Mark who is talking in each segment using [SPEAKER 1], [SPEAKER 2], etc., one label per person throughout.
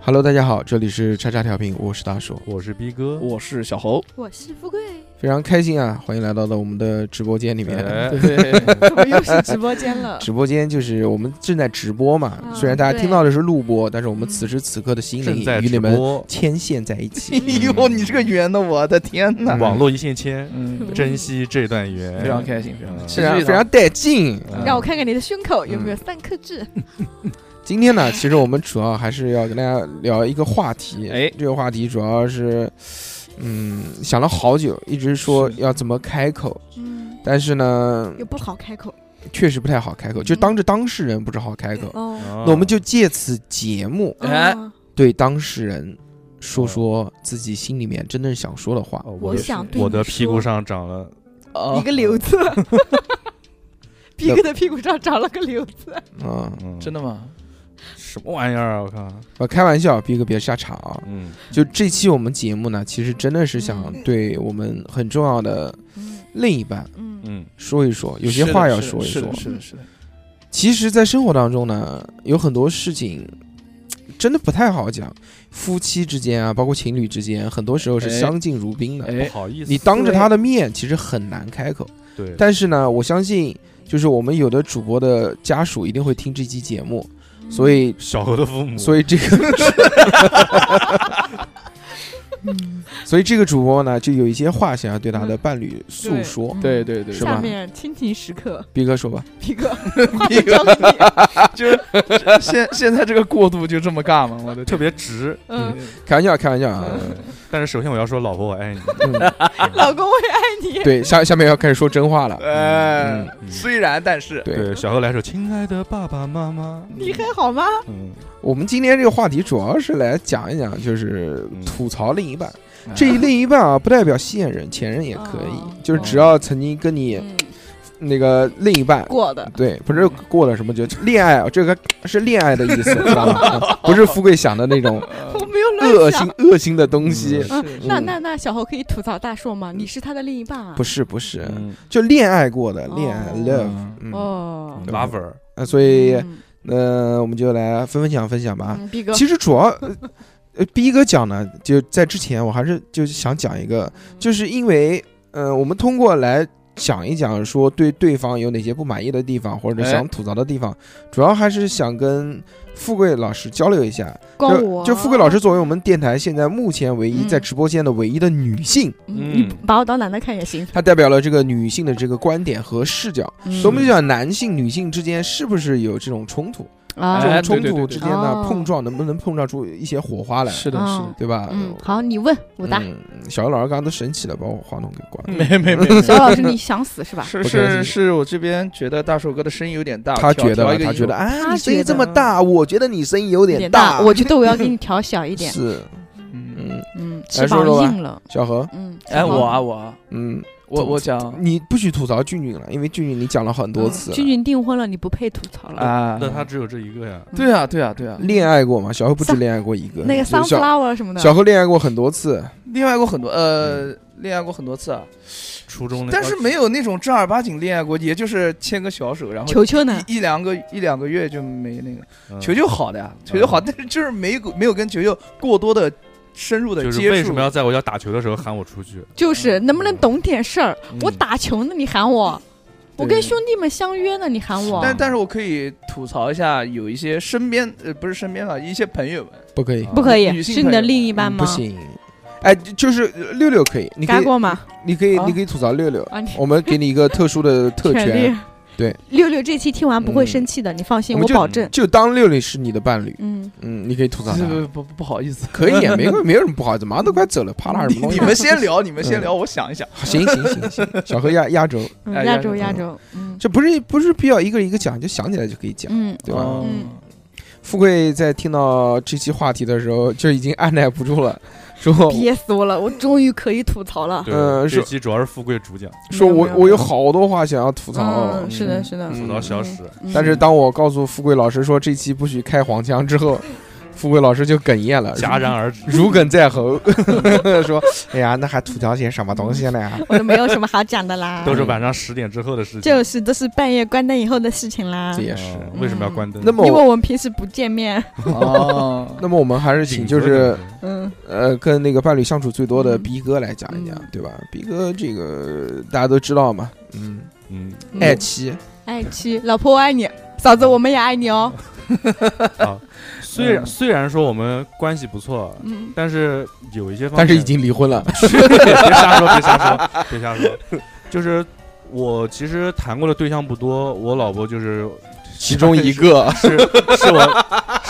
[SPEAKER 1] Hello，大家好，这里是叉叉调频，我是大叔，
[SPEAKER 2] 我是逼哥，
[SPEAKER 3] 我是小猴，
[SPEAKER 4] 我是富贵，
[SPEAKER 1] 非常开心啊，欢迎来到了我们的直播间里面。。
[SPEAKER 2] 哎
[SPEAKER 4] 我们又是直播间了
[SPEAKER 1] 直播间 就是我们正在直播嘛，
[SPEAKER 4] 啊
[SPEAKER 1] 虽然大家
[SPEAKER 4] 对
[SPEAKER 1] 听到的是录播，但是我们此时此刻的心
[SPEAKER 2] 正
[SPEAKER 1] 灵
[SPEAKER 2] 在
[SPEAKER 1] 与你
[SPEAKER 2] 直
[SPEAKER 1] 们
[SPEAKER 2] 播，
[SPEAKER 1] 牵线在一起。
[SPEAKER 3] 哎呦，你这个圆的，我的天哪！
[SPEAKER 1] 嗯
[SPEAKER 2] 网络一线牵，
[SPEAKER 3] 嗯，
[SPEAKER 2] 珍惜这段缘，
[SPEAKER 3] 非常开心，非常开
[SPEAKER 2] 嗯
[SPEAKER 3] 心
[SPEAKER 1] 非常
[SPEAKER 3] 其实
[SPEAKER 1] 啊非常带劲。
[SPEAKER 2] 嗯
[SPEAKER 4] 让我看看你的胸口有没有三颗痣。
[SPEAKER 1] 今天呢，其实我们主要还是要跟大家聊一个话题。
[SPEAKER 3] 哎
[SPEAKER 1] 这个话题主要是，嗯，想了好久，一直说
[SPEAKER 3] 是
[SPEAKER 1] 要怎么开口，
[SPEAKER 4] 嗯，
[SPEAKER 1] 但是呢，
[SPEAKER 4] 又不好开口。
[SPEAKER 1] 确实不太好开口，就
[SPEAKER 4] 嗯
[SPEAKER 1] 当着当事人不是好开口。
[SPEAKER 4] 哦，
[SPEAKER 3] 啊
[SPEAKER 1] 那我们就借此节目
[SPEAKER 3] 哎
[SPEAKER 4] 哦
[SPEAKER 1] 对当事人说
[SPEAKER 3] 嗯
[SPEAKER 1] 说自己心里面真正想说的话。
[SPEAKER 2] 哦
[SPEAKER 4] 我
[SPEAKER 2] 的
[SPEAKER 4] 想对
[SPEAKER 2] 我的
[SPEAKER 4] 你
[SPEAKER 2] 屁
[SPEAKER 4] 说
[SPEAKER 2] 股上长了，
[SPEAKER 3] 哦
[SPEAKER 4] 一个瘤子， 逼哥的屁股上长了个瘤子。
[SPEAKER 1] 啊，
[SPEAKER 2] 嗯，
[SPEAKER 3] 真的吗？
[SPEAKER 2] 什么玩意儿啊！我靠，
[SPEAKER 1] 我嗯开玩笑，逼哥别下场啊。
[SPEAKER 2] 嗯，
[SPEAKER 1] 就这期我们节目呢，其实真的是想
[SPEAKER 4] 嗯
[SPEAKER 1] 对我们很重要的
[SPEAKER 4] 嗯
[SPEAKER 1] 另一半
[SPEAKER 4] 嗯
[SPEAKER 2] 嗯，
[SPEAKER 1] 说一说，有些话要说一
[SPEAKER 3] 是
[SPEAKER 1] 说
[SPEAKER 3] 的，。是的，是的，
[SPEAKER 1] 其实，在生活当中呢，有很多事情嘖真的不太好讲，夫妻之间啊，包括情侣之间，很多时候是
[SPEAKER 3] 哎
[SPEAKER 1] 相敬如宾的。
[SPEAKER 3] 哎
[SPEAKER 2] 不好意思，
[SPEAKER 1] 你当着他的面，其实很难开口。
[SPEAKER 2] 对，
[SPEAKER 1] 但是呢，我相信，就是我们有的主播的家属一定会听这期节目，
[SPEAKER 4] 嗯
[SPEAKER 1] 所以，
[SPEAKER 2] 小猴的父母，
[SPEAKER 1] 所以这 个，嗯 所以这个主播呢，就有一些话想要对他的伴侣诉说。
[SPEAKER 4] 嗯
[SPEAKER 3] 对对对，
[SPEAKER 1] 是吧
[SPEAKER 4] 下面亲情时刻，
[SPEAKER 1] 逼哥说吧，
[SPEAKER 4] 逼哥，话筒交给你。
[SPEAKER 3] 就是现现在这个过渡就这么尬吗？我的
[SPEAKER 2] 特
[SPEAKER 3] 天，
[SPEAKER 2] 别直。
[SPEAKER 4] 嗯，
[SPEAKER 1] 开玩笑，开玩笑啊。
[SPEAKER 2] 嗯但是首先我要说，老婆我爱你。
[SPEAKER 1] 嗯、
[SPEAKER 4] 老公我也爱你。
[SPEAKER 1] 对，下下面要开始说真话了。
[SPEAKER 3] 哎
[SPEAKER 2] 嗯，嗯
[SPEAKER 3] 虽然但是，
[SPEAKER 1] 对
[SPEAKER 2] 对，小猴来首《亲爱的爸爸妈妈》。
[SPEAKER 4] 你还好吗？
[SPEAKER 2] 嗯，
[SPEAKER 1] 我们今天这个话题主要是来讲一讲，就是
[SPEAKER 2] 嗯
[SPEAKER 1] 吐槽另一半。
[SPEAKER 3] 嗯
[SPEAKER 1] 这一另一半啊，不代表现任、前任也可
[SPEAKER 4] 哦
[SPEAKER 1] 以，就是只要曾经跟你
[SPEAKER 4] 嗯，
[SPEAKER 1] 那个另一半
[SPEAKER 4] 过的。
[SPEAKER 1] 对，不
[SPEAKER 4] 嗯
[SPEAKER 1] 是过了什么就恋爱，这个是恋爱的意 思，知道吗？不是富贵想的那种
[SPEAKER 4] 我没有
[SPEAKER 1] 恶
[SPEAKER 4] 乱想
[SPEAKER 1] 心。恶心的东西。
[SPEAKER 4] 嗯
[SPEAKER 3] 呃是
[SPEAKER 4] 那那那小猴可以吐槽大硕吗？你是他的另一半啊？
[SPEAKER 1] 不
[SPEAKER 4] 是
[SPEAKER 1] 是不是，
[SPEAKER 2] 嗯
[SPEAKER 1] 就恋爱过的恋爱
[SPEAKER 4] 哦
[SPEAKER 1] love，嗯，
[SPEAKER 4] 哦。
[SPEAKER 2] 拉粉儿，
[SPEAKER 1] 啊所以
[SPEAKER 4] 嗯
[SPEAKER 1] 呃，我们就来分分享分享吧。
[SPEAKER 4] 嗯，逼哥，
[SPEAKER 1] 其实主要呃呃，第一个讲呢，就在之前我还是就是想讲一个，
[SPEAKER 4] 嗯
[SPEAKER 1] 就是因为呃，我们通过来。讲一讲说对对方有哪些不满意的地方，或者
[SPEAKER 3] 哎
[SPEAKER 1] 想吐槽的地方，主要还是想跟富贵老师交流一下，
[SPEAKER 4] 光
[SPEAKER 1] 就
[SPEAKER 4] 我
[SPEAKER 1] 就富贵老师作为我们电台现在目前唯一
[SPEAKER 4] 嗯
[SPEAKER 1] 在直播间的唯一的女性，
[SPEAKER 4] 嗯你
[SPEAKER 2] 嗯
[SPEAKER 4] 把我当男的看也行。
[SPEAKER 1] 她代表了这个女性的这个观点和视角。
[SPEAKER 4] 嗯
[SPEAKER 1] 所以我们就讲男性、女性之间是不是有这种冲突？
[SPEAKER 4] 啊，
[SPEAKER 1] 这
[SPEAKER 3] 哎
[SPEAKER 1] 种冲突
[SPEAKER 3] 对对对对
[SPEAKER 1] 之间呢
[SPEAKER 4] 哦，
[SPEAKER 1] 碰撞能不能碰撞出一些火花来？
[SPEAKER 3] 是的，是
[SPEAKER 4] 嗯
[SPEAKER 3] 的，
[SPEAKER 1] 对吧？
[SPEAKER 4] 嗯，好，你问我答。
[SPEAKER 1] 嗯。小姚老师刚刚都生气了，把我话筒给关了。
[SPEAKER 3] 没没没没。
[SPEAKER 4] 小老师，你想死是吧？
[SPEAKER 3] 是
[SPEAKER 1] 不开心
[SPEAKER 3] 是是，我这边觉得大手哥的声音有点大，
[SPEAKER 1] 他
[SPEAKER 3] 调
[SPEAKER 1] 觉
[SPEAKER 3] 调
[SPEAKER 1] 得，
[SPEAKER 3] 一个
[SPEAKER 1] 他
[SPEAKER 3] 音
[SPEAKER 1] 觉得，啊，
[SPEAKER 4] 他
[SPEAKER 1] 你声音
[SPEAKER 4] 觉
[SPEAKER 1] 这
[SPEAKER 4] 得
[SPEAKER 1] 么大，我觉得你声 音有
[SPEAKER 4] 点
[SPEAKER 1] 大。
[SPEAKER 4] 我觉得我要给你调小一点。
[SPEAKER 1] 是，
[SPEAKER 3] 嗯，
[SPEAKER 1] 嗯，
[SPEAKER 4] 嗯，
[SPEAKER 1] 来
[SPEAKER 4] 翅
[SPEAKER 1] 说
[SPEAKER 4] 膀
[SPEAKER 1] 说吧
[SPEAKER 4] 硬了。
[SPEAKER 1] 小何，
[SPEAKER 4] 嗯，
[SPEAKER 3] 哎，
[SPEAKER 4] 小猴
[SPEAKER 3] 我啊我啊
[SPEAKER 1] 嗯，
[SPEAKER 3] 我我讲
[SPEAKER 1] 你不许吐槽俊俊了，因为俊俊你讲了很多
[SPEAKER 4] 嗯
[SPEAKER 1] 次了。哎
[SPEAKER 4] 君君订婚了，你不配吐槽了。
[SPEAKER 3] 啊，
[SPEAKER 2] 那他只有这一个呀。
[SPEAKER 3] 对啊对啊对啊，
[SPEAKER 1] 恋爱过吗？小何不止恋爱过一个，
[SPEAKER 4] 那个
[SPEAKER 1] 就是小
[SPEAKER 4] sunflower 什么的，
[SPEAKER 1] 小何恋爱过很多次，
[SPEAKER 3] 恋爱过很多，呃，恋爱过很多次啊，
[SPEAKER 2] 初中那，
[SPEAKER 3] 但是没有那种正儿八经恋爱过，也就是牵个小手，然后
[SPEAKER 4] 球球呢？
[SPEAKER 3] 一一两个一两个月就没那个。
[SPEAKER 2] 嗯
[SPEAKER 3] 球球好的呀， 球球好，但是就是没有没有跟球球过多的深入的
[SPEAKER 2] 就
[SPEAKER 3] 接触。
[SPEAKER 2] 是为什么要在我要打球的时候喊我出去？
[SPEAKER 4] 就是能不能懂点事儿？
[SPEAKER 2] 嗯
[SPEAKER 4] 我打球呢，你喊我；我跟兄弟们相约呢，你喊我。
[SPEAKER 3] 但但是我可以吐槽一下，有一些身边呃不是身边吧，一些朋友们，
[SPEAKER 1] 不可以，
[SPEAKER 4] 不可
[SPEAKER 3] 女
[SPEAKER 4] 以，
[SPEAKER 3] 性
[SPEAKER 4] 是你
[SPEAKER 3] 朋
[SPEAKER 4] 的
[SPEAKER 3] 友
[SPEAKER 4] 另一半
[SPEAKER 1] 嗯
[SPEAKER 4] 吗
[SPEAKER 1] 不？行。哎，就就是呃六六可以，你可
[SPEAKER 4] 嘎
[SPEAKER 1] 以，
[SPEAKER 4] 过吗？
[SPEAKER 1] 你可以，
[SPEAKER 3] 啊
[SPEAKER 1] 你可以吐槽六六，
[SPEAKER 4] 啊，你
[SPEAKER 1] 我们给你一个特殊的 特
[SPEAKER 4] 利
[SPEAKER 1] 权，。对，
[SPEAKER 4] 六六这期听完不会生气的，你放心，
[SPEAKER 1] 我们
[SPEAKER 4] 我
[SPEAKER 1] 就
[SPEAKER 4] 保证。
[SPEAKER 1] 就当六六是你的伴侣，
[SPEAKER 4] 嗯，
[SPEAKER 1] 嗯，你可以吐槽他，
[SPEAKER 3] 不不不不好意 思，
[SPEAKER 1] 可以，啊没有没 有什么不好意思，马上都快走了，怕他什么东
[SPEAKER 3] 你
[SPEAKER 1] 西？
[SPEAKER 3] 们先聊，你们先
[SPEAKER 2] 嗯
[SPEAKER 3] 聊，我想一想。
[SPEAKER 1] 行行行行，小何压压轴，
[SPEAKER 4] 嗯
[SPEAKER 3] 哎
[SPEAKER 4] 压
[SPEAKER 3] 压
[SPEAKER 4] 轴
[SPEAKER 3] 轴
[SPEAKER 4] 压
[SPEAKER 1] 嗯
[SPEAKER 4] 轴，嗯
[SPEAKER 1] 这不是不是必要一个一个讲，就想起来就可以讲，
[SPEAKER 4] 嗯，
[SPEAKER 2] 啊
[SPEAKER 1] 对吧？
[SPEAKER 3] 哦
[SPEAKER 4] 嗯
[SPEAKER 1] 富贵在听到这期话题的时候，就已经按耐不住了，说
[SPEAKER 4] 嗯憋死我了，我终于可以吐槽了。
[SPEAKER 2] 对
[SPEAKER 1] 呃
[SPEAKER 2] 这
[SPEAKER 1] 是
[SPEAKER 2] 期主要是富贵主讲，
[SPEAKER 1] 说
[SPEAKER 4] 没有
[SPEAKER 1] 我
[SPEAKER 4] 没有
[SPEAKER 1] 我有好多话想要吐槽
[SPEAKER 4] 嗯，，是的，是的
[SPEAKER 1] 嗯，
[SPEAKER 2] 吐槽小史，
[SPEAKER 4] 嗯
[SPEAKER 1] 但是当我告诉富贵老师说这期不许开黄腔之后，富贵老师就哽咽了，
[SPEAKER 2] 戛然而止。
[SPEAKER 1] 如鲠在 喉，说：“哎呀，那还吐槽些什么东西呢？
[SPEAKER 4] 我都没有什么好讲的 啦，
[SPEAKER 1] 嗯
[SPEAKER 2] 都是晚上十点之后的事情。
[SPEAKER 4] 就是都是半夜关灯以后的事情啦
[SPEAKER 1] 这。也
[SPEAKER 2] 嗯
[SPEAKER 1] 是。
[SPEAKER 2] 为什么要关灯？
[SPEAKER 1] 那么
[SPEAKER 4] 因为
[SPEAKER 1] 我，
[SPEAKER 4] 我们平时不见面，
[SPEAKER 3] 哦，
[SPEAKER 1] 那么我们还是请
[SPEAKER 2] 紧
[SPEAKER 1] 就
[SPEAKER 2] 缩
[SPEAKER 1] 是
[SPEAKER 2] 感觉
[SPEAKER 4] 嗯，
[SPEAKER 1] 呃，跟那个伴侣相处最多的
[SPEAKER 4] 嗯
[SPEAKER 1] 逼哥来讲一讲
[SPEAKER 4] 嗯，
[SPEAKER 1] 对吧？逼哥这个大家都知道嘛，嗯，
[SPEAKER 2] 嗯，
[SPEAKER 4] 嗯
[SPEAKER 1] 爱妻，
[SPEAKER 4] 爱妻，老婆我爱你，嫂子我们也爱你哦。
[SPEAKER 2] 虽然
[SPEAKER 3] 嗯
[SPEAKER 2] 虽然说我们关系不错，
[SPEAKER 4] 嗯，
[SPEAKER 2] 但是有一些方面，
[SPEAKER 1] 但是已经离婚了。
[SPEAKER 2] 别瞎说，别瞎说，别瞎说。就是我其实谈过的对象不多，我老婆就是
[SPEAKER 1] 其中一 个
[SPEAKER 2] 是是我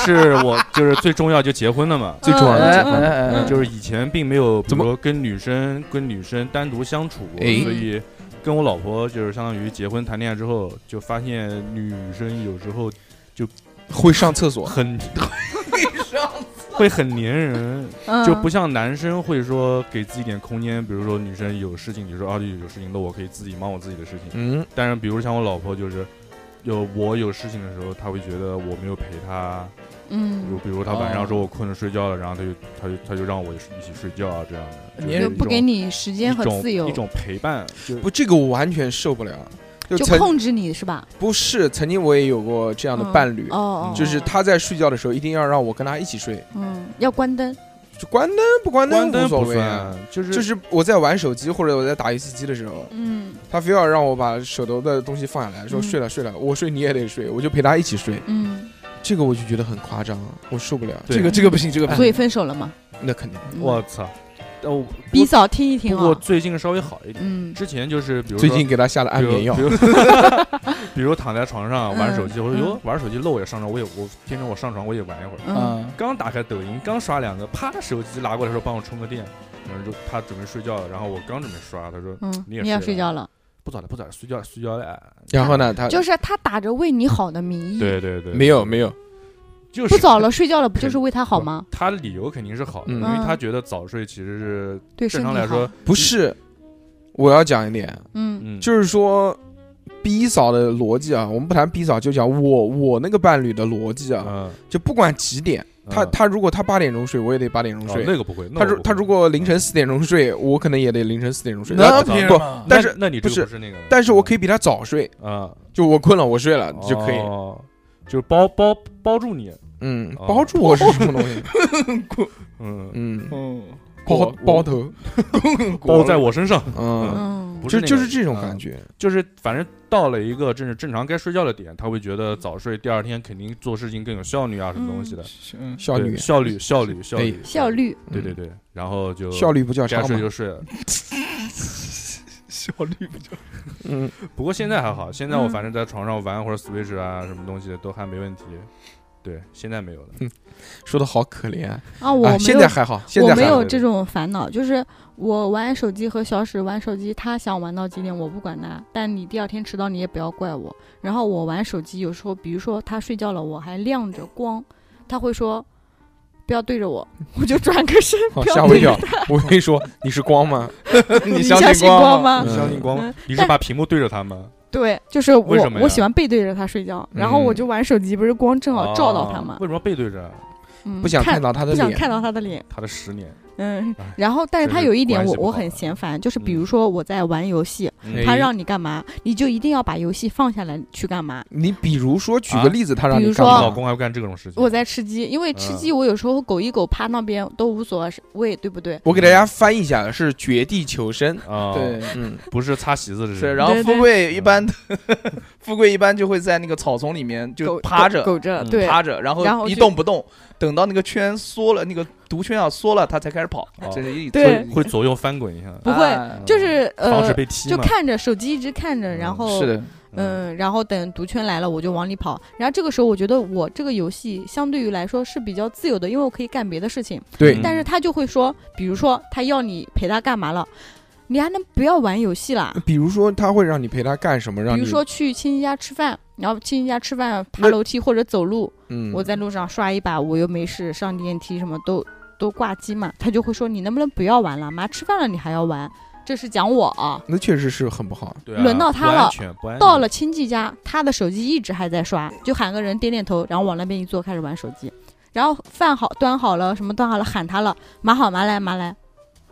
[SPEAKER 2] 是我就是最重要就结婚了嘛。
[SPEAKER 1] 最重要
[SPEAKER 3] 哎
[SPEAKER 1] 的结
[SPEAKER 3] 哎
[SPEAKER 1] 婚
[SPEAKER 4] 嗯嗯
[SPEAKER 1] 了，
[SPEAKER 3] 哎哎，
[SPEAKER 2] 就是以前并没有，比
[SPEAKER 1] 怎
[SPEAKER 2] 如
[SPEAKER 1] 么
[SPEAKER 2] 说跟女生跟女生单独相处过，
[SPEAKER 1] 哎
[SPEAKER 2] 所以跟我老婆就是相当于结婚谈恋爱之后，就发现女生有时候
[SPEAKER 1] 会上厕所，
[SPEAKER 2] 很会很粘人，
[SPEAKER 4] 嗯
[SPEAKER 2] 就不像男生会说给自己点空间，比如说女生有事情，你说啊有事情，那我可以自己忙我自己的事情。
[SPEAKER 1] 嗯，
[SPEAKER 2] 但是比如像我老婆就是。有我有事情的时候，她会觉得我没有陪她，就
[SPEAKER 4] 嗯，
[SPEAKER 2] 比如她晚
[SPEAKER 3] 哦
[SPEAKER 2] 上说我困了睡觉了，然后她就她就她就让我一起一起睡觉啊这样的，
[SPEAKER 3] 粘
[SPEAKER 2] 就是
[SPEAKER 4] 就
[SPEAKER 3] 人
[SPEAKER 2] 一
[SPEAKER 4] 不
[SPEAKER 2] 种
[SPEAKER 4] 给你时间和
[SPEAKER 2] 一种
[SPEAKER 4] 自由
[SPEAKER 2] 一，种陪伴，就
[SPEAKER 1] 不，这个我完全受不了。就
[SPEAKER 4] 就
[SPEAKER 1] 曾
[SPEAKER 4] 控制你是吧？
[SPEAKER 1] 不是曾经我也有过这样的
[SPEAKER 4] 嗯
[SPEAKER 1] 伴侣，
[SPEAKER 4] 哦，哦
[SPEAKER 1] 就是，他在睡觉的时候一定要让我跟他一起睡，
[SPEAKER 4] 嗯，要关灯，
[SPEAKER 1] 就关灯不关
[SPEAKER 2] 关灯
[SPEAKER 1] 无所
[SPEAKER 2] 不
[SPEAKER 1] 谓啊。
[SPEAKER 2] 算，就是
[SPEAKER 1] 就是是我在玩手机或者我在打游戏机的时候，
[SPEAKER 4] 嗯
[SPEAKER 1] 他非要让我把手头的东西放下来，说
[SPEAKER 4] 嗯
[SPEAKER 1] 睡了睡了，我睡你也得睡，我就陪他一起睡。
[SPEAKER 4] 嗯，
[SPEAKER 1] 这个我就觉得很夸张，我受不了。
[SPEAKER 2] 对
[SPEAKER 3] 这个这个不行，这个不
[SPEAKER 4] 所以
[SPEAKER 3] 行。
[SPEAKER 4] 分手了嘛。
[SPEAKER 1] 那肯定，
[SPEAKER 4] 嗯
[SPEAKER 2] 我操，但我
[SPEAKER 4] 逼嫂听一听
[SPEAKER 2] 哦不过
[SPEAKER 4] 啊，
[SPEAKER 2] 最近稍微好一点，
[SPEAKER 4] 嗯
[SPEAKER 2] 之前就是比如
[SPEAKER 1] 最
[SPEAKER 2] 说
[SPEAKER 1] 近给他下了安眠药
[SPEAKER 2] 比， 如比如躺在床上玩手机，
[SPEAKER 4] 嗯
[SPEAKER 2] 我说
[SPEAKER 4] 嗯
[SPEAKER 2] 哟玩手机漏我也上床，我也我天成我上床我也玩一会儿。
[SPEAKER 4] 嗯
[SPEAKER 3] 嗯，
[SPEAKER 2] 刚打开抖音，刚刷两个，啪，手机拿过来说帮我充个电，然后就他准备睡觉了，然后我刚准备刷，他说
[SPEAKER 4] 嗯，
[SPEAKER 2] 你也
[SPEAKER 4] 你要
[SPEAKER 2] 睡
[SPEAKER 4] 睡觉了，
[SPEAKER 2] 不早了不早了，睡觉睡觉了。
[SPEAKER 1] 然后？呢，他
[SPEAKER 4] 啊就是他打着为你好的名义，
[SPEAKER 2] 对对对，
[SPEAKER 1] 没有没有，
[SPEAKER 2] 就是
[SPEAKER 4] 不早了睡觉了，不就是为他好吗？
[SPEAKER 2] 他的理由肯定是好的，
[SPEAKER 1] 嗯
[SPEAKER 2] 因为他觉得早睡其实是
[SPEAKER 4] 对身
[SPEAKER 2] 正
[SPEAKER 4] 体
[SPEAKER 2] 常来说
[SPEAKER 4] 好，，
[SPEAKER 1] 不是。我要讲一点，
[SPEAKER 4] 嗯
[SPEAKER 2] 嗯，
[SPEAKER 1] 就是说。逼嫂的逻辑啊，我们不谈逼嫂，就讲我我那个伴侣的逻辑啊，
[SPEAKER 2] 嗯，
[SPEAKER 1] 就不管几点，他
[SPEAKER 2] 嗯
[SPEAKER 1] 他如果他八点钟睡，我也得八点钟
[SPEAKER 2] 哦
[SPEAKER 1] 睡。
[SPEAKER 2] 那个不会，那
[SPEAKER 1] 他
[SPEAKER 2] 我
[SPEAKER 1] 如
[SPEAKER 2] 不
[SPEAKER 1] 他
[SPEAKER 2] 会
[SPEAKER 1] 如果凌晨四点钟睡，我可能也得凌晨四点钟睡。
[SPEAKER 3] 那
[SPEAKER 1] 然后
[SPEAKER 2] 不
[SPEAKER 3] 凭什
[SPEAKER 1] 不
[SPEAKER 3] 么
[SPEAKER 1] 但是
[SPEAKER 2] 那那你这
[SPEAKER 1] 不是
[SPEAKER 2] 个不是那个，
[SPEAKER 1] 但是我可
[SPEAKER 2] 以
[SPEAKER 1] 以比他早睡，
[SPEAKER 2] 啊
[SPEAKER 1] 就我困了我睡
[SPEAKER 2] 哦
[SPEAKER 1] 了就可以。
[SPEAKER 2] 以，就是包包包住你，
[SPEAKER 1] 嗯，
[SPEAKER 2] 哦
[SPEAKER 1] 包住我是什么东 西？
[SPEAKER 2] 嗯，
[SPEAKER 1] 嗯，
[SPEAKER 3] 嗯，
[SPEAKER 1] 包
[SPEAKER 2] 我
[SPEAKER 1] 包头，
[SPEAKER 2] 包在我身上，
[SPEAKER 1] 嗯，
[SPEAKER 4] 嗯
[SPEAKER 2] 不
[SPEAKER 1] 就就是
[SPEAKER 2] 那
[SPEAKER 1] 是这
[SPEAKER 2] 个
[SPEAKER 1] 种感，觉。
[SPEAKER 2] 嗯就是反正到了一个正正常该睡觉的点，他会觉得早睡，第二天肯定做事情更有效率啊，什么东西的，
[SPEAKER 3] 嗯，
[SPEAKER 1] 效率
[SPEAKER 2] 对，效率效率效
[SPEAKER 1] 哎
[SPEAKER 2] 率
[SPEAKER 4] 效，率，
[SPEAKER 2] 对对对，然后就
[SPEAKER 1] 嗯效率不叫
[SPEAKER 2] 该
[SPEAKER 1] 差
[SPEAKER 2] 睡
[SPEAKER 1] 嘛。
[SPEAKER 2] 就睡了。
[SPEAKER 3] 效率比较
[SPEAKER 1] 嗯，
[SPEAKER 2] 不过现在还好，现在我
[SPEAKER 4] 嗯
[SPEAKER 2] 反正在床上玩会儿 Switch 啊，什么东西的都还没问题。对，现在没有了。
[SPEAKER 1] 说的好可怜啊！
[SPEAKER 4] 啊，我没
[SPEAKER 1] 啊
[SPEAKER 4] 有
[SPEAKER 1] 现在还好，现
[SPEAKER 4] 我
[SPEAKER 1] 在
[SPEAKER 4] 没
[SPEAKER 1] 还好
[SPEAKER 4] 有这种烦恼，就是我玩手机和小史玩手机，他想玩到几点我不管他，但你第二天迟到你也不要怪我。然后我玩手机，有时候比如说他睡觉了，我还亮着光，他会说不要对着我，我就转个身，
[SPEAKER 1] 哦
[SPEAKER 4] 不要
[SPEAKER 1] 吓我一
[SPEAKER 4] 对着
[SPEAKER 1] 跳。我跟你说，你是光吗？
[SPEAKER 4] 你
[SPEAKER 1] 相
[SPEAKER 4] 相
[SPEAKER 1] 信
[SPEAKER 4] 信光
[SPEAKER 1] 吗？
[SPEAKER 4] 吗
[SPEAKER 2] 你
[SPEAKER 1] 嗯
[SPEAKER 2] 相信光
[SPEAKER 4] 嗯
[SPEAKER 2] 吗？你是
[SPEAKER 4] 但
[SPEAKER 2] 把屏幕对着他 吗？
[SPEAKER 4] 对，就是我
[SPEAKER 2] 为什么呀嗯
[SPEAKER 4] 我喜欢背对着他睡觉，然后我就玩手机，不是光正好照到他
[SPEAKER 2] 哦
[SPEAKER 4] 嘛，
[SPEAKER 2] 为什么背对着
[SPEAKER 4] 嗯，
[SPEAKER 1] 不想
[SPEAKER 4] 看
[SPEAKER 1] 看到他的
[SPEAKER 4] 不想
[SPEAKER 1] 脸。
[SPEAKER 4] 看到他的脸，
[SPEAKER 2] 他的十年？
[SPEAKER 4] 嗯
[SPEAKER 2] 哎，
[SPEAKER 4] 然后但是
[SPEAKER 2] 这
[SPEAKER 4] 他
[SPEAKER 2] 是
[SPEAKER 4] 有一点
[SPEAKER 2] 关
[SPEAKER 4] 我
[SPEAKER 2] 系不
[SPEAKER 4] 我
[SPEAKER 2] 好
[SPEAKER 4] 很
[SPEAKER 2] 了
[SPEAKER 4] 嫌烦，就是比
[SPEAKER 2] 嗯
[SPEAKER 4] 如说我在玩游戏，
[SPEAKER 2] 嗯
[SPEAKER 4] 他
[SPEAKER 1] 哎
[SPEAKER 4] 让你干嘛，你就一定要把游戏放下来去干嘛。
[SPEAKER 1] 你比如说，举个
[SPEAKER 2] 啊
[SPEAKER 1] 例子，他让
[SPEAKER 4] 比
[SPEAKER 1] 你
[SPEAKER 4] 如
[SPEAKER 1] 干
[SPEAKER 4] 说
[SPEAKER 2] 你
[SPEAKER 4] 啊
[SPEAKER 2] 老
[SPEAKER 1] 嘛？
[SPEAKER 2] 公还会干这种事情？
[SPEAKER 4] 我在吃鸡，因为吃鸡我有时候狗一狗趴那边都无所谓，对不对？
[SPEAKER 1] 我给大家翻译一下，是绝地求生。
[SPEAKER 2] 啊，
[SPEAKER 3] 对，
[SPEAKER 1] 嗯，
[SPEAKER 2] 不是擦席子的
[SPEAKER 3] 是，
[SPEAKER 2] 事。
[SPEAKER 3] 然后
[SPEAKER 4] 对对
[SPEAKER 3] 富贵一般， 富贵一般就会在那个草丛里面就
[SPEAKER 4] 狗
[SPEAKER 3] 趴
[SPEAKER 4] 狗
[SPEAKER 3] 着，
[SPEAKER 4] 狗着，
[SPEAKER 2] 嗯
[SPEAKER 4] 对，
[SPEAKER 3] 趴着，然
[SPEAKER 4] 然后
[SPEAKER 3] 后一
[SPEAKER 4] 就
[SPEAKER 3] 动不动，等到那个圈缩了，那个毒圈要缩了，它才开始跑
[SPEAKER 2] 哦，
[SPEAKER 3] 这是一
[SPEAKER 4] 对
[SPEAKER 2] 会会左右翻滚一下，嗯
[SPEAKER 4] 不会
[SPEAKER 3] 啊
[SPEAKER 4] 就是
[SPEAKER 2] 防止
[SPEAKER 4] 呃，
[SPEAKER 2] 被踢
[SPEAKER 4] 就
[SPEAKER 2] 嘛。
[SPEAKER 4] 看着手机一直看着，
[SPEAKER 2] 嗯
[SPEAKER 4] 然后
[SPEAKER 3] 是的，
[SPEAKER 4] 嗯，然后等毒圈来了我就往里跑。然后这个时候我觉得我这个游戏相对于来说是比较自由的，因为我可以干别的事情。
[SPEAKER 1] 对
[SPEAKER 2] 嗯，
[SPEAKER 4] 但是他就会说，比如说他要你陪他干嘛了，你还能不要玩游戏啦？
[SPEAKER 1] 比如说他会让你陪他干什么？嗯让
[SPEAKER 4] 比
[SPEAKER 1] 你
[SPEAKER 4] 如说去亲戚家吃饭，然后亲戚家吃饭爬
[SPEAKER 1] 那
[SPEAKER 4] 楼梯或者走路，
[SPEAKER 1] 嗯，
[SPEAKER 4] 我在路上刷一把，我又没事，上电梯什么都都挂机嘛，他就会说你能不能不要玩了？妈吃饭了你还要玩，这是讲我啊。
[SPEAKER 1] 那确实是很不好。
[SPEAKER 2] 对啊
[SPEAKER 4] 轮到他
[SPEAKER 2] 不安
[SPEAKER 4] 了
[SPEAKER 2] 全，不安全
[SPEAKER 4] 到了亲戚家，他的手机一直还在刷，就喊个人点点头，然后往那边一坐开始玩手机。然后饭好端好了，什么端好了，喊他了，麻好麻来麻来，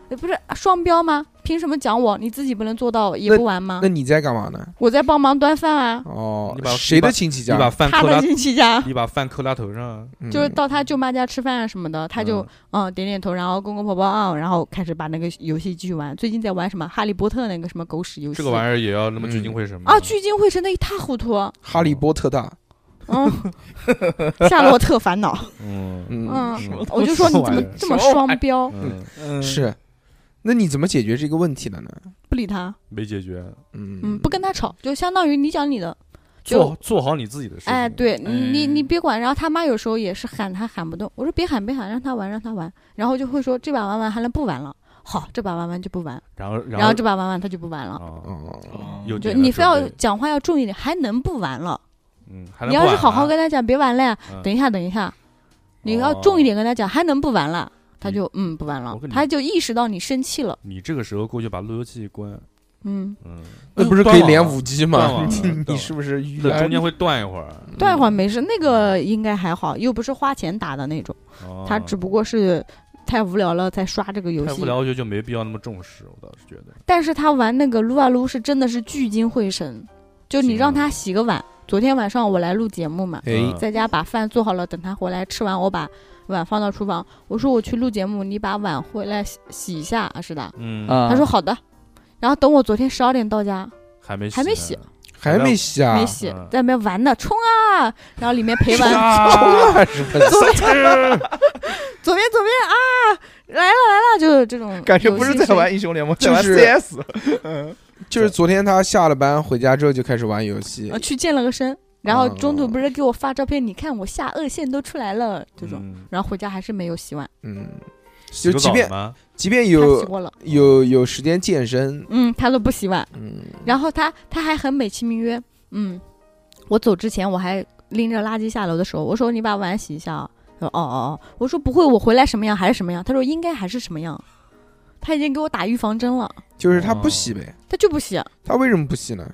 [SPEAKER 4] 哎，不是双标吗？凭什么讲我？你自己不能做到也不玩吗
[SPEAKER 1] 那？你在干嘛呢？
[SPEAKER 4] 我在帮忙端饭啊，
[SPEAKER 1] 哦
[SPEAKER 2] 你，把
[SPEAKER 1] 谁的亲戚
[SPEAKER 2] 你
[SPEAKER 1] 家？
[SPEAKER 2] 把饭
[SPEAKER 4] 他
[SPEAKER 2] 扣
[SPEAKER 4] 的
[SPEAKER 2] 他，
[SPEAKER 4] 亲戚家。
[SPEAKER 2] 你把饭扣他头上，啊
[SPEAKER 1] 嗯
[SPEAKER 4] 就是到他舅妈家吃饭啊什么的，他就嗯点点头，然后公公婆婆啊，然后开始把那个游戏继续玩。最近在玩什么《哈利波特》那个什么狗屎游戏，
[SPEAKER 2] 这个玩意儿也要那么聚精会神吗？
[SPEAKER 4] 啊，聚精会神的一塌糊涂。
[SPEAKER 1] 哈利波特大，
[SPEAKER 4] 嗯，夏洛特烦恼。
[SPEAKER 2] 嗯
[SPEAKER 1] 嗯
[SPEAKER 4] 嗯
[SPEAKER 2] 是，
[SPEAKER 4] 我就说你怎么这么双标，
[SPEAKER 2] 嗯，
[SPEAKER 3] 嗯
[SPEAKER 1] 是。那你怎么解决这个问题的呢？
[SPEAKER 4] 不理他，
[SPEAKER 2] 没解决，
[SPEAKER 1] 嗯
[SPEAKER 4] 嗯，不跟他吵，就相当于你讲你的，就
[SPEAKER 2] 做做好你自己的事情。
[SPEAKER 4] 哎，对你你
[SPEAKER 3] 哎
[SPEAKER 4] 你别管。然后他妈有时候也是喊他喊不动，我说别喊别喊，让他玩让他玩，然后就会说这把玩完还能不玩了，好，这把玩完就不玩，
[SPEAKER 2] 然后然
[SPEAKER 4] 然
[SPEAKER 2] 后
[SPEAKER 4] 后这把玩完他就不玩了。
[SPEAKER 2] 啊，
[SPEAKER 1] 哦，
[SPEAKER 3] 哦
[SPEAKER 2] 有
[SPEAKER 4] 对
[SPEAKER 2] 点
[SPEAKER 4] 你非要
[SPEAKER 2] 准备
[SPEAKER 4] 讲话要重一点，还能不玩了？
[SPEAKER 2] 嗯，还能
[SPEAKER 4] 你要
[SPEAKER 2] 不
[SPEAKER 4] 是
[SPEAKER 2] 玩
[SPEAKER 4] 好好
[SPEAKER 2] 啊
[SPEAKER 4] 跟他讲，别玩了呀，
[SPEAKER 2] 嗯
[SPEAKER 4] 等一下等一下，你要
[SPEAKER 2] 哦
[SPEAKER 4] 重一点跟他讲，还能不玩了？他
[SPEAKER 2] 你
[SPEAKER 4] 就嗯不玩了
[SPEAKER 2] 我跟，你
[SPEAKER 4] 他就意识到你生气了，
[SPEAKER 2] 你这个时候过去把路由器一关，
[SPEAKER 4] 嗯。
[SPEAKER 2] 嗯，
[SPEAKER 1] 那不是可以连五 G
[SPEAKER 2] 断
[SPEAKER 1] 吗？
[SPEAKER 2] 网
[SPEAKER 1] 你
[SPEAKER 2] 了断
[SPEAKER 1] 你
[SPEAKER 2] 网
[SPEAKER 1] 是不是娱
[SPEAKER 2] 那
[SPEAKER 1] 乐
[SPEAKER 2] 中间会断一会儿。
[SPEAKER 1] 嗯
[SPEAKER 4] 断一会儿没事，那个应该还好，又不是花钱打的那种，
[SPEAKER 2] 哦
[SPEAKER 4] 他只不过是太无聊了才刷这个游
[SPEAKER 2] 太
[SPEAKER 4] 戏
[SPEAKER 2] 无。聊，我觉得就没必要那么重视。我倒是觉得，
[SPEAKER 4] 但是他玩那个撸啊撸是真的是聚精会神，就你
[SPEAKER 2] 行
[SPEAKER 4] 让
[SPEAKER 2] 啊
[SPEAKER 4] 他洗个碗。昨天晚上我来录节目嘛，
[SPEAKER 1] 哎
[SPEAKER 2] 嗯
[SPEAKER 4] 在家把饭做好了，等他回来吃完，我把碗放到厨房，我说我去录节目，你把碗回来洗洗一下，啊是的。
[SPEAKER 2] 嗯，
[SPEAKER 3] 啊，
[SPEAKER 4] 他说好的，然后等我昨天十二点到家，
[SPEAKER 2] 还没
[SPEAKER 4] 还没
[SPEAKER 2] 呢
[SPEAKER 4] 洗，
[SPEAKER 1] 还没洗啊？
[SPEAKER 4] 没洗
[SPEAKER 2] 嗯，
[SPEAKER 4] 在那边玩呢，冲啊！然后里面陪 玩，
[SPEAKER 2] 啊
[SPEAKER 1] 是不是
[SPEAKER 4] 左边左边啊，来了来了，就是这种
[SPEAKER 3] 感觉不是
[SPEAKER 4] 游戏
[SPEAKER 3] 在
[SPEAKER 4] 声
[SPEAKER 3] 玩英雄联盟，在
[SPEAKER 1] 就
[SPEAKER 3] 玩
[SPEAKER 1] 是
[SPEAKER 3] CS。
[SPEAKER 1] 就是昨天他下了班回家之后就开始玩游戏
[SPEAKER 4] 啊，，去健了个身，然后
[SPEAKER 1] 哦
[SPEAKER 4] 中途不是给我发照片，你看我下颚线都出来了这种，
[SPEAKER 2] 嗯
[SPEAKER 4] 然后回家还是没有洗碗，
[SPEAKER 1] 嗯，
[SPEAKER 2] 洗
[SPEAKER 1] 就
[SPEAKER 2] 个
[SPEAKER 1] 即
[SPEAKER 2] 澡
[SPEAKER 1] 便
[SPEAKER 2] 吗？
[SPEAKER 1] 即便
[SPEAKER 4] 他洗
[SPEAKER 1] 有
[SPEAKER 4] 过了，
[SPEAKER 1] 有有时间健身，
[SPEAKER 4] 嗯，他都不洗碗，
[SPEAKER 1] 嗯，
[SPEAKER 4] 然后他他还很美其名曰，嗯，我走之前我还拎着垃圾下楼的时候，我说你把碗洗一下啊，他说哦哦哦，我说不会，我回来什么样还是什么样，他说应该还是什么样，他已经给我打预防针了，
[SPEAKER 1] 就是他不洗
[SPEAKER 2] 哦
[SPEAKER 1] 呗，
[SPEAKER 4] 他就不洗啊，
[SPEAKER 1] 他为什么不洗呢？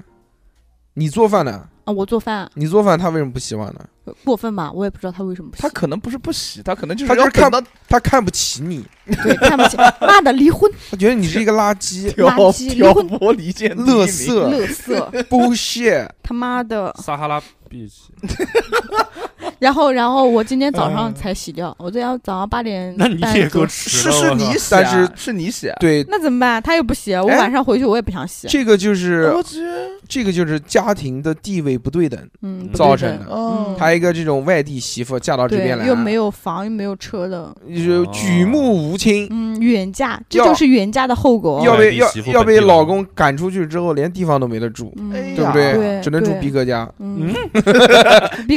[SPEAKER 1] 你做饭呢？
[SPEAKER 4] 啊我做饭
[SPEAKER 1] 你做饭他为什么不洗碗呢？
[SPEAKER 4] 过分吧，我也不知道他为什么不洗
[SPEAKER 3] 他，可能不是不洗，他可能就
[SPEAKER 1] 他
[SPEAKER 3] 是
[SPEAKER 1] 就是
[SPEAKER 3] 要
[SPEAKER 1] 看
[SPEAKER 3] 等到
[SPEAKER 1] 他看不起你，
[SPEAKER 4] 对，看不起，妈的 离婚。
[SPEAKER 1] 他觉得你是一个垃 圾、
[SPEAKER 3] 挑
[SPEAKER 4] 垃圾
[SPEAKER 3] 挑
[SPEAKER 4] 离婚
[SPEAKER 3] 拨离间、
[SPEAKER 1] 垃
[SPEAKER 3] 匿名
[SPEAKER 1] 圾、
[SPEAKER 4] 乐色，
[SPEAKER 1] bullshit。
[SPEAKER 4] 他妈的！
[SPEAKER 2] 撒哈拉 beach，
[SPEAKER 4] 嗯然后，然后我今天早上才洗掉， 我昨天早上八点
[SPEAKER 2] 那你
[SPEAKER 4] 半
[SPEAKER 2] 也够
[SPEAKER 4] 做
[SPEAKER 2] 吃
[SPEAKER 3] 是
[SPEAKER 2] 的。
[SPEAKER 3] 是
[SPEAKER 2] 我
[SPEAKER 3] 你
[SPEAKER 2] 靠
[SPEAKER 3] 洗啊，
[SPEAKER 1] 但是
[SPEAKER 3] 是你洗啊。
[SPEAKER 1] 对，
[SPEAKER 4] 那怎么办？他又不洗，我
[SPEAKER 1] 哎
[SPEAKER 4] 晚上回去我也不想洗，
[SPEAKER 1] 这个就是
[SPEAKER 3] 我去，
[SPEAKER 1] 这个就是家庭的地位不对等
[SPEAKER 4] 嗯，不
[SPEAKER 1] 造
[SPEAKER 4] 对
[SPEAKER 1] 成
[SPEAKER 4] 等
[SPEAKER 1] 的。
[SPEAKER 3] 哦，
[SPEAKER 1] 还有一个这种外地媳妇嫁到这边来，啊
[SPEAKER 4] 嗯对，又没有房又没有车的，
[SPEAKER 1] 就是
[SPEAKER 2] 哦
[SPEAKER 1] 举目无亲，
[SPEAKER 4] 嗯，远嫁，这
[SPEAKER 1] 要
[SPEAKER 4] 就是远嫁的后果。
[SPEAKER 1] 要被
[SPEAKER 2] 哦外
[SPEAKER 1] 要
[SPEAKER 2] 地媳妇
[SPEAKER 1] 要被
[SPEAKER 2] 本地
[SPEAKER 1] 老
[SPEAKER 2] 郎
[SPEAKER 1] 公赶出去之后，连地方都没得住，
[SPEAKER 4] 嗯，
[SPEAKER 3] 哎
[SPEAKER 1] 对
[SPEAKER 3] 呀
[SPEAKER 1] 不对？
[SPEAKER 4] 对
[SPEAKER 1] 只能住
[SPEAKER 4] 对
[SPEAKER 1] 逼哥家。
[SPEAKER 4] 嗯，毕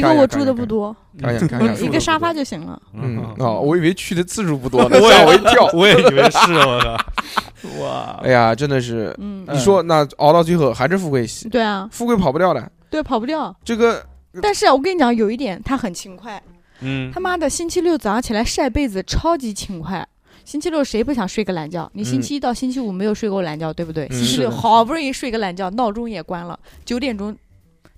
[SPEAKER 1] 看一
[SPEAKER 4] 哥
[SPEAKER 1] 下
[SPEAKER 4] 我
[SPEAKER 1] 看
[SPEAKER 4] 住
[SPEAKER 1] 一
[SPEAKER 4] 的
[SPEAKER 1] 下
[SPEAKER 4] 不多，嗯
[SPEAKER 1] 看 一下看一下
[SPEAKER 4] 一个沙发就行了。
[SPEAKER 1] 嗯
[SPEAKER 2] 嗯，
[SPEAKER 1] 哦，我以为去的次数不多呢，
[SPEAKER 2] 我也
[SPEAKER 1] 吓我一跳。
[SPEAKER 2] 我也以为是我的。
[SPEAKER 3] 哇
[SPEAKER 1] 哎，呀，真的是，
[SPEAKER 4] 啊嗯，
[SPEAKER 1] 你说那熬到最后还是富贵喜，
[SPEAKER 4] 对啊，
[SPEAKER 1] 富贵跑不掉的。
[SPEAKER 4] 对，跑不掉。
[SPEAKER 1] 这个
[SPEAKER 4] 但是啊我跟你讲，有一点他很勤快，
[SPEAKER 2] 嗯
[SPEAKER 4] 他妈的星期六早上起来晒被子超级勤快。星期六谁不想睡个懒觉？你星期一到星期五没有睡过懒觉，对不对？
[SPEAKER 1] 嗯
[SPEAKER 4] 星期六
[SPEAKER 1] 是的
[SPEAKER 4] 好不容易睡个懒觉，闹钟也关了，九点钟，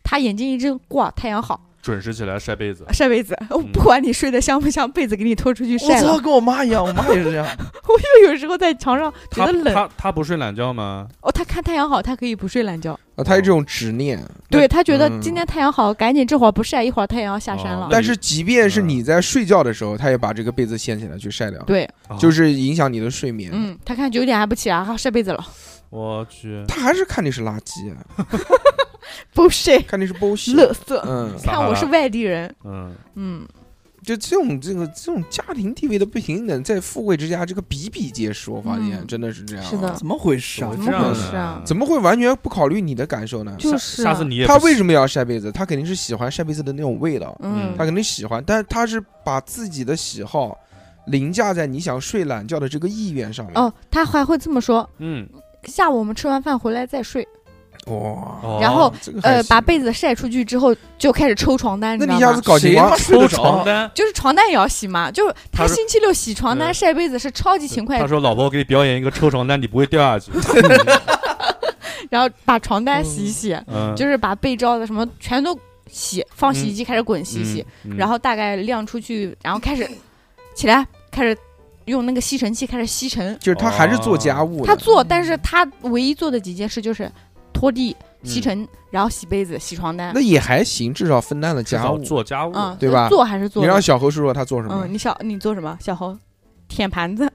[SPEAKER 4] 他眼睛一睁，哇，太阳好，
[SPEAKER 2] 准时起来晒被子。
[SPEAKER 4] 晒被子，我 不管你睡得香不香，被子给你拖出去
[SPEAKER 3] 我
[SPEAKER 4] 晒了
[SPEAKER 3] 操，。跟我妈一样，我妈也是这样。
[SPEAKER 4] 我有时候在床上觉
[SPEAKER 2] 他
[SPEAKER 4] 得冷，
[SPEAKER 2] 他他不睡懒觉吗？
[SPEAKER 4] 哦，他看太阳好，他可以不睡懒觉，
[SPEAKER 1] 啊，他有这种执念，
[SPEAKER 4] 对他觉得
[SPEAKER 1] 嗯
[SPEAKER 4] 今天太阳好，赶紧这会儿不晒，一会儿太阳要下山
[SPEAKER 2] 哦
[SPEAKER 4] 了
[SPEAKER 2] 那。
[SPEAKER 1] 但是即便是
[SPEAKER 2] 嗯
[SPEAKER 1] 你在睡觉的时候，他也把这个被子掀起来去晒掉，
[SPEAKER 4] 对，
[SPEAKER 2] 哦
[SPEAKER 1] 就是是影响你的睡眠。
[SPEAKER 4] 嗯，他看九点还不起来，啊，晒被子了，
[SPEAKER 2] 我去，
[SPEAKER 1] 他还是看你是垃圾，啊
[SPEAKER 4] 不睡，
[SPEAKER 1] 看你是 bullshit。
[SPEAKER 4] 乐色，
[SPEAKER 1] 嗯，
[SPEAKER 2] 撒哈
[SPEAKER 4] 看
[SPEAKER 2] 拉
[SPEAKER 4] 我是外地人，
[SPEAKER 2] 嗯，
[SPEAKER 4] 嗯。
[SPEAKER 1] 就这种这个这种家庭地位的不平等，在富贵之家这个比比皆是，我发现
[SPEAKER 4] 嗯
[SPEAKER 1] 真的是这样啊。
[SPEAKER 4] 是的
[SPEAKER 3] 怎么回事啊
[SPEAKER 4] 怎？
[SPEAKER 2] 么
[SPEAKER 4] 么
[SPEAKER 2] 这样
[SPEAKER 4] 回事啊
[SPEAKER 2] 的
[SPEAKER 1] 怎么会完全不考虑你的感受呢？
[SPEAKER 4] 就
[SPEAKER 2] 下
[SPEAKER 4] 是
[SPEAKER 2] 下
[SPEAKER 4] 啊
[SPEAKER 2] 次你也
[SPEAKER 1] 他
[SPEAKER 2] 不
[SPEAKER 1] 为
[SPEAKER 2] 洗
[SPEAKER 1] 什么要晒被子？他肯定是喜欢晒被子的那种味道，
[SPEAKER 4] 嗯
[SPEAKER 2] 嗯
[SPEAKER 1] 他肯定喜欢，但是他是把自己的喜好凌驾在你想睡懒觉的这个意愿上面。
[SPEAKER 4] 哦，他还会这么说：
[SPEAKER 2] 嗯
[SPEAKER 4] 下午我们吃完饭回来再睡，
[SPEAKER 1] 哇，
[SPEAKER 2] 哦
[SPEAKER 4] 然后
[SPEAKER 1] 这个还
[SPEAKER 4] 呃，
[SPEAKER 1] 行
[SPEAKER 4] 把被子晒出去之后就开始抽床单，
[SPEAKER 1] 那
[SPEAKER 4] 你
[SPEAKER 1] 你
[SPEAKER 4] 知道
[SPEAKER 1] 下
[SPEAKER 4] 吗
[SPEAKER 1] 次？搞
[SPEAKER 3] 谁
[SPEAKER 1] 清
[SPEAKER 3] 他
[SPEAKER 1] 楚
[SPEAKER 3] 妈，睡得
[SPEAKER 2] 抽
[SPEAKER 3] 着
[SPEAKER 2] 床？单。
[SPEAKER 4] 就是床单也要洗嘛，就是他
[SPEAKER 2] 他说
[SPEAKER 4] 星期六洗床单、
[SPEAKER 2] 嗯
[SPEAKER 4] 晒被子是超级勤快
[SPEAKER 2] 他，说：“老婆，我给你表演一个抽床单，你不会掉下 去。
[SPEAKER 4] 然后把床单洗一洗，
[SPEAKER 2] 嗯”
[SPEAKER 4] 就是把被罩子什么全都洗，放洗衣机开始滚洗洗，
[SPEAKER 2] 嗯，
[SPEAKER 4] 然后大概晾出去，然后开始起来，开始用那个吸尘器开始吸尘。
[SPEAKER 1] 就是他还是做家务
[SPEAKER 4] 他
[SPEAKER 1] 的，
[SPEAKER 4] 做，但是他唯一做的几件事就是拖地、吸
[SPEAKER 2] 嗯
[SPEAKER 4] 尘，然后洗被子、洗床单
[SPEAKER 1] 那。也还行，至少分担了
[SPEAKER 2] 至
[SPEAKER 1] 家
[SPEAKER 2] 少
[SPEAKER 1] 务。
[SPEAKER 2] 做家务，
[SPEAKER 4] 嗯，
[SPEAKER 1] 对吧
[SPEAKER 4] 做还是做
[SPEAKER 1] 你
[SPEAKER 4] 的？
[SPEAKER 1] 让小猴说说他做什么
[SPEAKER 4] 嗯，？你小你做什么？小猴，舔盘子、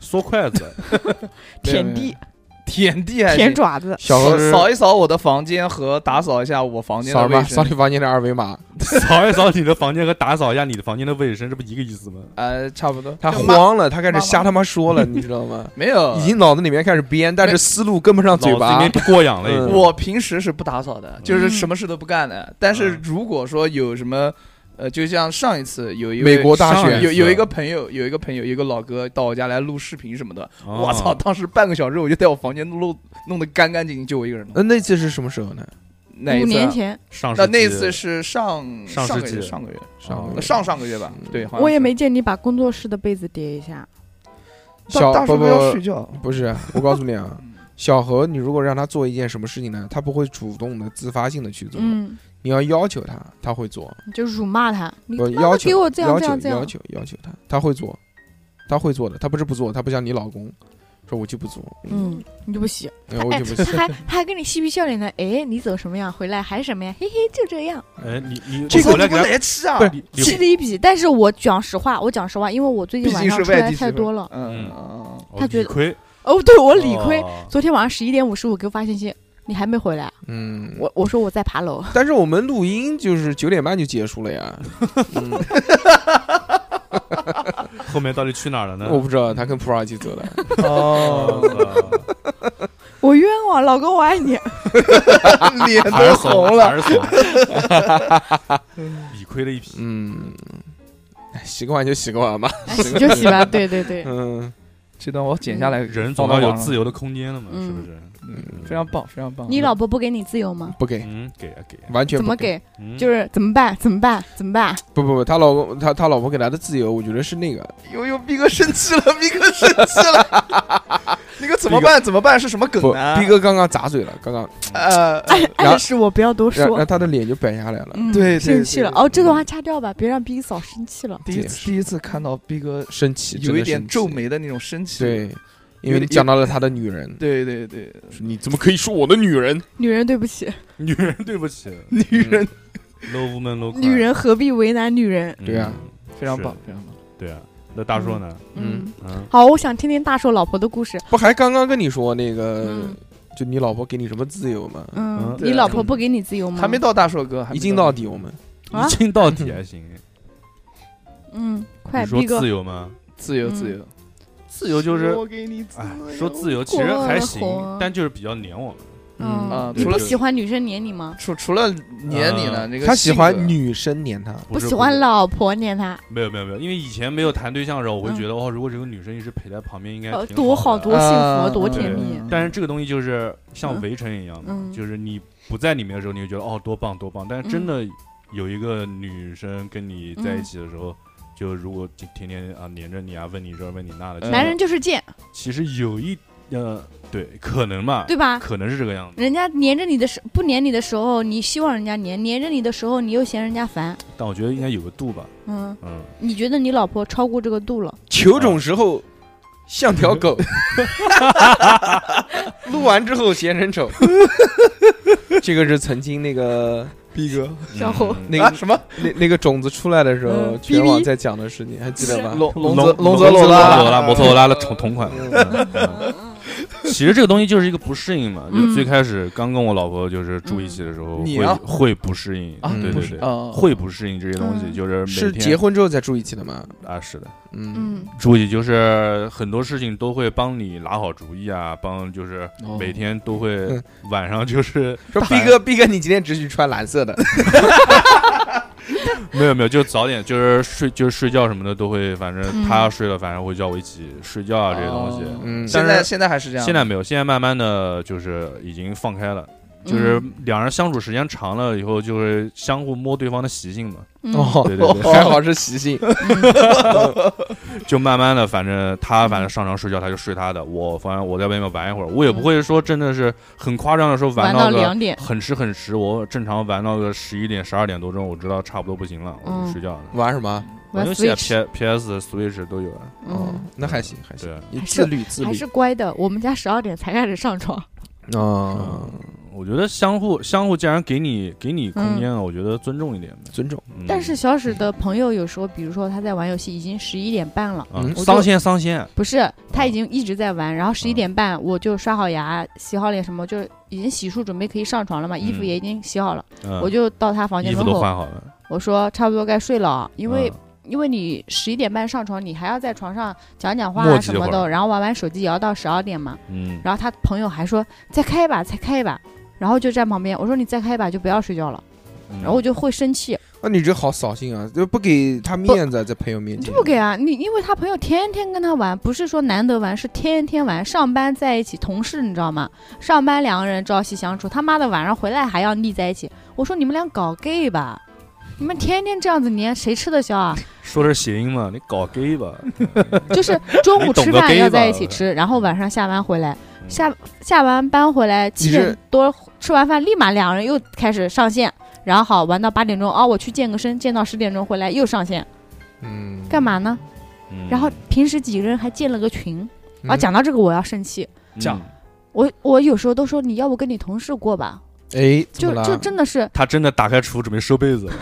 [SPEAKER 2] 缩筷子，
[SPEAKER 1] 没有
[SPEAKER 4] 舔
[SPEAKER 1] 没有
[SPEAKER 4] 地、
[SPEAKER 3] 舔地还
[SPEAKER 4] 舔
[SPEAKER 3] 是
[SPEAKER 4] 爪子。
[SPEAKER 1] 小猴
[SPEAKER 2] 是
[SPEAKER 3] 扫一扫我的房间和打扫一下我房间
[SPEAKER 1] 扫
[SPEAKER 3] 的
[SPEAKER 1] 什么？
[SPEAKER 3] 卫
[SPEAKER 1] 扫
[SPEAKER 3] 生
[SPEAKER 1] 你。房间的二维码。
[SPEAKER 2] 扫一扫你的房间和打扫一下你的房间的卫生，这不一个意思吗？
[SPEAKER 3] 呃，差不多。
[SPEAKER 1] 他
[SPEAKER 3] 就骂
[SPEAKER 1] 慌了，他开始瞎他妈说了，你知道 吗？
[SPEAKER 3] 没有，
[SPEAKER 1] 已经脑子里面开始编，但是思路跟不上嘴
[SPEAKER 2] 脑子里
[SPEAKER 1] 巴
[SPEAKER 2] 面。不过氧了已啊经。
[SPEAKER 1] 嗯
[SPEAKER 3] 我平时是不打扫的，就是
[SPEAKER 4] 嗯
[SPEAKER 3] 什么事都不干的。但是
[SPEAKER 2] 嗯
[SPEAKER 3] 如果说有什么，呃，就像上一次有一位
[SPEAKER 1] 美国大
[SPEAKER 2] 上一
[SPEAKER 1] 选
[SPEAKER 2] 次
[SPEAKER 3] 有有一个朋友，有一个朋友，有一个老哥到我家来录视频什么的，
[SPEAKER 1] 啊
[SPEAKER 2] 哦
[SPEAKER 3] 我操！！当时半个小时我就在我房间弄弄得干干净净，就我一个人弄。
[SPEAKER 1] 那呃那次是什么时候呢？
[SPEAKER 3] 哪一
[SPEAKER 4] 五
[SPEAKER 3] 次
[SPEAKER 4] 年
[SPEAKER 3] 啊？
[SPEAKER 4] 前
[SPEAKER 2] 上
[SPEAKER 3] 那
[SPEAKER 2] 世纪
[SPEAKER 3] 那次是上
[SPEAKER 2] 上
[SPEAKER 3] 上
[SPEAKER 2] 世
[SPEAKER 3] 个
[SPEAKER 2] 纪
[SPEAKER 3] 月上个月
[SPEAKER 1] 上个月
[SPEAKER 3] 哦上上个月吧
[SPEAKER 1] 嗯？
[SPEAKER 3] 对，好像
[SPEAKER 4] 我也
[SPEAKER 3] 是
[SPEAKER 4] 没见你把工作室的被子叠一下。
[SPEAKER 1] 小
[SPEAKER 3] 大
[SPEAKER 1] 不
[SPEAKER 3] 叔
[SPEAKER 1] 不
[SPEAKER 3] 哥要睡觉，
[SPEAKER 1] 不是，我告诉你啊，小何，你如果让他做一件什么事情呢，他不会主动的、自发性的去做，
[SPEAKER 4] 嗯，
[SPEAKER 1] 你要要求他，他会做。
[SPEAKER 4] 你就辱骂他，你
[SPEAKER 1] 不
[SPEAKER 4] 他妈
[SPEAKER 1] 要
[SPEAKER 4] 的
[SPEAKER 1] 求
[SPEAKER 4] 给我这样
[SPEAKER 1] 要
[SPEAKER 4] 这
[SPEAKER 1] 求
[SPEAKER 4] 样这
[SPEAKER 1] 要
[SPEAKER 4] 样。
[SPEAKER 1] 求要求他，他会做，他会做的，他不是不做，他不像你老公，说我就不做，
[SPEAKER 4] 嗯，你就不洗。
[SPEAKER 1] 哎，我
[SPEAKER 4] 哎
[SPEAKER 1] 就不
[SPEAKER 4] 他
[SPEAKER 1] 行。
[SPEAKER 4] 还他还跟你嬉皮笑脸的，哎，你走什么样？回来还什么呀？嘿嘿，就这样，
[SPEAKER 2] 哎，你你
[SPEAKER 3] 这
[SPEAKER 2] 你
[SPEAKER 3] 个
[SPEAKER 2] 回来
[SPEAKER 3] 你
[SPEAKER 2] 给
[SPEAKER 3] 不
[SPEAKER 2] 他
[SPEAKER 3] 来吃啊
[SPEAKER 1] 不？是
[SPEAKER 2] 你你
[SPEAKER 4] 嗤之以鼻。但是我讲实话，我讲实话，因为我最
[SPEAKER 3] 毕
[SPEAKER 4] 近晚
[SPEAKER 3] 竟
[SPEAKER 4] 上
[SPEAKER 3] 是
[SPEAKER 4] 出
[SPEAKER 3] 外
[SPEAKER 4] 来
[SPEAKER 3] 地
[SPEAKER 4] 太
[SPEAKER 3] 媳妇
[SPEAKER 4] 多了。
[SPEAKER 3] 嗯
[SPEAKER 2] 嗯
[SPEAKER 3] 嗯嗯，
[SPEAKER 4] 他觉得
[SPEAKER 2] 理亏，
[SPEAKER 4] 哦，对我理亏。
[SPEAKER 2] 哦
[SPEAKER 4] 昨天晚上十一点五十五给我发信息，你还没回来。啊
[SPEAKER 1] 嗯，
[SPEAKER 4] 我我说我在爬楼，
[SPEAKER 1] 但是我们录音就是九点半就结束了呀，嗯，
[SPEAKER 2] 后面到底去哪儿了呢？
[SPEAKER 1] 我不知道他跟普洱一起走的，
[SPEAKER 3] 哦，
[SPEAKER 2] 哦，
[SPEAKER 4] 我冤枉老公，我爱你。
[SPEAKER 3] 脸
[SPEAKER 2] 还是
[SPEAKER 3] 都红了。
[SPEAKER 2] 还是 怂，理亏了一批。
[SPEAKER 1] 嗯，哎洗个碗就洗个碗吧，
[SPEAKER 4] 哎洗就洗吧，对对对，
[SPEAKER 1] 嗯，
[SPEAKER 3] 这段我剪下来，
[SPEAKER 2] 人
[SPEAKER 3] 嗯放
[SPEAKER 2] 总
[SPEAKER 3] 到
[SPEAKER 2] 要有
[SPEAKER 3] 网上
[SPEAKER 2] 自由的空间的嘛，
[SPEAKER 4] 嗯
[SPEAKER 2] 是不是？
[SPEAKER 3] 非常棒，非常棒。
[SPEAKER 4] 你老婆不给你自由吗？
[SPEAKER 1] 不给，
[SPEAKER 2] 嗯，给啊给啊，
[SPEAKER 1] 完全
[SPEAKER 4] 怎
[SPEAKER 1] 不
[SPEAKER 4] 么
[SPEAKER 1] 给？
[SPEAKER 4] 给？
[SPEAKER 2] 嗯
[SPEAKER 4] 就是怎么办？怎么办？怎么办？
[SPEAKER 1] 不不不，他老公他他老婆给他的自由，我觉得是那个，
[SPEAKER 3] 呦呦，逼哥生气了，逼哥生气了，那个怎么办？怎么办？是什么梗
[SPEAKER 1] 不，
[SPEAKER 3] 呢？
[SPEAKER 1] 逼，哥刚刚砸嘴了，刚刚然
[SPEAKER 3] 呃，
[SPEAKER 4] 暗
[SPEAKER 1] 后
[SPEAKER 4] 哎
[SPEAKER 1] 呃
[SPEAKER 4] 暗示我不要多
[SPEAKER 1] 让让
[SPEAKER 4] 说。
[SPEAKER 1] 他的脸就摆下来了，
[SPEAKER 4] 嗯，
[SPEAKER 3] 对对
[SPEAKER 4] 生气了
[SPEAKER 3] 对对
[SPEAKER 4] 哦，这段话掐掉吧，别让逼嫂生气了。
[SPEAKER 3] 第一
[SPEAKER 1] 也
[SPEAKER 3] 次第一次看到逼哥
[SPEAKER 1] 生气，真
[SPEAKER 3] 有
[SPEAKER 1] 的
[SPEAKER 3] 一点
[SPEAKER 1] 生气
[SPEAKER 3] 皱，眉的那种生气。
[SPEAKER 1] 对，因
[SPEAKER 3] 有
[SPEAKER 1] 为你
[SPEAKER 3] 点
[SPEAKER 1] 讲到了他的女人，
[SPEAKER 3] 对对对，
[SPEAKER 1] 你怎么可以说我的女人？
[SPEAKER 4] 女人对不起，
[SPEAKER 2] 女人，对不起
[SPEAKER 3] 女人
[SPEAKER 2] ，low woman low，cry
[SPEAKER 4] 女，人何必为难女人？
[SPEAKER 2] 嗯
[SPEAKER 1] 对啊，
[SPEAKER 3] 非常
[SPEAKER 2] 是
[SPEAKER 3] 棒，非常棒。
[SPEAKER 2] 对啊。那大硕呢？
[SPEAKER 1] 嗯
[SPEAKER 4] 嗯，
[SPEAKER 2] 嗯，
[SPEAKER 4] 好，我想听听大硕老婆的故事。
[SPEAKER 1] 不还刚刚跟你说那个，
[SPEAKER 4] 嗯
[SPEAKER 1] 就你老婆给你什么自由吗？
[SPEAKER 4] 嗯，
[SPEAKER 3] 对
[SPEAKER 4] 你老婆不给你自由吗？
[SPEAKER 3] 还没到大硕哥，还没
[SPEAKER 1] 一镜到底，我们
[SPEAKER 4] 啊
[SPEAKER 2] 一镜到底还行。
[SPEAKER 4] 嗯，快
[SPEAKER 2] 你说
[SPEAKER 4] 逼哥
[SPEAKER 2] 自，由吗？
[SPEAKER 3] 自由
[SPEAKER 4] 嗯
[SPEAKER 3] 自由，
[SPEAKER 2] 自由就是
[SPEAKER 3] 我给你自
[SPEAKER 2] 哎
[SPEAKER 3] 由，
[SPEAKER 2] 说自由其实
[SPEAKER 4] 过
[SPEAKER 2] 还
[SPEAKER 4] 了
[SPEAKER 2] 行
[SPEAKER 4] 火，
[SPEAKER 2] 但就是比较黏我们。
[SPEAKER 1] 嗯
[SPEAKER 3] 啊
[SPEAKER 4] 你
[SPEAKER 3] 除
[SPEAKER 4] 不
[SPEAKER 3] 了
[SPEAKER 4] 喜欢女生黏你吗？
[SPEAKER 3] 除除了黏你呢，那个
[SPEAKER 1] 他喜欢
[SPEAKER 3] 性格，啊
[SPEAKER 1] 女生黏他，
[SPEAKER 4] 不
[SPEAKER 2] 是
[SPEAKER 4] 喜欢老婆黏他，
[SPEAKER 2] 没有没有没有，因为以前没有谈对象的时候，我会
[SPEAKER 4] 嗯
[SPEAKER 2] 觉得哦，如果这个女生一直陪在旁边，应该
[SPEAKER 4] 呃，
[SPEAKER 2] 挺
[SPEAKER 4] 多好
[SPEAKER 2] 好的
[SPEAKER 4] 多幸
[SPEAKER 3] 啊
[SPEAKER 4] 福，多甜蜜。
[SPEAKER 3] 对
[SPEAKER 2] 嗯但是这个东西就是像
[SPEAKER 4] 嗯
[SPEAKER 2] 围城一样嘛，
[SPEAKER 4] 嗯
[SPEAKER 2] 就是你不在里面的时候，你会觉得哦多棒多棒，但是真
[SPEAKER 4] 嗯
[SPEAKER 2] 的有一个女生跟你在一起的时候。就如果就天天啊黏着你啊，问你这问你那的，
[SPEAKER 3] 嗯
[SPEAKER 4] 男人就是贱，
[SPEAKER 2] 其实有一呃，对，可能吧，
[SPEAKER 4] 对吧？
[SPEAKER 2] 可能是这个样子。
[SPEAKER 4] 人家黏着你的时不黏你的时候，你希望人家黏；黏着你的时候，你又嫌人家烦。
[SPEAKER 2] 但我觉得应该有个度吧，
[SPEAKER 4] 嗯，
[SPEAKER 2] 嗯，
[SPEAKER 4] 你觉得你老婆超过这个度了？
[SPEAKER 1] 球种时候像条狗，啊录完之后嫌人丑。这个是曾经那个
[SPEAKER 3] 逼哥
[SPEAKER 4] 小猴
[SPEAKER 2] 嗯
[SPEAKER 1] 那
[SPEAKER 3] 啊
[SPEAKER 1] 个
[SPEAKER 3] 什么
[SPEAKER 1] 那那个种子出来的时候，
[SPEAKER 4] 嗯
[SPEAKER 1] 全网
[SPEAKER 4] BB
[SPEAKER 1] 在讲的事情，还记得吗？
[SPEAKER 3] 龙
[SPEAKER 2] 龙
[SPEAKER 3] 泽
[SPEAKER 2] 龙
[SPEAKER 3] 泽
[SPEAKER 2] 罗
[SPEAKER 3] 拉
[SPEAKER 2] 罗拉摩托罗拉的同同款。
[SPEAKER 1] 嗯
[SPEAKER 2] 嗯 其实这个东西就是一个不适应嘛，
[SPEAKER 4] 嗯
[SPEAKER 2] 就最开始刚跟我老婆就是住一起的时候，
[SPEAKER 3] 你
[SPEAKER 2] 会
[SPEAKER 3] 啊
[SPEAKER 2] 会不适应
[SPEAKER 3] 啊
[SPEAKER 2] 对
[SPEAKER 1] 不
[SPEAKER 2] 对
[SPEAKER 1] 适
[SPEAKER 2] 对，
[SPEAKER 3] 啊
[SPEAKER 2] 会不适应这些东西，
[SPEAKER 4] 嗯
[SPEAKER 2] 就是每
[SPEAKER 1] 是
[SPEAKER 2] 天
[SPEAKER 1] 结婚之后才住一起的吗？
[SPEAKER 2] 啊，是的，
[SPEAKER 1] 嗯，
[SPEAKER 4] 嗯
[SPEAKER 2] 住一起就是很多事情都会帮你拿好主意啊，帮就是
[SPEAKER 3] 哦
[SPEAKER 2] 每天都会
[SPEAKER 1] 嗯
[SPEAKER 2] 晚上就是
[SPEAKER 1] 说
[SPEAKER 2] 大
[SPEAKER 1] 逼哥，逼哥，你今天只许穿蓝色 的，
[SPEAKER 2] 没有没有，就早点就是睡就是睡觉什么的都会，反正
[SPEAKER 4] 嗯
[SPEAKER 2] 他睡了，反正会叫我一起睡觉啊这些东西。
[SPEAKER 3] 哦
[SPEAKER 1] 嗯
[SPEAKER 3] 现
[SPEAKER 2] 但
[SPEAKER 3] 在
[SPEAKER 2] 是
[SPEAKER 3] 现在还是这样，
[SPEAKER 2] 现在没有，现在慢慢的就是已经放开了，
[SPEAKER 4] 嗯
[SPEAKER 2] 就是两人相处时间长了以后，就是相互摸对方的习性嘛，
[SPEAKER 4] 嗯
[SPEAKER 1] 哦，
[SPEAKER 2] 对对 对
[SPEAKER 3] 还好是习性，
[SPEAKER 2] 就慢慢的，反正他反正上床睡觉他就睡他的，我反正我在外面玩一会儿，我也不会说真的是很夸张的说
[SPEAKER 4] 玩
[SPEAKER 2] 到
[SPEAKER 4] 到
[SPEAKER 2] 个
[SPEAKER 4] 两点，
[SPEAKER 2] 很迟很迟，我正常玩到个十一点十二点多钟，我知道差不多不行了，我就
[SPEAKER 4] 嗯
[SPEAKER 2] 睡觉了。
[SPEAKER 1] 玩什么？
[SPEAKER 2] 我
[SPEAKER 4] 玩
[SPEAKER 2] 就写
[SPEAKER 4] Switch，
[SPEAKER 2] P P S Switch 都有啊，
[SPEAKER 1] 哦
[SPEAKER 4] 嗯，，
[SPEAKER 1] 那还行还行，
[SPEAKER 2] 对，
[SPEAKER 1] 你
[SPEAKER 4] 还
[SPEAKER 1] 自
[SPEAKER 4] 是
[SPEAKER 1] 律自
[SPEAKER 4] 还
[SPEAKER 1] 律
[SPEAKER 4] 是乖的。我们家十二点才开始上床，
[SPEAKER 2] 嗯
[SPEAKER 1] 啊，
[SPEAKER 2] 我觉得相互相互既然给你给你空间了，我觉得尊重一点呗。
[SPEAKER 1] 尊重。
[SPEAKER 2] 嗯
[SPEAKER 4] 嗯但是小史的朋友有时候，比如说他在玩游戏，已经十一点半了。
[SPEAKER 2] 啊
[SPEAKER 1] 嗯，我
[SPEAKER 2] 桑
[SPEAKER 4] 就
[SPEAKER 2] 仙桑仙，
[SPEAKER 4] 不是，他已经一直在玩，然后
[SPEAKER 2] 嗯
[SPEAKER 4] 十一点半我就刷好牙、洗好脸什么，就是已经洗漱准备可以上床了嘛，衣服
[SPEAKER 2] 嗯
[SPEAKER 4] 也已经洗好了，
[SPEAKER 2] 嗯
[SPEAKER 4] 我就到他房间
[SPEAKER 2] 衣服
[SPEAKER 4] 门
[SPEAKER 2] 都
[SPEAKER 4] 口，
[SPEAKER 2] 换好了，
[SPEAKER 4] 我说差不多该睡了啊，因为、
[SPEAKER 2] 嗯
[SPEAKER 4] 因为你十一点半上床，你还要在床上讲讲话
[SPEAKER 2] 磨
[SPEAKER 4] 啊
[SPEAKER 2] 叽
[SPEAKER 4] 什
[SPEAKER 2] 一
[SPEAKER 4] 么
[SPEAKER 2] 会
[SPEAKER 4] 的，
[SPEAKER 2] 儿
[SPEAKER 4] 然后玩玩手机也要到十二点嘛。
[SPEAKER 2] 嗯，
[SPEAKER 4] 然后他朋友还说再开 一把，再开一把，然后就站旁边，我说你再开一把就不要睡觉了，
[SPEAKER 2] 嗯
[SPEAKER 4] 然后我就会生气，
[SPEAKER 1] 那你这好扫兴啊，就不给他面子，在朋友面
[SPEAKER 4] 你
[SPEAKER 1] 前
[SPEAKER 4] 不给啊，你因为他朋友天天跟他玩，不是说难得玩，是天天玩，上班在一起，同事你知道吗？上班两个人朝夕相处，他妈的晚上回来还要腻在一起，我说你们俩搞 gay 吧。你们天天这样子，你看谁吃得消啊？
[SPEAKER 2] 说的是谐音嘛，你搞 gay 吧，
[SPEAKER 4] 就是中午
[SPEAKER 2] 你懂
[SPEAKER 4] 吃
[SPEAKER 2] 个
[SPEAKER 4] 饭
[SPEAKER 2] gay
[SPEAKER 4] 要
[SPEAKER 2] 吧
[SPEAKER 4] 在一起吃，然后晚上下班回来，
[SPEAKER 2] 嗯
[SPEAKER 4] 下下完班回来七
[SPEAKER 1] 是
[SPEAKER 4] 点多吃完饭，立马两人又开始上线，然后好玩到八点钟，哦，我去健个身，健到十点钟回来又上线，
[SPEAKER 1] 嗯
[SPEAKER 4] 干嘛呢？
[SPEAKER 2] 嗯
[SPEAKER 4] 然后平时几个人还建了个群，
[SPEAKER 1] 嗯
[SPEAKER 4] 啊，讲到这个我要生气，
[SPEAKER 2] 嗯
[SPEAKER 3] 讲
[SPEAKER 4] 我我有时候都说你要不跟你同事过吧，
[SPEAKER 1] 哎，怎
[SPEAKER 4] 就
[SPEAKER 1] 么了
[SPEAKER 4] 就真的是
[SPEAKER 2] 他真的打开厨准备收被子了，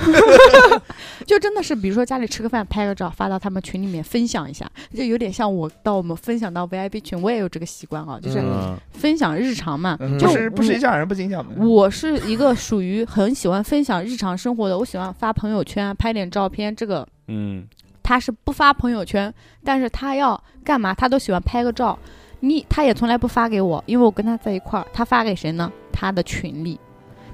[SPEAKER 4] 就真的是，比如说家里吃个饭拍个照发到他们群里面分享一下，就有点像我到我们分享到 VIP 群，我也有这个习惯啊，就是
[SPEAKER 1] 嗯
[SPEAKER 2] 嗯
[SPEAKER 4] 分享日常嘛，
[SPEAKER 1] 嗯
[SPEAKER 3] 不
[SPEAKER 1] 就是
[SPEAKER 3] 不是一家人不进家门。
[SPEAKER 4] 我是一个属于很喜欢分享日常生活的，我喜欢发朋友圈、啊拍点照片。这个
[SPEAKER 2] 嗯，
[SPEAKER 4] 他是不发朋友圈，但是他要干嘛，他都喜欢拍个照。你他也从来不发给我，因为我跟他在一块儿，他发给谁呢？他的群里，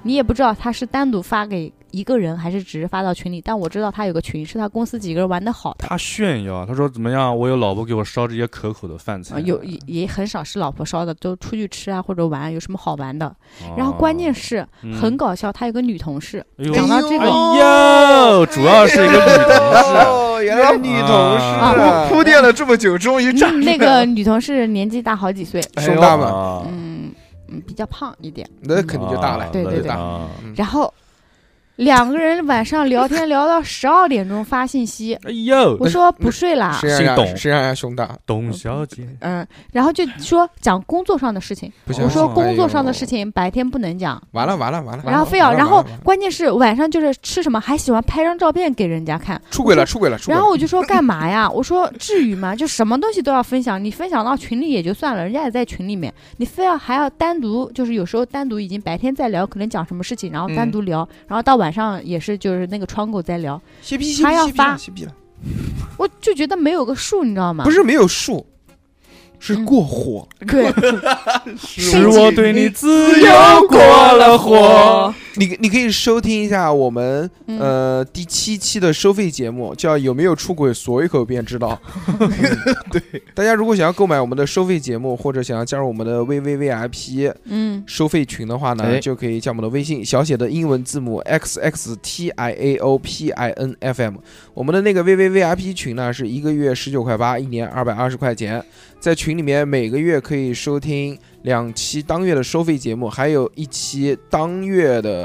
[SPEAKER 4] 你也不知道他是单独发给一个人，还是只是发到群里。但我知道他有个群，是他公司几个人玩的好的，
[SPEAKER 2] 他炫耀，他说怎么样，我有老婆给我烧这些可口的饭菜
[SPEAKER 4] 啊，有也也很少是老婆烧的，都出去吃啊或者玩，有什么好玩的？
[SPEAKER 2] 哦
[SPEAKER 4] 然后关键是很
[SPEAKER 2] 嗯
[SPEAKER 4] 搞笑，他有个女同事，
[SPEAKER 2] 哎呦
[SPEAKER 4] 讲到这个
[SPEAKER 2] 哎
[SPEAKER 4] 哦
[SPEAKER 2] 呦，主要是一个女同事，
[SPEAKER 1] 哦，原来女同事
[SPEAKER 2] 啊
[SPEAKER 1] 啊
[SPEAKER 3] 铺垫了这么久，终 于站
[SPEAKER 4] 嗯那个女同事年纪大好几岁，
[SPEAKER 1] 胸大嘛，
[SPEAKER 2] 啊
[SPEAKER 4] 嗯，嗯，比较胖一点。
[SPEAKER 1] 那肯定就大了，
[SPEAKER 2] 啊
[SPEAKER 4] 对
[SPEAKER 1] 那
[SPEAKER 4] 对
[SPEAKER 1] 就大
[SPEAKER 4] 对
[SPEAKER 1] 了。
[SPEAKER 2] 啊
[SPEAKER 1] 嗯
[SPEAKER 4] 然后两个人晚上 聊天聊到十二点钟发信息，
[SPEAKER 1] 呃
[SPEAKER 2] 哎呦，
[SPEAKER 4] 我说不睡啦，
[SPEAKER 1] 谁让人
[SPEAKER 2] 心
[SPEAKER 1] 家
[SPEAKER 2] 动
[SPEAKER 1] 谁让人家胸大？
[SPEAKER 2] 董小姐，
[SPEAKER 4] 嗯，然后就说讲工作上的事情，
[SPEAKER 1] 不行啊
[SPEAKER 4] 我说
[SPEAKER 2] 哦
[SPEAKER 4] 工作上的事，情白天不能讲，
[SPEAKER 1] 哎哎呦完了完了完了，
[SPEAKER 4] 然后非要，
[SPEAKER 1] 完了
[SPEAKER 4] 然后
[SPEAKER 1] 完了完了
[SPEAKER 4] 关键是晚上就是吃什么还喜欢拍张照片给人家看，
[SPEAKER 1] 出轨了出轨了出轨了。
[SPEAKER 4] 然后我就说干嘛呀？我说 至于吗？就什么东西都要分享，你分享到群里也就算了，人家也在群里面，你非要还要单独，就是有时候单独已经白天在聊，可能讲什么事情，然后单
[SPEAKER 1] 嗯
[SPEAKER 4] 独聊，然后到晚上也是就是那个窗口在聊，
[SPEAKER 1] 歇逼歇
[SPEAKER 4] 还
[SPEAKER 1] 逼
[SPEAKER 4] 要
[SPEAKER 1] 歇逼
[SPEAKER 4] 发
[SPEAKER 1] 了歇逼了，
[SPEAKER 4] 我就觉得没有个数，你知道吗？
[SPEAKER 1] 不是没有数，是
[SPEAKER 4] 嗯
[SPEAKER 1] 过火。
[SPEAKER 4] 对，
[SPEAKER 2] 是我对你自由过了火。
[SPEAKER 1] 你你可以收听一下我们
[SPEAKER 4] 嗯
[SPEAKER 1] 呃第七期的收费节目，叫《有没有出轨》，锁一口便知 道。对，大家如果想要购买我们的收费节目，或者想要加入我们的 VVVIP
[SPEAKER 4] 嗯
[SPEAKER 1] 收费群的话呢，
[SPEAKER 2] 哎
[SPEAKER 1] 就可以加我们的微信小写的英文字母 x x t i a o p i n f m。我们的那个 VVVIP 群呢，是一个月十九块八，一年二百二十块钱，在群里面每个月可以收听两期当月的收费节目，还有一期当月的。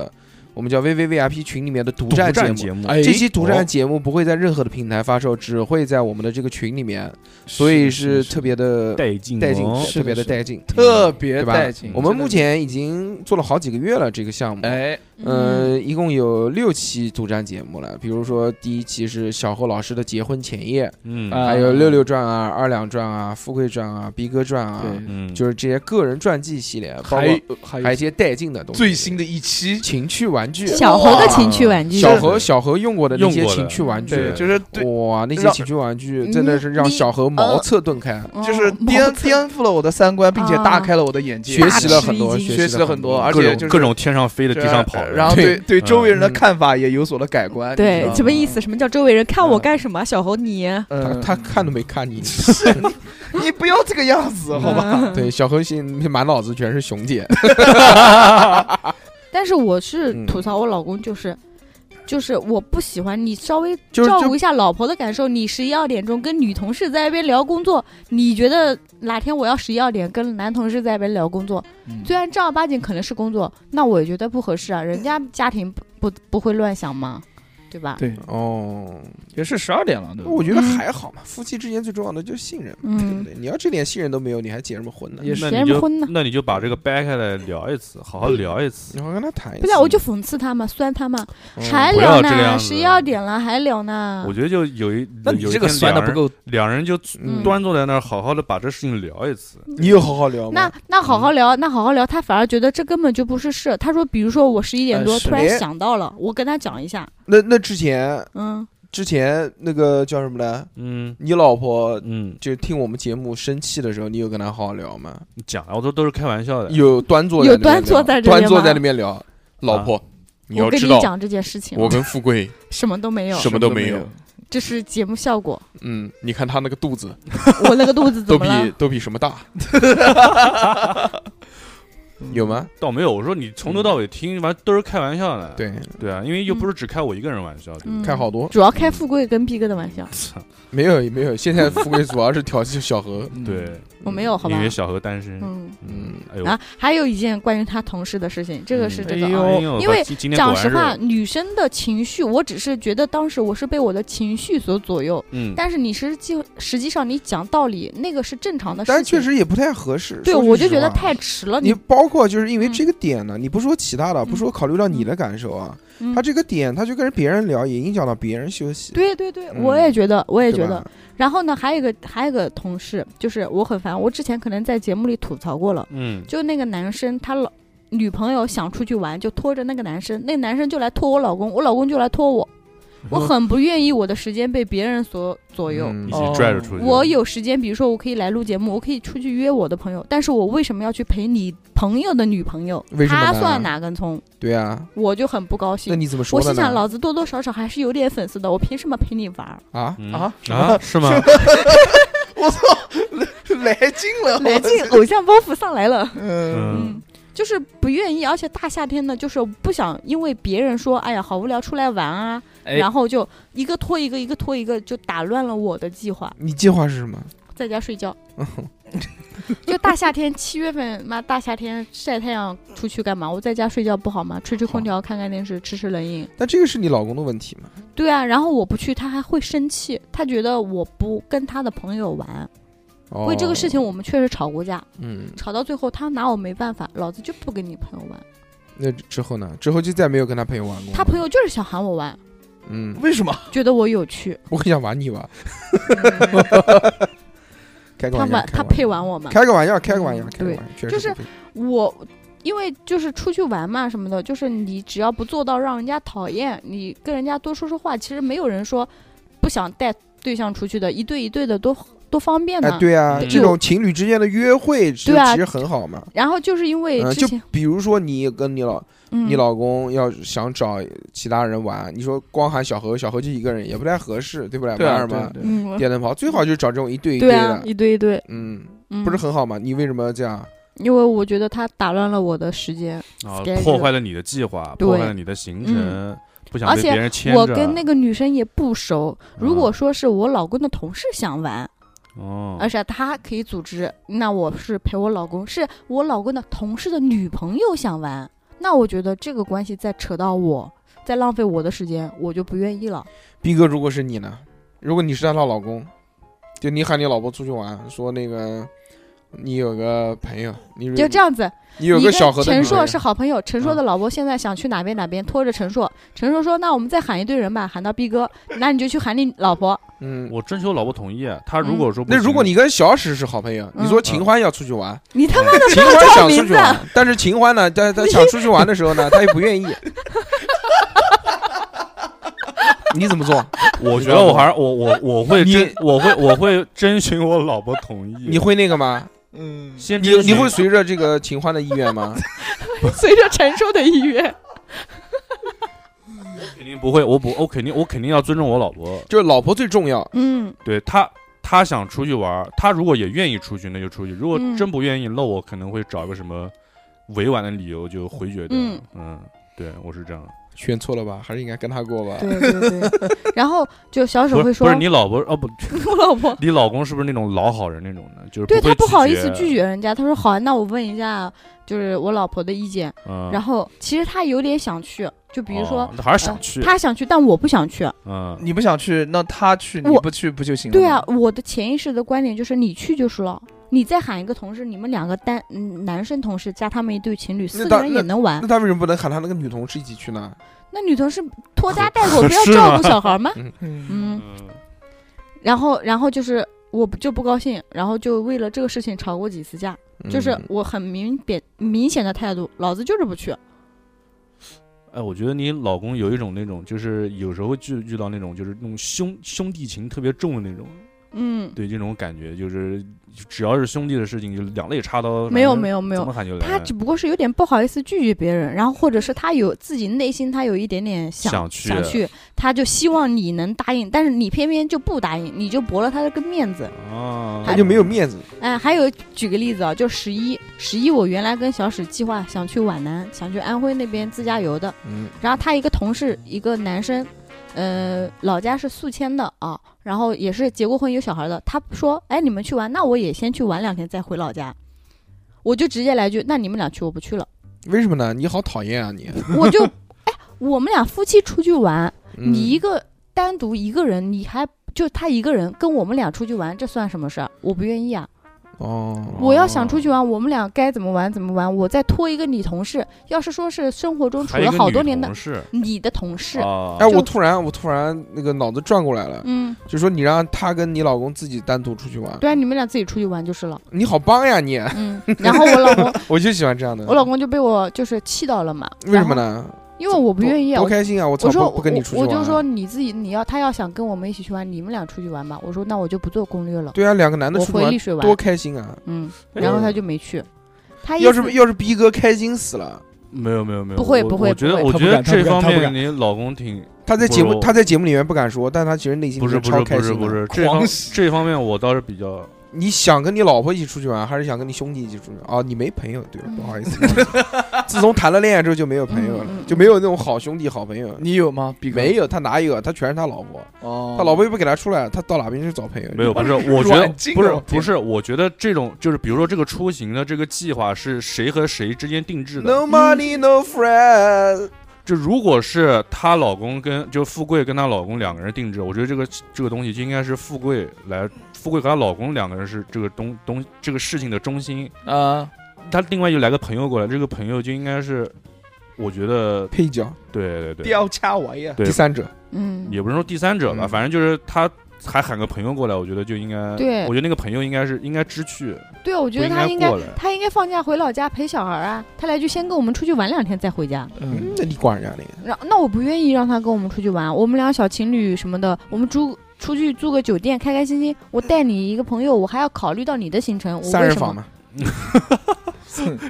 [SPEAKER 1] 我们叫 VVVIP 群里面的独占
[SPEAKER 2] 独
[SPEAKER 1] 节
[SPEAKER 2] 占
[SPEAKER 1] 目，
[SPEAKER 2] 节目
[SPEAKER 1] 这期独占
[SPEAKER 2] 哦
[SPEAKER 1] 节目不会在任何的平台发售，只会在我们的这个群里面，所以是特别的
[SPEAKER 2] 带劲
[SPEAKER 1] 带劲，
[SPEAKER 2] 哦
[SPEAKER 3] 是
[SPEAKER 1] 特别的
[SPEAKER 3] 的
[SPEAKER 1] 带劲。
[SPEAKER 3] 特别
[SPEAKER 1] 对吧
[SPEAKER 3] 带劲。
[SPEAKER 1] 我们目前已经做了好几个月了这个项目，
[SPEAKER 3] 哎，
[SPEAKER 4] 嗯
[SPEAKER 1] 呃，一共有六期独占节目了。比如说第一期是小侯老师的结婚前夜，
[SPEAKER 2] 嗯
[SPEAKER 3] 啊
[SPEAKER 1] 还有六六传啊、二两传啊、富贵传啊、逼哥传啊，
[SPEAKER 3] 对，
[SPEAKER 2] 嗯，
[SPEAKER 1] 就是这些个人传记系列，包括
[SPEAKER 3] 还有还
[SPEAKER 1] 还有
[SPEAKER 3] 有
[SPEAKER 1] 一些带劲的东西，
[SPEAKER 3] 最新的一期
[SPEAKER 1] 情趣玩玩具，
[SPEAKER 4] 小猴的情趣玩具，
[SPEAKER 1] 小猴小猴用过的那些
[SPEAKER 2] 用过的
[SPEAKER 1] 情趣玩具
[SPEAKER 3] 对，就是对，
[SPEAKER 1] 哇，那些
[SPEAKER 3] 让呃
[SPEAKER 1] 情趣玩具
[SPEAKER 4] 你
[SPEAKER 1] 真的是让小何茅塞顿开，
[SPEAKER 4] 嗯
[SPEAKER 3] 就是颠颠覆了我的三观，并且大开了我的眼界，
[SPEAKER 1] 学习了很多，
[SPEAKER 4] 哦大吃一惊
[SPEAKER 1] 学习
[SPEAKER 3] 学习
[SPEAKER 1] 了
[SPEAKER 3] 了
[SPEAKER 1] 很
[SPEAKER 3] 很多而
[SPEAKER 2] 各
[SPEAKER 3] 且
[SPEAKER 2] 种
[SPEAKER 3] 就是
[SPEAKER 2] 各种天上飞的，
[SPEAKER 3] 是
[SPEAKER 2] 地
[SPEAKER 3] 啊
[SPEAKER 2] 上跑
[SPEAKER 3] 呃
[SPEAKER 2] 的，
[SPEAKER 3] 然后对
[SPEAKER 2] 嗯
[SPEAKER 3] 对周围人的
[SPEAKER 1] 嗯
[SPEAKER 3] 看法也有所的改观，
[SPEAKER 5] 对，什么意
[SPEAKER 3] 思？
[SPEAKER 5] 思？什么叫周围人看
[SPEAKER 1] 嗯
[SPEAKER 5] 我干什么？小猴你
[SPEAKER 1] 他
[SPEAKER 3] 嗯，
[SPEAKER 1] 他看都没看你，
[SPEAKER 3] 你不要这个样子，好吧？
[SPEAKER 4] 嗯
[SPEAKER 1] 对，小何心满脑子全是熊姐，
[SPEAKER 4] 但是我是
[SPEAKER 1] 嗯
[SPEAKER 4] 吐槽我老公，就是，就是我不喜欢你稍微
[SPEAKER 1] 就是
[SPEAKER 4] 照
[SPEAKER 1] 就
[SPEAKER 4] 顾一下老婆的感受。你十一二点钟跟女同事在那边聊工作，你觉得哪天我要十一二点跟男同事在那边聊工作？
[SPEAKER 3] 嗯
[SPEAKER 4] 虽然正儿八经可能是工作，那我也觉得不合适啊。人家家庭不不不会乱想吗？对吧？
[SPEAKER 3] 对，
[SPEAKER 1] 哦，
[SPEAKER 3] 也是十二点了，对吧嗯
[SPEAKER 1] 我觉得还好嘛，夫妻之间最重要的就是信任，对不
[SPEAKER 4] 嗯，
[SPEAKER 1] 对？你要这点信任都没有，你还结什么婚呢？
[SPEAKER 3] 也是
[SPEAKER 2] 那
[SPEAKER 4] 结什
[SPEAKER 2] 你
[SPEAKER 4] 么
[SPEAKER 2] 就嗯
[SPEAKER 4] 婚呢
[SPEAKER 2] 那你就把这个掰开来聊一次，好好聊一次。
[SPEAKER 1] 你要跟他谈一次，
[SPEAKER 4] 不是啊，我就讽刺他嘛，酸他嘛，
[SPEAKER 1] 嗯
[SPEAKER 4] 还
[SPEAKER 2] 不
[SPEAKER 4] 聊
[SPEAKER 2] 要这个
[SPEAKER 4] 呢，
[SPEAKER 2] 样子
[SPEAKER 4] 十一二点了还聊呢
[SPEAKER 2] 我。觉得就有一
[SPEAKER 3] 那你
[SPEAKER 2] 有一
[SPEAKER 3] 这个
[SPEAKER 2] 天
[SPEAKER 3] 酸的
[SPEAKER 2] 两
[SPEAKER 3] 不
[SPEAKER 2] 人，
[SPEAKER 3] 够，
[SPEAKER 2] 两人就
[SPEAKER 1] 嗯
[SPEAKER 2] 端坐在那儿，好好的把这事情聊一次。
[SPEAKER 4] 嗯
[SPEAKER 1] 你有好好嗯聊
[SPEAKER 4] 那
[SPEAKER 1] 吗？
[SPEAKER 4] 那好好聊，那好好聊，他反而觉得这根本就不是事。他说，比如说我十一点
[SPEAKER 3] 呃
[SPEAKER 4] 多
[SPEAKER 3] 是
[SPEAKER 4] 突然
[SPEAKER 1] 哎
[SPEAKER 4] 想到了，我跟他讲一下，
[SPEAKER 1] 那那之前
[SPEAKER 4] 嗯，
[SPEAKER 1] 之前那个叫什么呢？
[SPEAKER 2] 嗯
[SPEAKER 1] 你老婆
[SPEAKER 2] 嗯，
[SPEAKER 1] 就听我们节目生气的时候，你有跟她好好聊吗？
[SPEAKER 2] 你讲啊，我都都是开玩笑的。
[SPEAKER 1] 有端坐在
[SPEAKER 4] 有
[SPEAKER 1] 那边
[SPEAKER 4] 端坐
[SPEAKER 1] 聊
[SPEAKER 4] 在这边
[SPEAKER 1] 端坐
[SPEAKER 4] 吗
[SPEAKER 1] 在那边聊，老婆，啊你要
[SPEAKER 4] 我跟
[SPEAKER 1] 知
[SPEAKER 4] 你
[SPEAKER 1] 道，
[SPEAKER 4] 讲这件事情，
[SPEAKER 1] 我跟富贵，
[SPEAKER 4] 什么都没有
[SPEAKER 1] 什，么都没有
[SPEAKER 3] 有，
[SPEAKER 4] 这是节目效果。
[SPEAKER 1] 嗯，你看他那个肚子
[SPEAKER 4] 我那个肚子
[SPEAKER 1] 都
[SPEAKER 4] 怎么
[SPEAKER 1] 比
[SPEAKER 4] 了？
[SPEAKER 1] 都比什么大，有吗？
[SPEAKER 4] 嗯
[SPEAKER 2] 倒没有，我说你从
[SPEAKER 3] 嗯
[SPEAKER 2] 头到尾听，反正都是开玩笑的。
[SPEAKER 1] 对，
[SPEAKER 2] 对啊，因为又不是只开我一个人玩笑，对不
[SPEAKER 4] 嗯
[SPEAKER 1] 开好多，
[SPEAKER 4] 主要开富贵跟逼哥的玩笑，
[SPEAKER 1] 没有没有，现在富贵主要是调戏小 何，
[SPEAKER 3] 嗯
[SPEAKER 2] 对？
[SPEAKER 4] 我没有，好
[SPEAKER 2] 对，因
[SPEAKER 4] 吧
[SPEAKER 2] 为？小何单身。
[SPEAKER 4] 嗯。
[SPEAKER 1] 嗯，
[SPEAKER 2] 哎呦，
[SPEAKER 4] 啊，还有一件关于他同事的事情，这个是这个
[SPEAKER 2] 哎
[SPEAKER 4] 啊，
[SPEAKER 2] 呦
[SPEAKER 4] 因为
[SPEAKER 2] 今今天
[SPEAKER 4] 讲
[SPEAKER 2] 果然
[SPEAKER 4] 实话，
[SPEAKER 2] 是，
[SPEAKER 4] 女生的情绪，我只是觉得当时我是被我的情绪所左右，
[SPEAKER 2] 嗯，
[SPEAKER 4] 但是你实际实际上你讲道理，那个啊是正常的事情。
[SPEAKER 1] 但是确，实也不太合适。
[SPEAKER 4] 对
[SPEAKER 1] 说句
[SPEAKER 4] 我就觉
[SPEAKER 1] 实
[SPEAKER 4] 得
[SPEAKER 1] 话
[SPEAKER 4] 太迟了。
[SPEAKER 1] 你包括就是因为
[SPEAKER 4] 嗯
[SPEAKER 1] 这个点呢，你不说其他的，不
[SPEAKER 4] 嗯
[SPEAKER 1] 说考虑到你的感受啊，
[SPEAKER 4] 嗯
[SPEAKER 1] 他这个点他就跟别人聊，也影响到别人休息。
[SPEAKER 4] 对对对，
[SPEAKER 1] 嗯
[SPEAKER 4] 我也觉得，我也
[SPEAKER 1] 对
[SPEAKER 4] 觉
[SPEAKER 1] 吧，
[SPEAKER 4] 得。然后呢，还有一个还有一个同事，就是我很烦，我之前可能在节目里吐槽过了，
[SPEAKER 2] 嗯，
[SPEAKER 4] 就那个男生他老女朋友想出去玩，就拖着那个男生，那个男生就来拖我老公，我老公就来拖 我，我很不愿意我的时间被别人所左右。
[SPEAKER 1] 嗯
[SPEAKER 2] 一起拽着出去。
[SPEAKER 4] 我有时间，比如说我可以来录节目，我可以出去约我的朋友，但是我为什么要去陪你朋友的女朋友
[SPEAKER 1] 为？什么呢
[SPEAKER 4] 他算哪根葱？
[SPEAKER 1] 对啊，
[SPEAKER 4] 我就很不高
[SPEAKER 1] 那
[SPEAKER 4] 兴。
[SPEAKER 1] 你怎么说
[SPEAKER 4] 我
[SPEAKER 1] 的
[SPEAKER 4] 心想，
[SPEAKER 1] 呢？
[SPEAKER 4] 老子多多少少还是有点粉丝的，我凭什么陪你玩 儿？
[SPEAKER 1] 啊，
[SPEAKER 2] 嗯
[SPEAKER 3] 啊
[SPEAKER 2] 啊，是吗？
[SPEAKER 3] 我操，来来劲
[SPEAKER 1] 哦
[SPEAKER 3] 了，
[SPEAKER 4] 来劲，偶像包袱上 来了。
[SPEAKER 3] 嗯，
[SPEAKER 2] 嗯
[SPEAKER 4] 嗯，就是不愿意，而且大夏天的，就是不想因为别人说，哎呀，好无聊，出来玩啊，
[SPEAKER 3] 哎
[SPEAKER 4] 然后就一个拖一个，一个拖一个，就打乱了我的计划，
[SPEAKER 1] 你计划是什么？
[SPEAKER 4] 在家 睡觉。就大夏天，七月份，妈大夏天晒太阳出去干嘛？我在家睡觉不好吗？吹吹空调，看看电视，吃吃冷饮。
[SPEAKER 1] 那这个是你老公的问题嘛？
[SPEAKER 4] 对啊，然后我不去，他还会生气，他觉得我不跟他的朋友玩。
[SPEAKER 1] 哦
[SPEAKER 4] 为这个事情，，我们确实吵过架，
[SPEAKER 1] 嗯，
[SPEAKER 4] 吵到最后，他拿我没办法，老子就不跟你朋友玩。
[SPEAKER 1] 那之后呢？之后就再没有跟他朋友玩过吗。
[SPEAKER 4] 他朋友就是想喊我玩，
[SPEAKER 1] 嗯，
[SPEAKER 3] 为什么？
[SPEAKER 4] 觉得我有趣，
[SPEAKER 1] 我很想玩你吧， 开个
[SPEAKER 4] 嗯他
[SPEAKER 1] 玩笑，
[SPEAKER 4] 玩他配玩我嘛。
[SPEAKER 1] 开个玩笑，开个玩笑，开个玩
[SPEAKER 4] 啊嗯
[SPEAKER 1] 笑，确
[SPEAKER 4] 对
[SPEAKER 1] 实
[SPEAKER 4] 就是
[SPEAKER 1] 不配
[SPEAKER 4] 我因为就是出去玩嘛什么的，就是你只要不做到让人家讨厌，你跟人家多说说话，其实没有人说不想带对象出去的，一对一对的多多方便呢。
[SPEAKER 1] 哎，对啊，
[SPEAKER 2] 嗯
[SPEAKER 1] 这种情侣之间的约会，其
[SPEAKER 4] 对
[SPEAKER 1] 实
[SPEAKER 4] 啊
[SPEAKER 1] 其实很好嘛。
[SPEAKER 4] 然后就是因为
[SPEAKER 1] 嗯，
[SPEAKER 4] 之
[SPEAKER 1] 就
[SPEAKER 4] 前，
[SPEAKER 1] 比如说你跟你老
[SPEAKER 4] 嗯，
[SPEAKER 1] 你老公要想找其他人玩，你说光喊小何，小何就一个人也不太合适，对不对？
[SPEAKER 3] 对
[SPEAKER 1] 玩
[SPEAKER 3] 啊，
[SPEAKER 1] 什么
[SPEAKER 3] 对对
[SPEAKER 4] 嗯，
[SPEAKER 1] 电灯泡，最好就是找这种一对一
[SPEAKER 4] 对啊
[SPEAKER 1] 的，，
[SPEAKER 4] 一对一对，
[SPEAKER 1] 嗯，
[SPEAKER 4] 嗯，
[SPEAKER 1] 不是，很好嘛？你为什么要这样？
[SPEAKER 4] 因为我觉得他打乱了我的时间，
[SPEAKER 2] 啊
[SPEAKER 4] schedule，
[SPEAKER 2] 破坏了你的计划，
[SPEAKER 4] 对
[SPEAKER 2] 破坏了你的行程
[SPEAKER 4] 嗯，
[SPEAKER 2] 不想
[SPEAKER 4] 而
[SPEAKER 2] 被
[SPEAKER 4] 且
[SPEAKER 2] 别人牵着。
[SPEAKER 4] 我跟那个女生也不熟。
[SPEAKER 1] 嗯
[SPEAKER 4] 如果说是我老公的同事想玩，
[SPEAKER 2] 哦，
[SPEAKER 4] 而且他可以组织，那我是陪我老公，是我老公的同事的女朋友想玩，那我觉得这个关系再扯到我，再浪费我的时间，我就不愿意了。
[SPEAKER 1] 逼哥，如果是你呢？如果你是她老公，就你喊你老婆出去玩，说那个你有个朋友，你
[SPEAKER 4] 就这，样子，
[SPEAKER 1] 你有
[SPEAKER 4] 你
[SPEAKER 1] 个
[SPEAKER 4] 跟
[SPEAKER 1] 小何的
[SPEAKER 4] 陈
[SPEAKER 1] 女嗯朋
[SPEAKER 4] 硕
[SPEAKER 1] 友
[SPEAKER 4] 是好朋友，陈硕的老婆现在想去哪边哪边，拖着陈硕，陈硕说那我们再喊一堆人吧，喊到 逼哥，那你就去喊你老婆，
[SPEAKER 1] 嗯。
[SPEAKER 2] 我征求老婆同意，她如果说不
[SPEAKER 1] 那如
[SPEAKER 2] 行
[SPEAKER 1] 果你跟小史是好朋友，
[SPEAKER 4] 嗯
[SPEAKER 1] 你说秦欢要出去 玩，
[SPEAKER 4] 你他妈的
[SPEAKER 1] 哎秦欢想出
[SPEAKER 4] 名
[SPEAKER 1] 去
[SPEAKER 4] 字啊
[SPEAKER 1] 玩，但是秦欢呢，他他想出去玩的时候呢，他又不愿意，你怎么做？
[SPEAKER 2] 我觉得我还是我我我会征我会我会征询我老婆同意。
[SPEAKER 1] 你会那个吗？
[SPEAKER 3] 嗯，
[SPEAKER 2] 先
[SPEAKER 1] 你
[SPEAKER 2] 征
[SPEAKER 1] 你
[SPEAKER 2] 询
[SPEAKER 1] 会随着这个秦欢的意愿 吗？
[SPEAKER 5] 随着承受的意 愿，
[SPEAKER 2] 肯定不会，我不我肯定我肯定要尊重我老婆。
[SPEAKER 1] 就是老婆最重要，
[SPEAKER 4] 嗯，
[SPEAKER 2] 对她她想出去玩儿，她如果也愿意出去，那就出去；如果
[SPEAKER 4] 嗯
[SPEAKER 2] 真不愿意，那我可能会找一个什么委婉的理由就回绝掉。
[SPEAKER 4] 嗯
[SPEAKER 2] 嗯对我是这样。
[SPEAKER 1] 选错了吧？还是应该跟他过吧？
[SPEAKER 4] 对对对。 然后就小
[SPEAKER 2] 啊不
[SPEAKER 4] 手
[SPEAKER 2] 是
[SPEAKER 4] 会
[SPEAKER 2] 不
[SPEAKER 4] 说
[SPEAKER 2] 是，你老婆哦不，
[SPEAKER 5] 我老婆
[SPEAKER 2] 你老公是不是那种老好人那种的？就是
[SPEAKER 4] 对
[SPEAKER 2] 会
[SPEAKER 4] 他不好意思拒
[SPEAKER 2] 拒绝。
[SPEAKER 4] 绝人家，他说好啊，那我问一下，就是我老婆的意见。
[SPEAKER 2] 嗯，
[SPEAKER 4] 然后其实他有点想去，就比如说
[SPEAKER 2] 哦还是想去。
[SPEAKER 4] 他想去，但我不想去。
[SPEAKER 2] 嗯，
[SPEAKER 3] 你不想去，那他去，你
[SPEAKER 4] 我
[SPEAKER 3] 不去不就行了？
[SPEAKER 4] 对啊，，我的潜意识的观点就是你去就是了。你再喊一个同事，你们两个单嗯男生同事加他们一对情侣，四
[SPEAKER 1] 当
[SPEAKER 4] 个人也能玩
[SPEAKER 1] 那。他为什么不能喊他那个女同事一起去呢？
[SPEAKER 4] 那女同事拖家带口，
[SPEAKER 2] 合
[SPEAKER 4] 不要
[SPEAKER 2] 适
[SPEAKER 4] 照
[SPEAKER 2] 吗
[SPEAKER 4] 顾小 孩吗？
[SPEAKER 3] 嗯，
[SPEAKER 4] 嗯，
[SPEAKER 2] 嗯
[SPEAKER 4] 然后然后就是我不就不高兴，然后就为了这个事情吵过几次架，就是
[SPEAKER 1] 嗯
[SPEAKER 4] 我很明扁明显的态度，老子就是不去。
[SPEAKER 2] 哎，我觉得你老公有一种那种，就是有时候会遇遇到那种，就是那种兄兄弟情特别重的那种，
[SPEAKER 4] 嗯，
[SPEAKER 2] 对这种感觉，就是只要是兄弟的事情，就两肋插刀。
[SPEAKER 4] 没有
[SPEAKER 2] 反正
[SPEAKER 4] 没有没
[SPEAKER 2] 怎
[SPEAKER 4] 有，
[SPEAKER 2] 么喊就来。
[SPEAKER 4] 他只不过是有点不好意思拒绝别人，然后或者是他有自己内心他有一点点想
[SPEAKER 2] 想去
[SPEAKER 4] 他就希望你能答应，但是你偏偏就不答应，你就驳了他的个面子。
[SPEAKER 2] 啊，
[SPEAKER 1] 他就没有面子，
[SPEAKER 4] 哎，还有举个例子啊，就十一，十一我原来跟小史计划想去皖南，想去安徽那边自驾游的，
[SPEAKER 1] 嗯，
[SPEAKER 4] 然后他一个同事，一个男生，呃，老家是宿迁的啊，然后也是结过婚有小孩的。他说：“哎，你们去玩，那我也先去玩两天再回老家。”我就直接来句：“那你们俩去，我不去了。
[SPEAKER 1] 为什么呢？你好讨厌啊你！”
[SPEAKER 4] 我就，哎，我们俩夫妻出去玩，
[SPEAKER 1] 嗯
[SPEAKER 4] 你一个单独一个人，你还就他一个人跟我们俩出去玩，这算什么事儿？我不愿意啊！
[SPEAKER 1] 哦，
[SPEAKER 4] 我要想出去玩，我们俩该怎么玩怎么玩。我再拖一个女同事，要是说是生活中处
[SPEAKER 2] 还有
[SPEAKER 4] 了
[SPEAKER 2] 一个
[SPEAKER 4] 好
[SPEAKER 2] 女
[SPEAKER 4] 多年的
[SPEAKER 2] 同事
[SPEAKER 4] 你的同事，
[SPEAKER 2] 啊
[SPEAKER 1] 哎，，我
[SPEAKER 4] 就
[SPEAKER 1] 突然我突然那个脑子转过来了，
[SPEAKER 4] 嗯。
[SPEAKER 1] 就说你让他跟你老公自己单独出去玩，
[SPEAKER 4] 对啊，你们俩自己出去玩就是了。
[SPEAKER 1] 你好帮呀你！
[SPEAKER 4] 嗯，然后我老公，
[SPEAKER 1] 我就喜欢这样的。
[SPEAKER 4] 我老公就被我就是气到了嘛。
[SPEAKER 1] 为什么
[SPEAKER 4] 然后？
[SPEAKER 1] 呢？
[SPEAKER 4] 因为我不愿意啊。
[SPEAKER 1] 多
[SPEAKER 4] 我
[SPEAKER 1] 开心啊！我操，
[SPEAKER 4] 我说
[SPEAKER 1] 不不跟你出去
[SPEAKER 4] 我，
[SPEAKER 1] 玩，
[SPEAKER 4] 我就说你自己，你要他要想跟我们一起去玩，你们俩出去玩吧。我说那我就不做攻略了，
[SPEAKER 1] 对啊，两个男的
[SPEAKER 4] 我
[SPEAKER 1] 出去
[SPEAKER 4] 回
[SPEAKER 1] 玩
[SPEAKER 4] 丽水玩
[SPEAKER 1] 多。开心啊！
[SPEAKER 4] 嗯，
[SPEAKER 2] 哎
[SPEAKER 4] 然后他就没去。他意
[SPEAKER 1] 要
[SPEAKER 4] 思
[SPEAKER 1] 是要是逼哥开心死了，
[SPEAKER 2] 没有没有没有，
[SPEAKER 4] 不会
[SPEAKER 2] 我
[SPEAKER 4] 不会
[SPEAKER 2] 我觉得
[SPEAKER 4] 不会
[SPEAKER 2] 我
[SPEAKER 6] 他
[SPEAKER 2] 觉
[SPEAKER 6] 不
[SPEAKER 2] 得
[SPEAKER 6] 敢
[SPEAKER 2] 这
[SPEAKER 6] 他不
[SPEAKER 2] 方
[SPEAKER 6] 敢他不
[SPEAKER 2] 面
[SPEAKER 6] 敢
[SPEAKER 2] 你老公挺
[SPEAKER 1] 他在节目
[SPEAKER 2] 不
[SPEAKER 1] 他在节目里面不敢说，但他其实内心
[SPEAKER 2] 不是
[SPEAKER 1] 里面
[SPEAKER 2] 不是
[SPEAKER 1] 超开
[SPEAKER 2] 不
[SPEAKER 1] 心
[SPEAKER 2] 是
[SPEAKER 1] 的。
[SPEAKER 2] 不是这方这方面我倒是比较
[SPEAKER 1] 你想跟你老婆一起出去玩，还是想跟你兄弟一起出去玩？哦，你没朋友，对，
[SPEAKER 4] 嗯
[SPEAKER 1] 不好意思。 自从谈了恋爱之后就没有朋友了
[SPEAKER 4] 嗯嗯，嗯
[SPEAKER 1] 就没有那种好兄弟、好朋友。
[SPEAKER 3] 你有吗？比哥
[SPEAKER 1] 没有，他哪有？啊他全是他老婆，
[SPEAKER 3] 哦，
[SPEAKER 1] 他老婆又不给他出来，他到哪边去找朋友？
[SPEAKER 2] 没有，不是，我觉得
[SPEAKER 3] 软禁
[SPEAKER 2] 不是
[SPEAKER 3] 了我天
[SPEAKER 2] 不是，我觉得这种就是比如说这个出行的这个计划是谁和谁之间定制的，
[SPEAKER 1] No money, no friend。
[SPEAKER 2] 就如果是她老公跟就富贵跟她老公两个人定制，我觉得这个这个东西就应该是富贵来，富贵和她老公两个人是这个东东这个事情的中心。
[SPEAKER 3] 啊，
[SPEAKER 2] 她另外又来个朋友过来，这个朋友就应该是，我觉得
[SPEAKER 1] 配角，
[SPEAKER 2] 对对对，
[SPEAKER 3] 掉价我呀，
[SPEAKER 2] 对
[SPEAKER 1] 第三者，
[SPEAKER 4] 嗯，
[SPEAKER 2] 也不是说第三者吧，
[SPEAKER 1] 嗯
[SPEAKER 2] 反正就是她还喊个朋友过来，我觉得就应该，
[SPEAKER 4] 对
[SPEAKER 2] 我觉得那个朋友应该是应该知趣，
[SPEAKER 4] 对啊，我
[SPEAKER 2] 不
[SPEAKER 4] 觉得他应
[SPEAKER 2] 应
[SPEAKER 4] 该
[SPEAKER 2] 过来。
[SPEAKER 4] 他应该放假回老家陪小孩啊。他来句先跟我们出去玩两天再回家。
[SPEAKER 1] 嗯那你管人家那个？
[SPEAKER 4] 然那我不愿意让他跟我们出去玩，我们俩小情侣什么的，我们租出去住个酒店，开开心心。我带你一个朋友，我还要考虑到你的行程，我
[SPEAKER 1] 三
[SPEAKER 4] 为
[SPEAKER 1] 人
[SPEAKER 4] 什
[SPEAKER 1] 房
[SPEAKER 4] 么？
[SPEAKER 1] 嘛，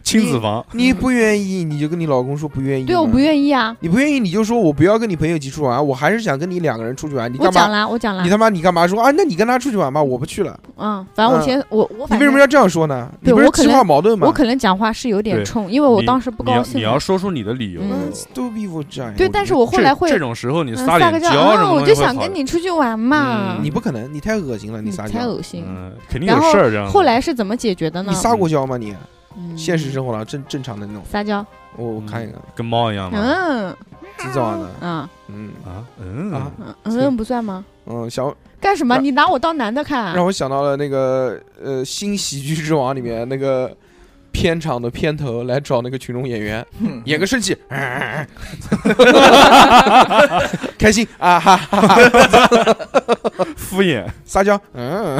[SPEAKER 2] 亲子房，
[SPEAKER 1] 你不愿意你就跟你老公说不愿意。
[SPEAKER 4] 对，我不
[SPEAKER 1] 意。
[SPEAKER 4] 愿意啊！
[SPEAKER 1] 你不愿意你就说我不要跟你朋友一起出去玩，我还是想跟你两个人出去玩。你
[SPEAKER 4] 我
[SPEAKER 1] 干
[SPEAKER 4] 讲
[SPEAKER 1] 嘛？
[SPEAKER 4] 啦，我讲啦
[SPEAKER 1] 你，他妈你干嘛说啊？那你跟他出去玩吧，我不去了。
[SPEAKER 4] 嗯，反正我先，我我
[SPEAKER 1] 你
[SPEAKER 4] 反
[SPEAKER 1] 为什么
[SPEAKER 4] 正
[SPEAKER 1] 要这样说呢？你
[SPEAKER 4] 对
[SPEAKER 1] 不是
[SPEAKER 4] 我可
[SPEAKER 1] 激化
[SPEAKER 4] 能
[SPEAKER 1] 矛盾吗
[SPEAKER 4] 我可能讲话是有点
[SPEAKER 2] 对
[SPEAKER 4] 冲，因为我
[SPEAKER 2] 你
[SPEAKER 4] 当时不
[SPEAKER 2] 你要
[SPEAKER 4] 高兴
[SPEAKER 2] 你
[SPEAKER 4] 嘛。
[SPEAKER 2] 要说出你的理由。
[SPEAKER 4] 嗯
[SPEAKER 1] 都逼我这样。
[SPEAKER 4] 对，但是我后来会
[SPEAKER 2] 这这种时候你
[SPEAKER 4] 嗯
[SPEAKER 2] 撒
[SPEAKER 4] 撒个
[SPEAKER 2] 点
[SPEAKER 4] 娇，
[SPEAKER 2] 娇什
[SPEAKER 4] 啊，
[SPEAKER 2] 么东
[SPEAKER 4] 我
[SPEAKER 2] 西
[SPEAKER 4] 就
[SPEAKER 2] 会
[SPEAKER 4] 想
[SPEAKER 2] 好
[SPEAKER 4] 跟你出去玩嘛
[SPEAKER 2] 嗯，
[SPEAKER 1] 你不可能，你太恶心了，
[SPEAKER 4] 你
[SPEAKER 1] 撒
[SPEAKER 4] 才
[SPEAKER 1] 娇。
[SPEAKER 4] 恶心。
[SPEAKER 2] 嗯，肯定
[SPEAKER 4] 然
[SPEAKER 2] 有
[SPEAKER 4] 后
[SPEAKER 2] 事儿这样的。
[SPEAKER 4] 后来是怎么解决的呢
[SPEAKER 1] 你？撒过娇吗你？
[SPEAKER 4] 嗯
[SPEAKER 1] 现实生活上正正常的那种，
[SPEAKER 4] 撒娇，
[SPEAKER 1] 我我看一看，
[SPEAKER 2] 跟猫一样吗？
[SPEAKER 4] 嗯
[SPEAKER 1] 是这样的，
[SPEAKER 4] 啊
[SPEAKER 1] 嗯
[SPEAKER 2] 啊嗯
[SPEAKER 1] 啊
[SPEAKER 4] 嗯嗯，不算吗？
[SPEAKER 1] 嗯，想
[SPEAKER 4] 干什么？
[SPEAKER 1] 让
[SPEAKER 4] 你拿我当男的看啊？
[SPEAKER 1] 让我想到了那个呃《新喜剧之王》里面那个片场的片头来找那个群众演员
[SPEAKER 3] 嗯
[SPEAKER 1] 演个生气，开心啊哈哈哈哈，
[SPEAKER 2] 敷衍，
[SPEAKER 1] 撒娇，嗯，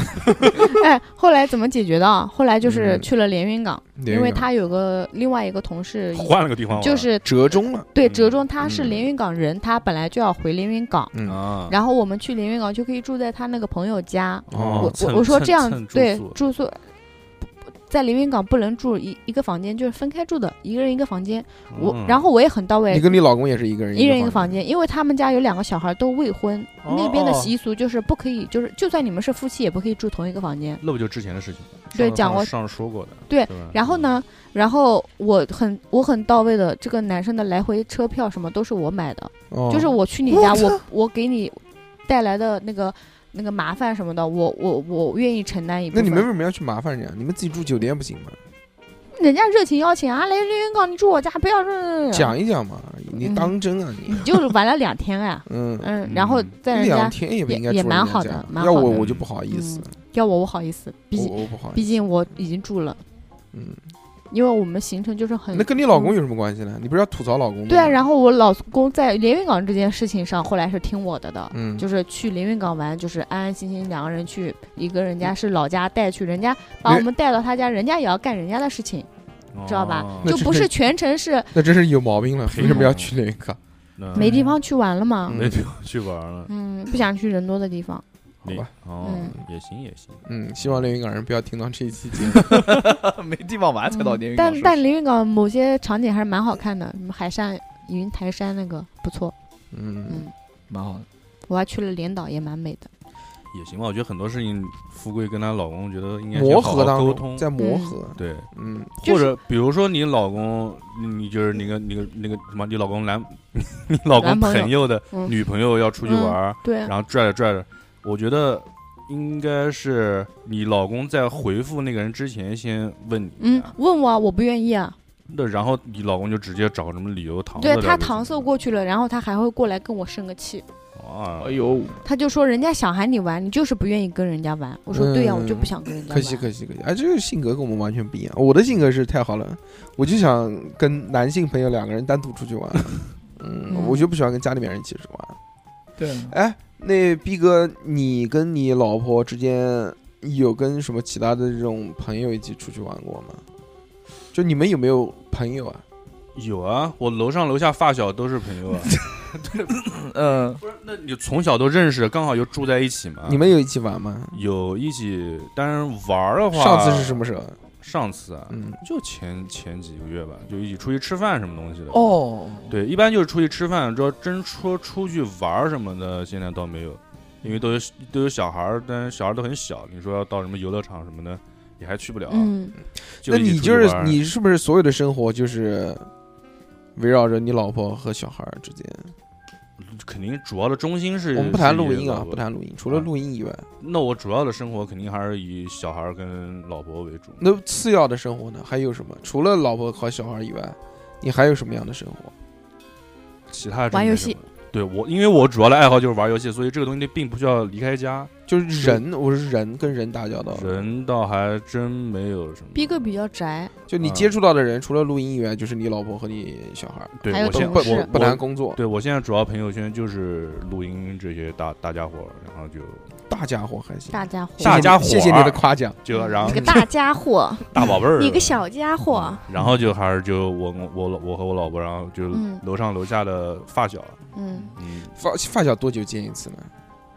[SPEAKER 4] 哎，后来怎么解决的啊？后来就是
[SPEAKER 1] 嗯
[SPEAKER 4] 去了连云港，因为他有个另外一个同事已，
[SPEAKER 2] 换了个地方玩，
[SPEAKER 4] 就是
[SPEAKER 1] 折中了，
[SPEAKER 4] 对
[SPEAKER 2] 哦嗯
[SPEAKER 4] 折中，他是
[SPEAKER 1] 嗯
[SPEAKER 4] 连云港人，他本来就要回连云港，
[SPEAKER 1] 嗯，
[SPEAKER 2] 啊，
[SPEAKER 4] 然后我们去连云港就可以住在他那个朋友家。
[SPEAKER 2] 哦
[SPEAKER 4] 我
[SPEAKER 2] 蹭
[SPEAKER 4] 我我说
[SPEAKER 2] 蹭
[SPEAKER 4] 这样
[SPEAKER 2] 蹭住
[SPEAKER 4] 对
[SPEAKER 2] 宿
[SPEAKER 4] 住宿。不不在连云港不能住一一个房间，就是分开住的，一个人一个房间。我
[SPEAKER 2] 嗯
[SPEAKER 4] 然后我也很到位
[SPEAKER 1] 你，跟你老公也是一个人
[SPEAKER 4] 一人一个
[SPEAKER 1] 房
[SPEAKER 4] 房，间，因为他们家有两个小孩都未婚，
[SPEAKER 2] 哦
[SPEAKER 4] 那边的
[SPEAKER 2] 哦
[SPEAKER 4] 习俗就是不可以，就是就算你们是夫妻，也不可以住同一个房间。
[SPEAKER 2] 那不就之前的事情？
[SPEAKER 4] 对
[SPEAKER 2] 上次
[SPEAKER 4] 讲过
[SPEAKER 2] 上次说过的，
[SPEAKER 4] 对
[SPEAKER 2] 吧
[SPEAKER 4] 然后？呢，然后我很我很到位的，这个男生的来回车票什么都是我买的，
[SPEAKER 1] 哦
[SPEAKER 4] 就是我去你家，我我给你带来的那个那个麻烦什么的，我我我愿意承担一部
[SPEAKER 1] 那
[SPEAKER 4] 分。
[SPEAKER 1] 你们为什么要去麻烦人家？你们自己住酒店不行吗？
[SPEAKER 4] 人家热情邀请啊，来连云港，你住我家，不要这
[SPEAKER 1] 讲一讲嘛，你
[SPEAKER 4] 嗯
[SPEAKER 1] 当真啊你
[SPEAKER 4] 你？就玩了两天 哎，
[SPEAKER 1] 嗯，
[SPEAKER 4] 嗯，然后
[SPEAKER 2] 嗯
[SPEAKER 4] 在人
[SPEAKER 1] 两
[SPEAKER 4] 家
[SPEAKER 1] 天也不
[SPEAKER 4] 也
[SPEAKER 1] 应该
[SPEAKER 4] 也
[SPEAKER 1] 住
[SPEAKER 4] 蛮
[SPEAKER 1] 人家
[SPEAKER 4] 好
[SPEAKER 1] 家
[SPEAKER 4] 的蛮嗯
[SPEAKER 1] 要
[SPEAKER 4] 好
[SPEAKER 1] 我
[SPEAKER 2] 的
[SPEAKER 1] 我就不好意思，
[SPEAKER 4] 要我我好意思，毕
[SPEAKER 1] 我
[SPEAKER 4] 竟
[SPEAKER 1] 我不好意
[SPEAKER 4] 毕
[SPEAKER 1] 思。
[SPEAKER 4] 竟我已经住了，
[SPEAKER 1] 嗯，
[SPEAKER 4] 因为我们行程就是很
[SPEAKER 1] 那跟你老公有什么关系呢？你不是要吐槽老公的
[SPEAKER 4] 嗯对啊，
[SPEAKER 1] 吗
[SPEAKER 4] 然后我老公在连云港这件事情上，后来是听我的的，
[SPEAKER 1] 嗯，
[SPEAKER 4] 就是去连云港玩，就是安安心心两个人去，一个人家是老家带去，人家把我们带到他家，人家也要干人家的事情，知道吧
[SPEAKER 2] 哦
[SPEAKER 1] 那嗯
[SPEAKER 4] 就
[SPEAKER 1] 这
[SPEAKER 4] 不
[SPEAKER 1] 个
[SPEAKER 4] 是全程是
[SPEAKER 1] 那真是有毛病了，
[SPEAKER 2] 嗯
[SPEAKER 1] 为什么要去那 个？
[SPEAKER 2] 那
[SPEAKER 4] 没地方去玩了嘛。
[SPEAKER 1] 嗯
[SPEAKER 2] 没地方去玩了，
[SPEAKER 4] 嗯，不想去人多的地方。
[SPEAKER 1] 好吧，
[SPEAKER 2] 哦
[SPEAKER 4] 嗯，
[SPEAKER 2] 也行也行，
[SPEAKER 1] 嗯，希望连云港人不要听到这一期节目。
[SPEAKER 3] 没地方玩才到连云港
[SPEAKER 4] 嗯
[SPEAKER 3] 是
[SPEAKER 4] 但
[SPEAKER 3] 不是。
[SPEAKER 4] 但连云港某些场景还是蛮好看的，什么海上云台山那个不错。
[SPEAKER 1] 嗯
[SPEAKER 4] 嗯，
[SPEAKER 3] 蛮好的，
[SPEAKER 4] 我还去了连岛，也蛮美的。
[SPEAKER 2] 也行吧。我觉得很多事情，富贵跟她老公，我觉得应该
[SPEAKER 1] 磨
[SPEAKER 2] 先好
[SPEAKER 1] 合
[SPEAKER 2] 好
[SPEAKER 1] 当
[SPEAKER 2] 沟
[SPEAKER 1] 中，
[SPEAKER 2] 通，
[SPEAKER 1] 在磨合，
[SPEAKER 2] 对，
[SPEAKER 1] 嗯，
[SPEAKER 4] 就
[SPEAKER 2] 或
[SPEAKER 4] 是
[SPEAKER 2] 者比如说你老公，你你就是那个那个那个什么，你老公男， 你老公
[SPEAKER 4] 男朋友
[SPEAKER 2] 朋友的
[SPEAKER 4] 嗯
[SPEAKER 2] 女朋友要出去
[SPEAKER 4] 嗯
[SPEAKER 2] 玩儿，
[SPEAKER 4] 对啊，
[SPEAKER 2] 然后拽着拽着，我觉得应该是你老公在回复那个人之前先问你一
[SPEAKER 4] 嗯
[SPEAKER 2] 下，，
[SPEAKER 4] 问我啊我不愿意啊。
[SPEAKER 2] 那然后你老公就直接找什么理由搪塞
[SPEAKER 4] 对啊
[SPEAKER 2] 掉
[SPEAKER 4] 他
[SPEAKER 2] 就行
[SPEAKER 4] 搪塞过去了，然后他还会过来跟我生个气，
[SPEAKER 2] 啊，
[SPEAKER 3] 哎呦，
[SPEAKER 4] 他就说人家想喊你玩，你就是不愿意跟人家玩。我说对呀、
[SPEAKER 1] 嗯
[SPEAKER 4] 我就不想跟人家玩。
[SPEAKER 1] 可惜可惜可惜，哎，这个性格跟我们完全不一样。我的性格是太好了，我就想跟男性朋友两个人单独出 去玩，嗯，
[SPEAKER 4] 嗯
[SPEAKER 1] 我就不喜欢跟家里面人一起去玩。
[SPEAKER 3] 对，
[SPEAKER 1] 哎，那逼哥，你跟你老婆之间有跟什么其他的这种朋友一起出去玩过吗？就你们有没有朋友啊？
[SPEAKER 2] 有啊，我楼上楼下发小都是朋友 啊，
[SPEAKER 3] 嗯，
[SPEAKER 2] 不是，那你从小都认识，刚好又住在一起嘛，
[SPEAKER 1] 你们有一起玩吗？
[SPEAKER 2] 有一起，但是玩儿的话，
[SPEAKER 1] 上次是什么时候？
[SPEAKER 2] 上次啊，
[SPEAKER 1] 嗯，
[SPEAKER 2] 就前前几个月吧，就一起出去吃饭什么东西的。，
[SPEAKER 3] 哦，
[SPEAKER 2] 对，一般就是出去吃饭，说真说出去玩儿什么的，现在倒没有，因为都有都有小孩儿，但是小孩儿都很小，你说要到什么游乐场什么的，也还去不了。
[SPEAKER 4] 嗯，
[SPEAKER 1] 那
[SPEAKER 2] 一起
[SPEAKER 1] 你
[SPEAKER 2] 出去
[SPEAKER 1] 就是
[SPEAKER 2] 玩儿
[SPEAKER 1] 你是不是所有的生活就是围绕着你老婆和小孩儿之间？
[SPEAKER 2] 肯定主要的中心是
[SPEAKER 1] 我们不谈
[SPEAKER 2] 是
[SPEAKER 1] 录
[SPEAKER 2] 以
[SPEAKER 1] 音
[SPEAKER 2] 老
[SPEAKER 1] 啊，
[SPEAKER 2] 婆
[SPEAKER 1] 不。谈录音，除了
[SPEAKER 2] 啊
[SPEAKER 1] 录音以外，
[SPEAKER 2] 那我主要的生活肯定还是以小孩儿跟老婆为主。
[SPEAKER 1] 那次要的生活呢？还有什么？除了老婆和小孩以外，你还有什么样的生活？
[SPEAKER 2] 其他真
[SPEAKER 4] 玩
[SPEAKER 2] 没
[SPEAKER 4] 游
[SPEAKER 2] 什
[SPEAKER 4] 戏
[SPEAKER 2] 么。对我，因为我主要的爱好就是玩游戏，所以这个东西并不需要离开家。
[SPEAKER 1] 就是人，我是人跟人打交道，
[SPEAKER 2] 人倒还真没有什么。
[SPEAKER 4] 逼哥比较宅，
[SPEAKER 1] 就你接触到的人，除了录音以外，就是你老婆和你小孩。
[SPEAKER 2] 对
[SPEAKER 4] 还有
[SPEAKER 2] 我现
[SPEAKER 4] 同
[SPEAKER 1] 不
[SPEAKER 4] 事
[SPEAKER 2] 我
[SPEAKER 1] 不不谈
[SPEAKER 2] 我
[SPEAKER 1] 工作，
[SPEAKER 2] 对我现在主要朋友圈就是录音这些大大家伙儿，然后就
[SPEAKER 1] 大家伙还行。
[SPEAKER 4] 大家伙，
[SPEAKER 1] 谢谢你
[SPEAKER 2] 大家伙儿啊
[SPEAKER 1] 谢谢你的夸奖。
[SPEAKER 2] 就然后
[SPEAKER 4] 嗯你个大家伙，
[SPEAKER 2] 大宝贝儿，
[SPEAKER 4] 你个小家伙，
[SPEAKER 2] 然后就还是就我我老我和我老婆，然后就
[SPEAKER 4] 嗯
[SPEAKER 2] 楼上楼下的发小，
[SPEAKER 4] 嗯
[SPEAKER 2] 嗯，
[SPEAKER 1] 发发小多久见一次呢？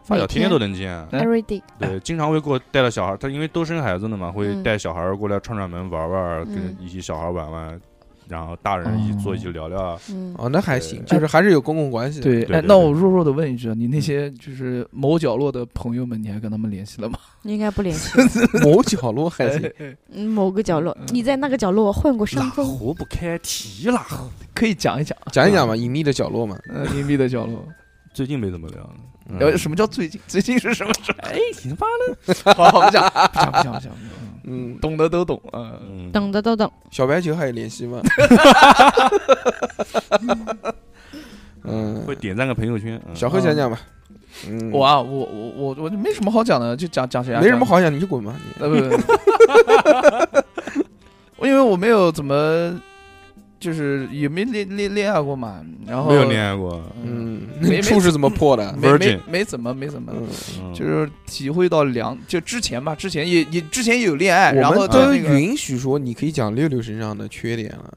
[SPEAKER 2] 发小
[SPEAKER 4] 每
[SPEAKER 2] 天
[SPEAKER 4] 天
[SPEAKER 2] 都能见。
[SPEAKER 3] 哎
[SPEAKER 4] ，every day，
[SPEAKER 2] 对，经常会给我带着小孩儿，他因为都生孩子了嘛，会
[SPEAKER 4] 嗯
[SPEAKER 2] 带小孩儿过来串串门、玩玩儿，跟
[SPEAKER 4] 嗯
[SPEAKER 2] 一起小孩儿玩玩，然后大人一起坐一起聊聊啊。
[SPEAKER 4] 嗯，
[SPEAKER 1] 哦，那还行，
[SPEAKER 2] 对
[SPEAKER 1] 就是还是有公共关系的。
[SPEAKER 3] 对，
[SPEAKER 2] 对
[SPEAKER 3] 哎，
[SPEAKER 2] 对
[SPEAKER 3] 那我弱弱的问一句啊，你那些就是某角落的朋友们，你还跟他们联系了吗？
[SPEAKER 4] 应该不联系，
[SPEAKER 1] 某角落还 行。
[SPEAKER 4] 嗯某个角落，你在那个角落换过
[SPEAKER 2] 哪
[SPEAKER 4] 山峰，
[SPEAKER 2] 壶不开提哪壶，
[SPEAKER 3] 可以讲一讲 啊，
[SPEAKER 1] 讲一讲
[SPEAKER 2] 嗯
[SPEAKER 1] 嘛，隐秘的角落嘛。嗯
[SPEAKER 3] 呃，隐蔽的角落。
[SPEAKER 2] 最近没怎么聊。
[SPEAKER 3] 呃，什
[SPEAKER 2] 么？
[SPEAKER 3] 么叫最近？最近是什么时候？
[SPEAKER 2] 你他妈
[SPEAKER 3] 好好不讲，不讲，不讲，不讲，不讲嗯
[SPEAKER 1] 嗯，
[SPEAKER 3] 懂得都懂啊。
[SPEAKER 2] 嗯
[SPEAKER 7] 等的都等，
[SPEAKER 1] 小白球还有联系吗？ 嗯
[SPEAKER 2] 会，点赞个朋友圈。嗯
[SPEAKER 1] 小何讲讲吧。嗯，
[SPEAKER 3] 我啊，我我我我就没什么好讲的，就讲讲谁啊？
[SPEAKER 1] 没什么
[SPEAKER 3] 讲
[SPEAKER 1] 好讲，你就滚吧。你
[SPEAKER 3] 呃不不，不因为我没有怎么就是也没恋恋恋啊爱过嘛，然后
[SPEAKER 2] 没有恋，爱过，
[SPEAKER 1] 嗯，
[SPEAKER 3] 没
[SPEAKER 1] 那
[SPEAKER 3] 没
[SPEAKER 1] 处是怎么破的？
[SPEAKER 3] 没没
[SPEAKER 2] Virgin
[SPEAKER 3] 没怎么没怎么，
[SPEAKER 1] 嗯，
[SPEAKER 2] 嗯
[SPEAKER 3] 就是体会到良就之前吧，之前也也之前也有恋爱，哎然
[SPEAKER 1] 我
[SPEAKER 3] 后
[SPEAKER 1] 们
[SPEAKER 3] 在
[SPEAKER 1] 都
[SPEAKER 3] 那个
[SPEAKER 1] 允许说你可以讲六六身上的缺点了，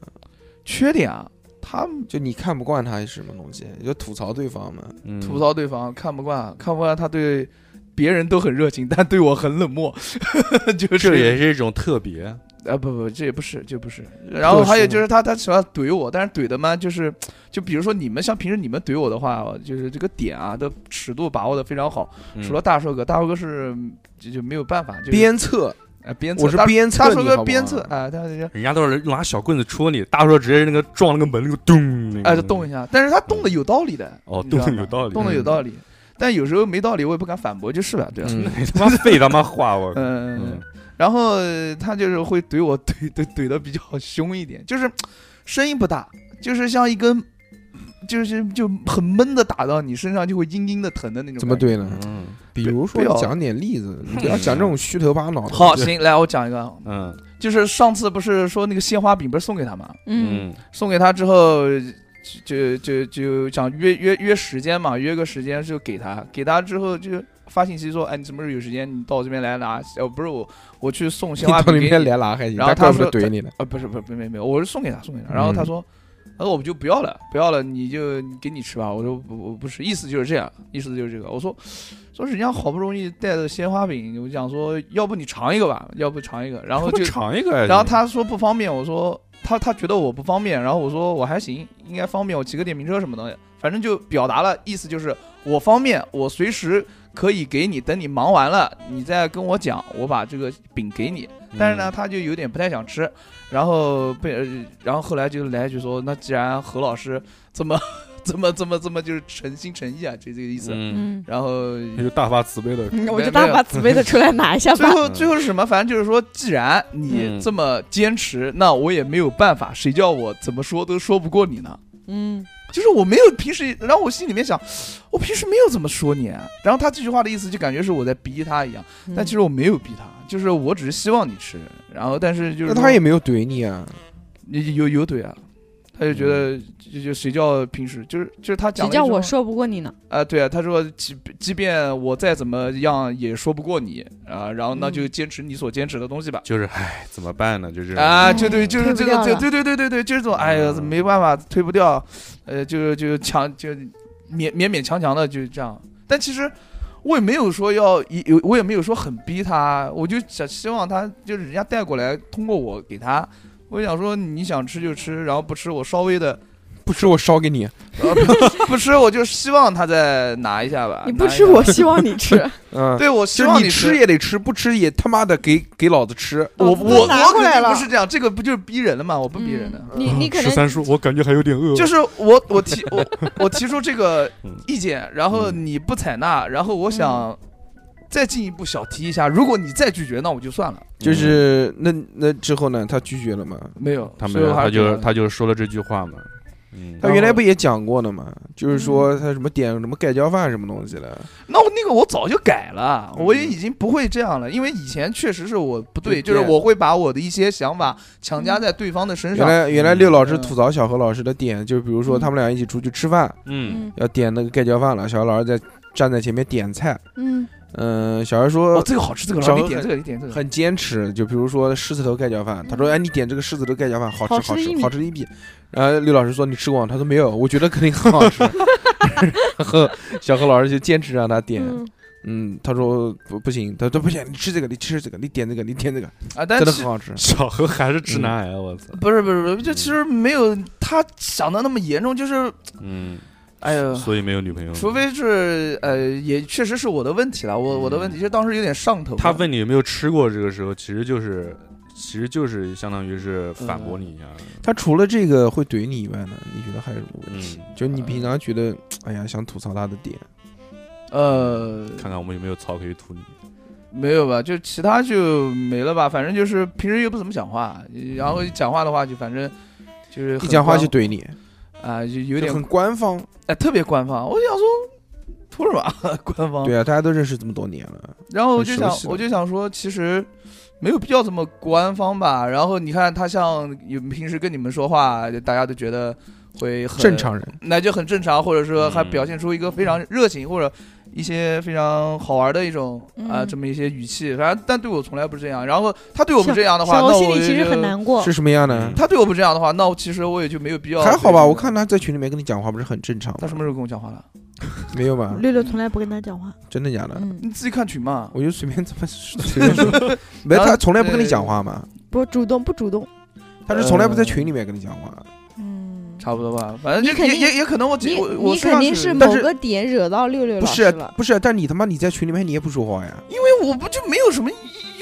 [SPEAKER 3] 缺点啊，他们
[SPEAKER 1] 就你看不惯他是什么东西，就吐槽对方嘛。
[SPEAKER 2] 嗯
[SPEAKER 3] 吐槽对方看不惯，看不惯他对别人都很热情，但对我很冷漠， 就是
[SPEAKER 2] 这也是一种特别，
[SPEAKER 3] 啊不不，这也不是，这不是。然后还有就是他他喜欢怼我，但是怼的嘛，就是就比如说你们像平时你们怼我的话，就是这个点啊的尺度把握的非常好。
[SPEAKER 2] 嗯
[SPEAKER 3] 除了大硕哥，大硕哥是就就没有办法，就是
[SPEAKER 1] 鞭策，
[SPEAKER 3] 哎鞭策，
[SPEAKER 1] 我是
[SPEAKER 3] 大
[SPEAKER 1] 鞭策
[SPEAKER 3] 大
[SPEAKER 1] 你，
[SPEAKER 3] 硕
[SPEAKER 1] 好不
[SPEAKER 3] 哥
[SPEAKER 1] 好
[SPEAKER 3] 鞭策，啊，他就
[SPEAKER 2] 人家都是拿小棍子戳你，大叔直接那个撞那个门，那个咚，那个
[SPEAKER 3] 哎就动一下，但是他动的有道理的，
[SPEAKER 2] 嗯哦，
[SPEAKER 3] 你知
[SPEAKER 2] 动的
[SPEAKER 3] 道吗
[SPEAKER 2] 有道理，
[SPEAKER 3] 动的有道理，但有时候没道理我也不敢反驳，就是吧，对吧？啊
[SPEAKER 1] 嗯
[SPEAKER 2] 你他妈废他妈话我，
[SPEAKER 3] 嗯
[SPEAKER 2] 嗯，
[SPEAKER 3] 然后呃他就是会怼我 怼怼怼的比较凶一点，就是声音不大，就是像一根，就是就很闷的打到你身上，就会阴阴的疼的那种。
[SPEAKER 1] 怎么？怼呢？
[SPEAKER 2] 嗯
[SPEAKER 1] 比如说
[SPEAKER 3] 不要
[SPEAKER 1] 讲点例子，你不要讲这种虚头巴脑的。
[SPEAKER 3] 嗯好，
[SPEAKER 1] 就
[SPEAKER 3] 行，来我讲一个，
[SPEAKER 2] 嗯
[SPEAKER 3] 就是上次不是说那个鲜花饼不是送给他吗？
[SPEAKER 5] 嗯，
[SPEAKER 2] 嗯
[SPEAKER 3] 送给他之后，就就就就想约约约时间嘛，约个时间就给他，给他之后就发信息说，哎，你什么时候有时间？你到我这边来拿。呃，不是我，我去送
[SPEAKER 1] 你
[SPEAKER 3] 鲜 花
[SPEAKER 1] 到
[SPEAKER 3] 饼
[SPEAKER 1] 里
[SPEAKER 3] 给
[SPEAKER 1] 面
[SPEAKER 3] 你。
[SPEAKER 1] 来拉黑，
[SPEAKER 3] 然后
[SPEAKER 1] 人家怪
[SPEAKER 3] 他
[SPEAKER 1] 不得
[SPEAKER 3] 说
[SPEAKER 1] 怼
[SPEAKER 3] 他
[SPEAKER 1] 你呢。
[SPEAKER 3] 啊，不是，不是，没没没，我是送给他，送给他。然后
[SPEAKER 1] 嗯
[SPEAKER 3] 他说，他说我们就不要了，不要了，你就给你吃吧。我说不，我不是，意思就是这样，意思就是这个。我说，说人家好不容易带的鲜花饼，我想说，要不你尝一个吧，要不尝一个。然后
[SPEAKER 2] 他妈
[SPEAKER 3] 就，
[SPEAKER 2] 尝一个呀，
[SPEAKER 3] 然后他说不方便，我说他他觉得我不方便，然后我说我还行，应该方便，我骑个电瓶车什么的，反正就表达了意思就是我方便，我随时可以给你，等你忙完了你再跟我讲，我把这个饼给你。
[SPEAKER 2] 嗯，
[SPEAKER 3] 但是呢，他就有点不太想吃，然后被，呃然后后来就来一句说，那既然何老师这么这么这么这么就是诚心诚意啊，就这个意思。
[SPEAKER 2] 嗯，
[SPEAKER 5] 嗯，
[SPEAKER 3] 然后
[SPEAKER 2] 他就大发慈悲的，
[SPEAKER 5] 嗯我
[SPEAKER 3] 没
[SPEAKER 5] 就大
[SPEAKER 3] 没有
[SPEAKER 5] 发慈悲的出来拿一下
[SPEAKER 3] 最
[SPEAKER 5] 吧。
[SPEAKER 3] 后最后是什么？反正就是说，既然你
[SPEAKER 2] 嗯
[SPEAKER 3] 这么坚持，那我也没有办法，谁叫我怎么说都说不过你呢？
[SPEAKER 5] 嗯，
[SPEAKER 3] 就是我没有平时，然后我心里面想，我平时没有怎么说你、啊。然后他这句话的意思就感觉是我在逼他一样，但其实我没有逼他，就是我只是希望你吃。然后但是就
[SPEAKER 1] 那
[SPEAKER 3] 是
[SPEAKER 1] 他
[SPEAKER 3] 说嗯
[SPEAKER 1] 也没有怼你啊，
[SPEAKER 3] 有有有怼啊，他就觉得就就谁叫平时就是就是他讲了
[SPEAKER 4] 谁
[SPEAKER 3] 一
[SPEAKER 4] 叫
[SPEAKER 3] 句
[SPEAKER 4] 我
[SPEAKER 3] 话
[SPEAKER 4] 说不过你呢？
[SPEAKER 3] 啊、对啊，他说即即便我再怎么样也说不过你啊、然
[SPEAKER 4] 嗯
[SPEAKER 3] 后那就坚持你所坚持的东西吧。
[SPEAKER 2] 就是唉，怎么办呢？就是
[SPEAKER 3] 啊，
[SPEAKER 6] 嗯
[SPEAKER 3] 就对，就是这
[SPEAKER 6] 推不
[SPEAKER 3] 个，
[SPEAKER 6] 掉
[SPEAKER 3] 对
[SPEAKER 6] 了
[SPEAKER 3] 对对对对对，就是这种，哎呀，
[SPEAKER 2] 嗯
[SPEAKER 3] 没办法，推不掉，呃，就就强就勉勉勉强强的就这样。但其实我也没有说要有，我也没有说很逼他，我就想希望他就是人家带过来，通过我给他，我想说你想吃就吃，然后不吃我稍微的，
[SPEAKER 1] 不吃我烧给你。啊
[SPEAKER 3] 呃 不不吃我就希望他再拿一下吧。
[SPEAKER 5] 你
[SPEAKER 3] 拿
[SPEAKER 5] 不
[SPEAKER 3] 一
[SPEAKER 5] 吃，
[SPEAKER 3] 下
[SPEAKER 5] 我希望你吃。
[SPEAKER 1] 嗯，
[SPEAKER 3] 对我希
[SPEAKER 1] 就是
[SPEAKER 3] 望
[SPEAKER 1] 你
[SPEAKER 3] 吃
[SPEAKER 1] 吃。也得吃，不吃也他妈的给给老子吃。
[SPEAKER 3] 我
[SPEAKER 5] 哦
[SPEAKER 3] 我我
[SPEAKER 5] 拿过来
[SPEAKER 3] 肯定不
[SPEAKER 5] 了嗯
[SPEAKER 3] 是这样，这个不就是逼人了吗？我不逼人
[SPEAKER 4] 嗯
[SPEAKER 3] 的。
[SPEAKER 5] 你你可
[SPEAKER 2] 十
[SPEAKER 5] 能
[SPEAKER 2] 三叔，我感觉还有点饿，
[SPEAKER 3] 就是我我提我我提出这个
[SPEAKER 2] 嗯
[SPEAKER 3] 意见，然后
[SPEAKER 2] 嗯
[SPEAKER 3] 你不采纳，然后我想再进一步小提一下，如果你再拒绝，那我就算了。
[SPEAKER 1] 就是那那之后呢，他拒绝了嘛。
[SPEAKER 3] 没有，
[SPEAKER 2] 他没
[SPEAKER 3] 所以
[SPEAKER 2] 有，
[SPEAKER 3] 我还
[SPEAKER 2] 他
[SPEAKER 3] 是觉
[SPEAKER 2] 就
[SPEAKER 3] 得
[SPEAKER 2] 他就说了这句话嘛，嗯
[SPEAKER 1] 他
[SPEAKER 3] 然
[SPEAKER 1] 原来
[SPEAKER 3] 后嗯
[SPEAKER 1] 不也讲过的嘛，就是说他什么点什么盖浇饭什么东西的，
[SPEAKER 3] 那我那个我早就改了，
[SPEAKER 1] 嗯
[SPEAKER 3] 我也已经不会这样了，因为以前确实是我不对，
[SPEAKER 1] 就
[SPEAKER 3] 就是是我会把我的一些想法强加在对方的身
[SPEAKER 1] 原
[SPEAKER 3] 上。
[SPEAKER 1] 来原来
[SPEAKER 2] 嗯
[SPEAKER 1] 六老师吐槽小何老师的点，就是比如说
[SPEAKER 4] 嗯
[SPEAKER 1] 他们俩一起出去吃饭，
[SPEAKER 2] 嗯，
[SPEAKER 1] 要点那个盖浇饭了，小何老师在站在前面点菜，
[SPEAKER 4] 嗯，
[SPEAKER 1] 嗯，小何
[SPEAKER 3] 哦，
[SPEAKER 1] 说
[SPEAKER 3] 这个好吃，这个
[SPEAKER 1] 小
[SPEAKER 3] 好
[SPEAKER 1] 何
[SPEAKER 3] 吃，你点
[SPEAKER 1] 很
[SPEAKER 3] 这个，你点这个。
[SPEAKER 1] 很坚持，就比如说狮子头盖浇饭，他说哎你点这个狮子头盖浇饭好
[SPEAKER 4] 好
[SPEAKER 1] 吃好
[SPEAKER 4] 吃的一
[SPEAKER 1] 吃
[SPEAKER 4] 米
[SPEAKER 1] 好吃的一逼，然后六老师说你吃过吗？他说没有，我觉得肯定很好吃，然后小何老师就坚持让他点，
[SPEAKER 4] 嗯
[SPEAKER 1] 嗯，他说不不行，他说不行，你吃这个，你吃这个，你点这个，你点这个，
[SPEAKER 3] 啊，但
[SPEAKER 1] 真的
[SPEAKER 3] 其
[SPEAKER 1] 很好吃。
[SPEAKER 2] 小何还是直男癌，啊我操，
[SPEAKER 3] 不是不是不是，就其实没有他想的那么严重，就是
[SPEAKER 2] 嗯，
[SPEAKER 3] 哎呦，
[SPEAKER 2] 所以没有女朋友，
[SPEAKER 3] 除非是呃，也确实是我的问题了，我我的问题，其实当时有点上头。
[SPEAKER 2] 嗯他问你有没有吃过，这个时候其实就是。其实就是相当于是反驳你一下，
[SPEAKER 1] 他除了这个会怼你以外呢，你觉得还有什么问题？
[SPEAKER 2] 嗯
[SPEAKER 1] 就你平常觉得，哎呀，想吐槽他的点，
[SPEAKER 3] 呃，
[SPEAKER 2] 看看我们有没有槽可以吐你。
[SPEAKER 3] 没有吧，就其他就没了吧，反正就是平时又不怎么讲话，然后讲话的话就反正就是
[SPEAKER 1] 一
[SPEAKER 3] 很
[SPEAKER 1] 讲话
[SPEAKER 3] 官
[SPEAKER 1] 就怼你，
[SPEAKER 3] 啊、就有
[SPEAKER 1] 就
[SPEAKER 3] 点
[SPEAKER 1] 很官方。
[SPEAKER 3] 哎特别官方。我想说，兔儿马官方。
[SPEAKER 1] 对啊，大家都认识这么多年了，
[SPEAKER 3] 然后我就
[SPEAKER 1] 很熟
[SPEAKER 3] 想
[SPEAKER 1] 悉，的
[SPEAKER 3] 我就想说，其实没有必要这么官方吧。然后你看他像有平时跟你们说话，大家都觉得会很
[SPEAKER 1] 正，常人。
[SPEAKER 3] 那就很正常，或者说还
[SPEAKER 2] 嗯
[SPEAKER 3] 表现出一个非常热情或者一些非常好玩的一种啊、
[SPEAKER 8] 嗯
[SPEAKER 3] 这么一些语气。反正但对我从来不是这样。然后他对我不这样的话，
[SPEAKER 8] 小
[SPEAKER 3] 那
[SPEAKER 8] 欧
[SPEAKER 3] 我
[SPEAKER 8] 心里其实
[SPEAKER 3] 就
[SPEAKER 8] 很。难过
[SPEAKER 1] 是。什么样呢？
[SPEAKER 3] 他对我不这样的话，那我其实我也就没有必要。
[SPEAKER 1] 还好吧，我看。他在群里面跟你讲话不是很正常吗？
[SPEAKER 3] 他什么时候跟我讲话了？
[SPEAKER 1] 没有吧？
[SPEAKER 8] 六六从来不跟他讲话，
[SPEAKER 1] 真的假的？
[SPEAKER 8] 嗯，
[SPEAKER 3] 你自己看群嘛。
[SPEAKER 1] 我就随便这么随便说，没他从来不跟你讲话嘛，
[SPEAKER 4] 不主动不主动，
[SPEAKER 1] 他是从来不在群里面跟你讲话。
[SPEAKER 4] 嗯，
[SPEAKER 3] 差不多吧，反正
[SPEAKER 4] 你
[SPEAKER 3] 就
[SPEAKER 4] 肯
[SPEAKER 3] 也
[SPEAKER 4] 定
[SPEAKER 3] 也也可能我姐
[SPEAKER 4] 你
[SPEAKER 3] 我我
[SPEAKER 4] 你
[SPEAKER 3] 身
[SPEAKER 4] 肯
[SPEAKER 3] 上
[SPEAKER 4] 定是
[SPEAKER 1] 但
[SPEAKER 4] 某
[SPEAKER 1] 是
[SPEAKER 4] 个点惹到六六
[SPEAKER 1] 不
[SPEAKER 4] 老
[SPEAKER 1] 是
[SPEAKER 4] 师
[SPEAKER 1] 啊
[SPEAKER 4] 了，
[SPEAKER 1] 不是啊，但你他妈你在群里面你也不说话呀？
[SPEAKER 3] 因为我不就没有什么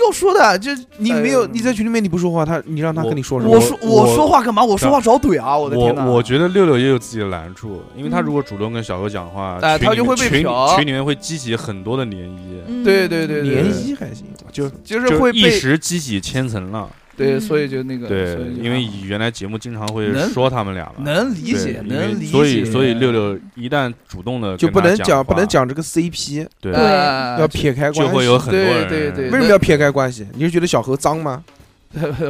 [SPEAKER 3] 要说的，就
[SPEAKER 1] 你没有你在群里面你不说话，他你让他
[SPEAKER 2] 我
[SPEAKER 1] 跟你说什么
[SPEAKER 3] 我？说
[SPEAKER 2] 我
[SPEAKER 3] 我说话干嘛？我说话找怼啊！我的
[SPEAKER 2] 我
[SPEAKER 3] 天哪！
[SPEAKER 2] 我觉得六六也有自己的难处，因为他如果主动跟小何讲话，
[SPEAKER 3] 哎
[SPEAKER 2] 群
[SPEAKER 3] 他
[SPEAKER 2] 里
[SPEAKER 3] 就
[SPEAKER 2] 面
[SPEAKER 3] 会被
[SPEAKER 2] 群
[SPEAKER 3] 嫖
[SPEAKER 2] 群里面会激起很多的涟漪，
[SPEAKER 4] 嗯
[SPEAKER 3] 对对对对
[SPEAKER 1] 联
[SPEAKER 3] 对，
[SPEAKER 1] 谊还行，
[SPEAKER 2] 就
[SPEAKER 3] 就是
[SPEAKER 2] 就
[SPEAKER 3] 会
[SPEAKER 2] 一
[SPEAKER 3] 被
[SPEAKER 2] 时激起千层浪。
[SPEAKER 3] 对，
[SPEAKER 4] 嗯
[SPEAKER 3] 所以就那个
[SPEAKER 2] 对
[SPEAKER 3] 所以，就啊
[SPEAKER 2] 因为
[SPEAKER 3] 还好
[SPEAKER 2] 原来节目经常会
[SPEAKER 3] 能
[SPEAKER 2] 说他们俩嘛，
[SPEAKER 3] 能理
[SPEAKER 2] 对
[SPEAKER 3] 解，
[SPEAKER 2] 因为
[SPEAKER 3] 能理解，
[SPEAKER 2] 所以所以六六一旦主动的
[SPEAKER 1] 就不能
[SPEAKER 2] 讲
[SPEAKER 1] 不能
[SPEAKER 2] 话，
[SPEAKER 1] 讲这个 CP，
[SPEAKER 2] 对，
[SPEAKER 3] 啊
[SPEAKER 1] 要撇开关
[SPEAKER 2] 就
[SPEAKER 1] 系。
[SPEAKER 2] 会有很多
[SPEAKER 3] 对
[SPEAKER 2] 人
[SPEAKER 3] 对对
[SPEAKER 1] 为什么要撇开关系？你是觉得小何脏吗？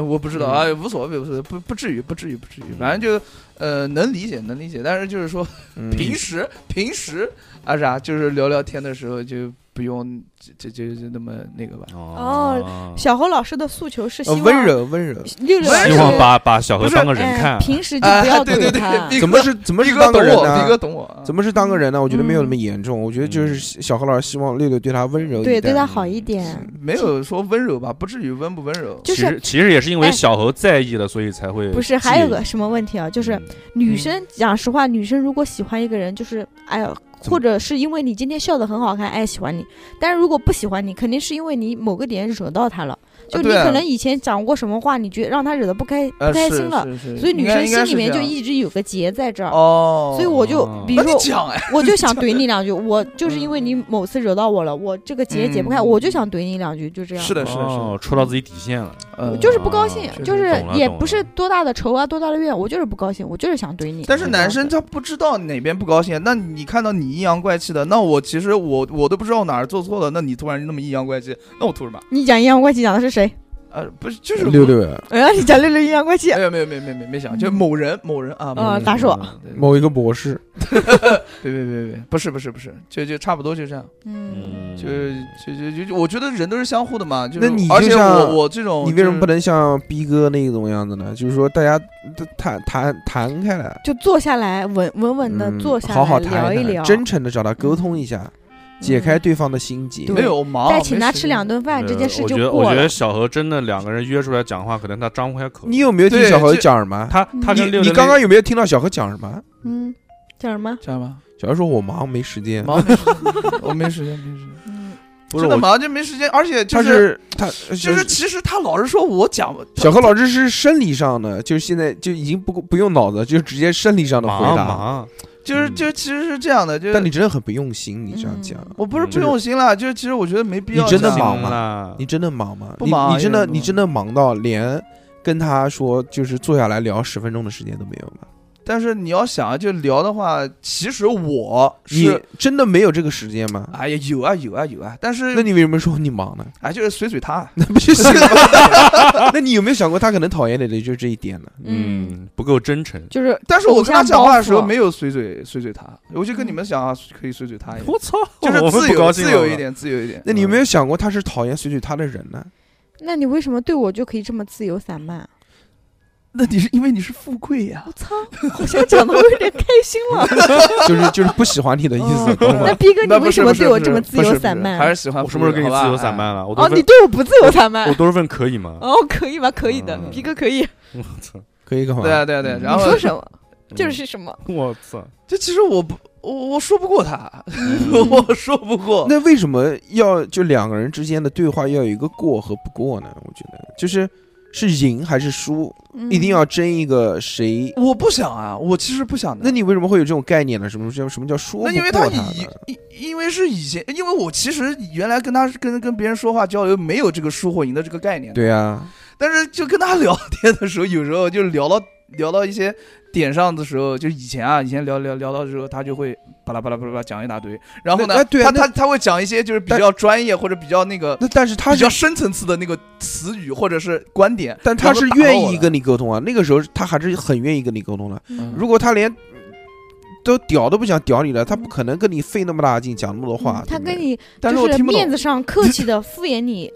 [SPEAKER 3] 我不知道
[SPEAKER 2] 嗯
[SPEAKER 3] 啊，哎无所谓，无所谓，不不至于，不至于，不至于，反正就呃能理解，能理解，但是就是说
[SPEAKER 1] 嗯
[SPEAKER 3] 平时平时啊啥，就是聊聊天的时候就不用就就就就那么那个吧。
[SPEAKER 2] 哦，
[SPEAKER 4] 小侯老师的诉求是希
[SPEAKER 1] 呃
[SPEAKER 4] 望
[SPEAKER 1] 温柔温柔，
[SPEAKER 4] 六六
[SPEAKER 3] 温
[SPEAKER 2] 希
[SPEAKER 3] 柔
[SPEAKER 2] 望把把小何
[SPEAKER 3] 不是
[SPEAKER 2] 当个人
[SPEAKER 4] 哎
[SPEAKER 2] 看，啊
[SPEAKER 4] 平时就
[SPEAKER 3] 哎
[SPEAKER 4] 不要
[SPEAKER 3] 对对
[SPEAKER 4] 怼
[SPEAKER 3] 对
[SPEAKER 4] 他，
[SPEAKER 3] 毕
[SPEAKER 1] 怎么是怎么
[SPEAKER 3] 逼
[SPEAKER 1] 是
[SPEAKER 3] 哥
[SPEAKER 1] 当
[SPEAKER 3] 懂
[SPEAKER 1] 个人
[SPEAKER 3] 我，
[SPEAKER 1] 呢
[SPEAKER 4] 啊
[SPEAKER 3] 逼？哥懂我，啊
[SPEAKER 1] 怎
[SPEAKER 3] 么
[SPEAKER 1] 么是当个人呢？我觉得没有那么严重，我觉得
[SPEAKER 2] 嗯
[SPEAKER 1] 就是小何老师希望六六对他温柔一
[SPEAKER 8] 对，
[SPEAKER 1] 点
[SPEAKER 8] 对他好一点。
[SPEAKER 3] 没有说温柔吧？不至于温不温柔。
[SPEAKER 4] 就
[SPEAKER 2] 其实
[SPEAKER 4] 是
[SPEAKER 2] 其实也是因为
[SPEAKER 4] 哎
[SPEAKER 2] 小何在意了，所以才会
[SPEAKER 4] 不是还有个什么问题啊？
[SPEAKER 2] 就
[SPEAKER 4] 就是女生，讲实话，女生如果喜欢一个人，就是哎呀，
[SPEAKER 1] 怎么
[SPEAKER 4] 或者是因为你今天笑得很好看，哎喜欢你。但是如果不喜欢你，肯定是因为你某个点惹到她了，就你
[SPEAKER 3] 对啊
[SPEAKER 4] 可能以前讲过什么话，你觉得让她惹得不开
[SPEAKER 3] 呃
[SPEAKER 4] 不开心了，，
[SPEAKER 3] 是是是
[SPEAKER 4] 所以女
[SPEAKER 3] 应该
[SPEAKER 4] 生
[SPEAKER 3] 应该
[SPEAKER 4] 心
[SPEAKER 3] 是
[SPEAKER 4] 里面
[SPEAKER 3] 这
[SPEAKER 4] 就
[SPEAKER 3] 样
[SPEAKER 4] 一直有个结在这儿。
[SPEAKER 3] 哦，
[SPEAKER 4] 所以我就
[SPEAKER 2] 哦
[SPEAKER 4] 比
[SPEAKER 3] 那
[SPEAKER 4] 如
[SPEAKER 3] 你
[SPEAKER 4] 说，
[SPEAKER 3] 讲哎，
[SPEAKER 4] 我就想怼你两句，我就是因为你某次惹到我了，我这个结解不开，
[SPEAKER 3] 嗯
[SPEAKER 4] 我就想怼你两句，就这样。
[SPEAKER 3] 是的，是的，是
[SPEAKER 2] 哦
[SPEAKER 3] 的，，
[SPEAKER 2] 戳到自己底线了，
[SPEAKER 3] 呃
[SPEAKER 4] 就是不高兴
[SPEAKER 2] 啊，
[SPEAKER 3] 确
[SPEAKER 4] 就
[SPEAKER 3] 实
[SPEAKER 4] 是
[SPEAKER 2] 懂了
[SPEAKER 4] 也
[SPEAKER 2] 懂
[SPEAKER 4] 不是
[SPEAKER 2] 了
[SPEAKER 4] 多大的仇啊，多大的怨，我就是不高兴，我就是想怼你。
[SPEAKER 3] 但是
[SPEAKER 4] 这
[SPEAKER 3] 男
[SPEAKER 4] 样
[SPEAKER 3] 生
[SPEAKER 4] 子
[SPEAKER 3] 他不知道哪边不高兴，啊那你看到你阴阳怪气的，那我其实我我都不知道哪儿做错了，那你突然那么阴阳怪气，那我图什么？
[SPEAKER 4] 你讲阴阳怪气讲的是谁？
[SPEAKER 3] 呃，不是，就是
[SPEAKER 1] 六，六
[SPEAKER 4] 哎，你讲六六阴阳怪气，
[SPEAKER 3] 没有没有没有没有没有没想，就某人某人啊，某
[SPEAKER 4] 呃
[SPEAKER 3] 人
[SPEAKER 4] 大硕，
[SPEAKER 3] 对
[SPEAKER 1] 某一个博士，
[SPEAKER 3] 别别别别，不是不是不是，就就差不多就这样，
[SPEAKER 4] 嗯，
[SPEAKER 2] 嗯，
[SPEAKER 3] 就就就就就，我觉得人都是相互的嘛，就
[SPEAKER 1] 那你
[SPEAKER 3] 而
[SPEAKER 1] 就
[SPEAKER 3] 且
[SPEAKER 1] 像
[SPEAKER 3] 我我这种
[SPEAKER 1] 哦你为什么不
[SPEAKER 3] 能？
[SPEAKER 1] 能像逼哥那种样子呢？就是说大家都谈谈谈开来，
[SPEAKER 4] 就坐下来，稳稳稳的
[SPEAKER 1] 嗯
[SPEAKER 4] 坐下来，
[SPEAKER 1] 好好
[SPEAKER 4] 聊
[SPEAKER 1] 谈一
[SPEAKER 4] 聊，
[SPEAKER 1] 真诚的找他沟通一下，解开对方的心结。
[SPEAKER 4] 对
[SPEAKER 3] 没有忙，
[SPEAKER 4] 再请他
[SPEAKER 3] 哦没时
[SPEAKER 4] 吃两
[SPEAKER 3] 间
[SPEAKER 4] 顿饭，这件事
[SPEAKER 2] 呃我
[SPEAKER 4] 就
[SPEAKER 2] 觉得我
[SPEAKER 4] 过
[SPEAKER 2] 觉
[SPEAKER 4] 了
[SPEAKER 2] 得。小何真的两个人约出来讲话，可能他张不开口。
[SPEAKER 1] 你有没有听
[SPEAKER 3] 对
[SPEAKER 1] 小何
[SPEAKER 3] 这
[SPEAKER 1] 讲什么？
[SPEAKER 2] 他他
[SPEAKER 1] 你
[SPEAKER 2] 跟六
[SPEAKER 1] 你
[SPEAKER 2] 六
[SPEAKER 1] 刚刚有没有听到小何讲什么？
[SPEAKER 4] 嗯，叫什么？
[SPEAKER 3] 这样 吧，
[SPEAKER 1] 小何说：“我忙，没时间。
[SPEAKER 3] 忙没时间，我没时间，没时间，
[SPEAKER 4] 嗯，
[SPEAKER 2] 不是
[SPEAKER 3] 真的
[SPEAKER 2] 我
[SPEAKER 3] 忙就没时间，而且就
[SPEAKER 1] 他是他
[SPEAKER 3] 就是其实他老是说我讲
[SPEAKER 1] 小何老师是生理上的，就是现在就已经不不用脑子，就直接生理上的回
[SPEAKER 2] 忙
[SPEAKER 1] 答。
[SPEAKER 2] 忙，
[SPEAKER 3] 就是
[SPEAKER 2] 嗯
[SPEAKER 3] 就其实是这样的，就是
[SPEAKER 1] 但你真的很不用心，你这样
[SPEAKER 4] 嗯
[SPEAKER 1] 讲，
[SPEAKER 3] 我不是
[SPEAKER 2] 嗯
[SPEAKER 3] 不用心了，就是其实我觉得没必要
[SPEAKER 1] 你真的
[SPEAKER 3] 这
[SPEAKER 1] 忙
[SPEAKER 3] 样
[SPEAKER 1] 吗
[SPEAKER 2] 了，
[SPEAKER 1] 你真的忙吗？
[SPEAKER 3] 不忙啊
[SPEAKER 1] 你你真
[SPEAKER 3] 一
[SPEAKER 1] 的
[SPEAKER 3] 点都不
[SPEAKER 1] 你真的忙到连跟他说就是坐下来聊十分钟的时间都没有吗？
[SPEAKER 3] 但是你要想啊就聊的话，其实我
[SPEAKER 1] 你
[SPEAKER 3] 是
[SPEAKER 1] 真的没有这个时间吗？
[SPEAKER 3] 哎呀有啊有啊有啊，但
[SPEAKER 1] 那
[SPEAKER 3] 是
[SPEAKER 1] 你为什么说你忙呢？
[SPEAKER 3] 哎就是随随他，
[SPEAKER 1] 那不 就行了？ 那你有没有想过他可能讨厌你的就是这一点呢？
[SPEAKER 2] 嗯，不够真诚。
[SPEAKER 4] 就是
[SPEAKER 3] 但是我跟他讲话的时候
[SPEAKER 4] 偶像包袱啊
[SPEAKER 3] 没有随嘴随嘴他，我就跟你们讲啊可以随嘴他一点，
[SPEAKER 2] 我操，
[SPEAKER 3] 就是
[SPEAKER 2] 我们
[SPEAKER 3] 自
[SPEAKER 2] 不
[SPEAKER 3] 由
[SPEAKER 2] 高兴
[SPEAKER 3] 自
[SPEAKER 2] 了
[SPEAKER 3] 由一。点自由一点，嗯
[SPEAKER 1] 那你有没有想过他是讨厌随随他的人呢？
[SPEAKER 4] 那你为什么对我就可以这么自由散漫？
[SPEAKER 3] 那你是因为你是富贵呀
[SPEAKER 4] 我， 操，好像讲的我有点开心 了。
[SPEAKER 1] 就是就是不喜欢你的意思，
[SPEAKER 3] 嗯
[SPEAKER 4] 哦
[SPEAKER 1] 懂
[SPEAKER 4] 那
[SPEAKER 1] 吗？
[SPEAKER 4] 逼哥，
[SPEAKER 3] 那
[SPEAKER 4] 你
[SPEAKER 3] 不
[SPEAKER 4] 为
[SPEAKER 3] 是
[SPEAKER 4] 什么
[SPEAKER 3] 不是
[SPEAKER 4] 对我
[SPEAKER 3] 不
[SPEAKER 4] 这
[SPEAKER 3] 是
[SPEAKER 4] 么
[SPEAKER 3] 不
[SPEAKER 4] 自由
[SPEAKER 3] 是不是
[SPEAKER 4] 散
[SPEAKER 3] 还
[SPEAKER 4] 漫？
[SPEAKER 3] 是喜欢
[SPEAKER 2] 我什么时候
[SPEAKER 3] 富
[SPEAKER 2] 跟
[SPEAKER 3] 贵
[SPEAKER 2] 你自由散？
[SPEAKER 3] 好吧哎
[SPEAKER 2] 漫了？我都
[SPEAKER 4] 哦，你
[SPEAKER 2] 问，
[SPEAKER 4] 对我不自由散漫
[SPEAKER 2] 我。都是问可以吗？
[SPEAKER 4] 哦，可以吧，可以的
[SPEAKER 2] 嗯，
[SPEAKER 4] 逼哥可以。
[SPEAKER 2] 我操，
[SPEAKER 1] 可以干嘛
[SPEAKER 3] 对？啊对啊对啊，
[SPEAKER 2] 嗯
[SPEAKER 3] 然
[SPEAKER 4] 你
[SPEAKER 3] 后
[SPEAKER 4] 说什么
[SPEAKER 3] 嗯
[SPEAKER 4] 就是什么。
[SPEAKER 2] 我操，
[SPEAKER 3] 这其实我不，我我说不过他，
[SPEAKER 2] 嗯
[SPEAKER 3] 我说不过。
[SPEAKER 1] 那为什么要就两个人之间的对话要有一个过和不过呢？我觉得就是是赢还是输，
[SPEAKER 4] 嗯
[SPEAKER 1] 一定要争一个谁。
[SPEAKER 3] 我不想啊，我其实不想的。
[SPEAKER 1] 那你为什么会有这种概念呢？什么叫什么叫说不
[SPEAKER 3] 那因为
[SPEAKER 1] 过他
[SPEAKER 3] 以
[SPEAKER 1] 呢？
[SPEAKER 3] 因因为是以前，因为我其实原来跟他跟跟别人说话交流没有这个输或赢的这个概念，。
[SPEAKER 1] 对啊，
[SPEAKER 3] 但是就跟他聊天的时候，有时候就聊到聊到一些点上的时候，就以前啊，以前聊聊聊到之后，他就会巴拉巴拉巴拉巴拉讲一大堆，然后呢，
[SPEAKER 1] 那对啊
[SPEAKER 3] 他他他会讲一些就是比
[SPEAKER 1] 但
[SPEAKER 3] 较专业或者比较那个
[SPEAKER 1] 那但是他
[SPEAKER 3] 比
[SPEAKER 1] 是
[SPEAKER 3] 较，深层次的那个词语或者是观点，
[SPEAKER 1] 但他是
[SPEAKER 3] 然后打到
[SPEAKER 1] 愿
[SPEAKER 3] 我
[SPEAKER 1] 意
[SPEAKER 3] 了
[SPEAKER 1] 跟你沟通啊。那个时候他还是很愿意跟你沟通的。
[SPEAKER 3] 嗯
[SPEAKER 1] 如果他连都屌都不想屌你了，他不可能跟你费那么大劲讲那么多话。
[SPEAKER 4] 嗯
[SPEAKER 1] 对
[SPEAKER 4] 他
[SPEAKER 1] 不对
[SPEAKER 4] 跟你
[SPEAKER 3] 但是我
[SPEAKER 4] 就是
[SPEAKER 3] 听不
[SPEAKER 4] 面
[SPEAKER 3] 懂。
[SPEAKER 4] 子上客气的敷 衍你，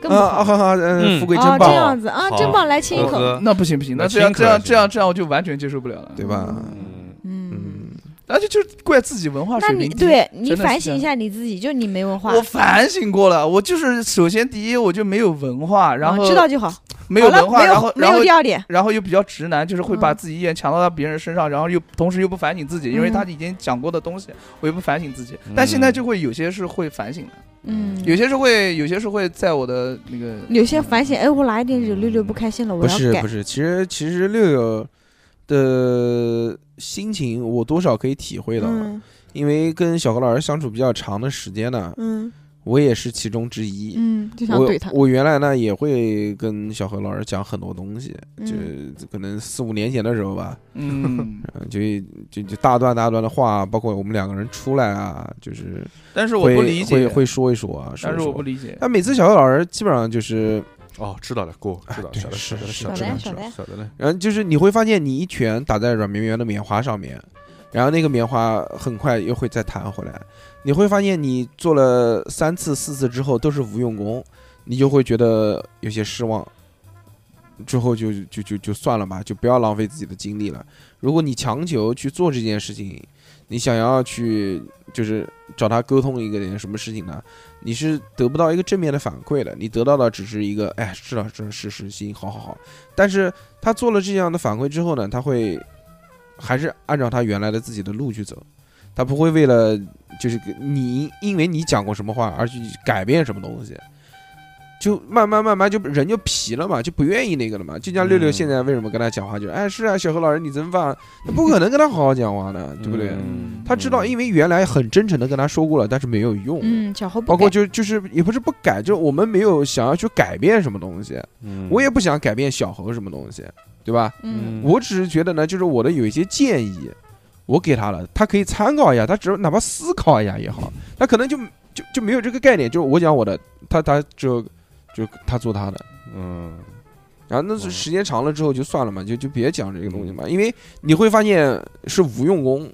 [SPEAKER 4] 更不
[SPEAKER 1] 啊啊
[SPEAKER 4] 好。
[SPEAKER 1] 哈哈，嗯，
[SPEAKER 2] 嗯
[SPEAKER 1] 富贵真
[SPEAKER 4] 哦，这
[SPEAKER 1] 棒，
[SPEAKER 4] 样子啊，
[SPEAKER 2] 好
[SPEAKER 4] 真棒，来亲一
[SPEAKER 2] 呵
[SPEAKER 4] 口。
[SPEAKER 2] 呵，
[SPEAKER 3] 那不行不行，那
[SPEAKER 2] 那
[SPEAKER 3] 这样
[SPEAKER 2] 亲
[SPEAKER 3] 这
[SPEAKER 2] 可
[SPEAKER 3] 样
[SPEAKER 2] 以
[SPEAKER 3] 这样这样我就完全接受不了了，
[SPEAKER 1] 对吧？
[SPEAKER 2] 嗯，
[SPEAKER 9] 嗯，
[SPEAKER 1] 嗯，
[SPEAKER 3] 而且就是怪自己文化
[SPEAKER 4] 那
[SPEAKER 3] 水
[SPEAKER 4] 你
[SPEAKER 3] 平低。
[SPEAKER 4] 对你
[SPEAKER 3] 真的
[SPEAKER 4] 反
[SPEAKER 3] 是这
[SPEAKER 4] 省
[SPEAKER 3] 样
[SPEAKER 4] 一下你自己，就你没文化，
[SPEAKER 3] 我反省过了，我就是首先第一我就没有文化，然后
[SPEAKER 4] 嗯知道就好。
[SPEAKER 3] 没有
[SPEAKER 4] 好了
[SPEAKER 3] 文化，
[SPEAKER 4] 没有
[SPEAKER 3] 然后
[SPEAKER 4] 没
[SPEAKER 3] 然后
[SPEAKER 4] 有第二点，
[SPEAKER 3] 然后又比较直男，就是会把
[SPEAKER 4] 嗯
[SPEAKER 3] 自己意见强到到别人身上，然后又同时又不反省自己，因为
[SPEAKER 4] 嗯
[SPEAKER 3] 他已经讲过的东西，我也不反省自己。
[SPEAKER 1] 嗯
[SPEAKER 3] 但现在就会有些是会反省的，
[SPEAKER 4] 嗯，
[SPEAKER 3] 有些是会，有些是会在我的那个
[SPEAKER 4] 有些反省，哎，我哪一点惹六六不开心了，我
[SPEAKER 1] 不是
[SPEAKER 4] 要改
[SPEAKER 1] 不。是，其实其实六六的心情我多少可以体会到了，
[SPEAKER 4] 嗯
[SPEAKER 1] 因为跟小何老师相处比较长的时间呢，
[SPEAKER 4] 嗯
[SPEAKER 1] 我也是其中之一。
[SPEAKER 4] 嗯
[SPEAKER 9] 就想
[SPEAKER 1] 我
[SPEAKER 9] 怼他。
[SPEAKER 1] 我原来呢也会跟小何老师讲很多东西，
[SPEAKER 4] 嗯，
[SPEAKER 1] 就可能四五年前的时候吧，
[SPEAKER 3] 嗯，
[SPEAKER 1] 嗯就就就大段大段的话，包括我们两个人出来啊，就是
[SPEAKER 3] 但是我
[SPEAKER 1] 会
[SPEAKER 3] 不理解，
[SPEAKER 1] 会会说一说啊，说
[SPEAKER 3] 但
[SPEAKER 1] 一
[SPEAKER 3] 是我不
[SPEAKER 1] 说。
[SPEAKER 3] 理解，
[SPEAKER 1] 但每次小何老师基本上就是，
[SPEAKER 2] 哦，知道了，过，知道了，
[SPEAKER 1] 对
[SPEAKER 2] 晓得了，
[SPEAKER 1] 是
[SPEAKER 2] 晓得了，
[SPEAKER 1] 是
[SPEAKER 2] 晓得
[SPEAKER 4] 小
[SPEAKER 2] 了
[SPEAKER 4] 白
[SPEAKER 1] 是
[SPEAKER 4] 小
[SPEAKER 1] 是
[SPEAKER 4] 白，
[SPEAKER 2] 晓得了，
[SPEAKER 1] 然后就是你会发现你一拳打在软绵绵的棉花上面，然后那个棉花很快又会再弹回来。你会发现你做了三次四次之后都是无用功，你就会觉得有些失望。之后就就就就算了吧，就不要浪费自己的精力了。如果你强求去做这件事情，你想要去就是找他沟通一个点什么事情呢？你是得不到一个正面的反馈的，你得到的只是一个哎，知道这是是行，好好好。但是他做了这样的反馈之后呢，他会还是按照他原来的自己的路去走，他不会为了就是给你因为你讲过什么话而去改变什么东西，就慢慢慢慢就人就皮了嘛，就不愿意那个了嘛。就像六六
[SPEAKER 2] 嗯
[SPEAKER 1] 现在为什么跟他讲话就是、哎是啊，小何老师你真棒，他不可能跟他好好讲话的，对不对？
[SPEAKER 2] 嗯
[SPEAKER 1] 他知道，因为原来很真诚的跟他说过了，但是没有用。
[SPEAKER 4] 嗯，小侯不
[SPEAKER 1] 包括
[SPEAKER 4] 改
[SPEAKER 1] 就就是也不是不改，就是我们没有想要去改变什么东西，
[SPEAKER 2] 嗯
[SPEAKER 1] 我也不想改变小猴什么东西，对吧？
[SPEAKER 9] 嗯，
[SPEAKER 1] 我只是觉得呢，就是我的有一些建议，我给他了，他可以参考一下，他只哪怕思考一下也好，他可能就就就没有这个概念，就是我讲我的，他他就就他做他的，
[SPEAKER 2] 嗯
[SPEAKER 1] 然后那是时间长了之后就算了嘛，就就别讲这个东西
[SPEAKER 2] 嗯
[SPEAKER 1] 嘛，因为你会发现是无用功，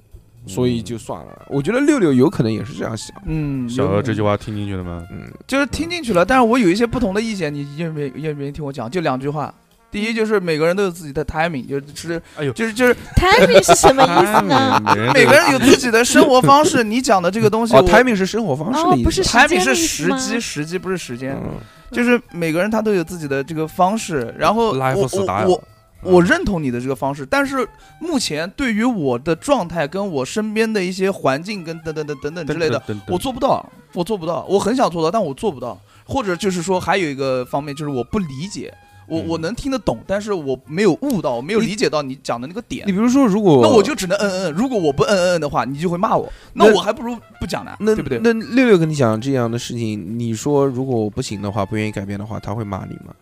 [SPEAKER 1] 所以
[SPEAKER 2] 嗯
[SPEAKER 1] 就算了。我觉得六六有可能也是这样想，
[SPEAKER 3] 嗯，
[SPEAKER 2] 小何这句
[SPEAKER 3] 话
[SPEAKER 2] 话听进去了吗？
[SPEAKER 1] 嗯，
[SPEAKER 3] 就是听进去了，但是我有一些不同的意见，你愿不愿愿不愿意听我讲？就两句话。第
[SPEAKER 4] 嗯
[SPEAKER 3] 一就是每个人都有自己的 timing，就是是，
[SPEAKER 2] 哎 呦
[SPEAKER 3] 就是就是
[SPEAKER 4] timing 是什么意思
[SPEAKER 2] 嗯
[SPEAKER 4] 呢？
[SPEAKER 3] 每个人有自己的生活方式。你讲的这个东西，
[SPEAKER 1] 哦
[SPEAKER 3] 我
[SPEAKER 1] ，timing 是生活方式
[SPEAKER 4] 哦
[SPEAKER 1] 的意思，
[SPEAKER 4] 不是时
[SPEAKER 3] timing
[SPEAKER 4] 间
[SPEAKER 3] 是
[SPEAKER 4] 的意思
[SPEAKER 3] 时
[SPEAKER 4] 吗
[SPEAKER 3] 机，时机不是时间。
[SPEAKER 1] 嗯
[SPEAKER 3] 就是每个人他都有自己的这个方式，然后我
[SPEAKER 2] Life
[SPEAKER 3] 我
[SPEAKER 2] style
[SPEAKER 3] 我我认同你的这个方式，但是目前对于我的状态跟我身边的一些环境跟等等等等等之类的，，我做不到，我做不到，我很想做到，但我做不到，或者就是说还有一个方面就是我不理解，我
[SPEAKER 2] 嗯
[SPEAKER 3] 我能听得懂，但是我没有悟到，我没有理解到你讲的那个点
[SPEAKER 1] 你，比如说，如果
[SPEAKER 3] 那我就只能嗯嗯嗯，如果我不嗯嗯嗯的话，你就会骂我，
[SPEAKER 1] 那
[SPEAKER 3] 那我还不如不讲呢，
[SPEAKER 1] 那
[SPEAKER 3] 对不对？
[SPEAKER 1] 那六六跟你讲这样的事情，你说如果不行的话，不愿意改变的话，他会骂你吗？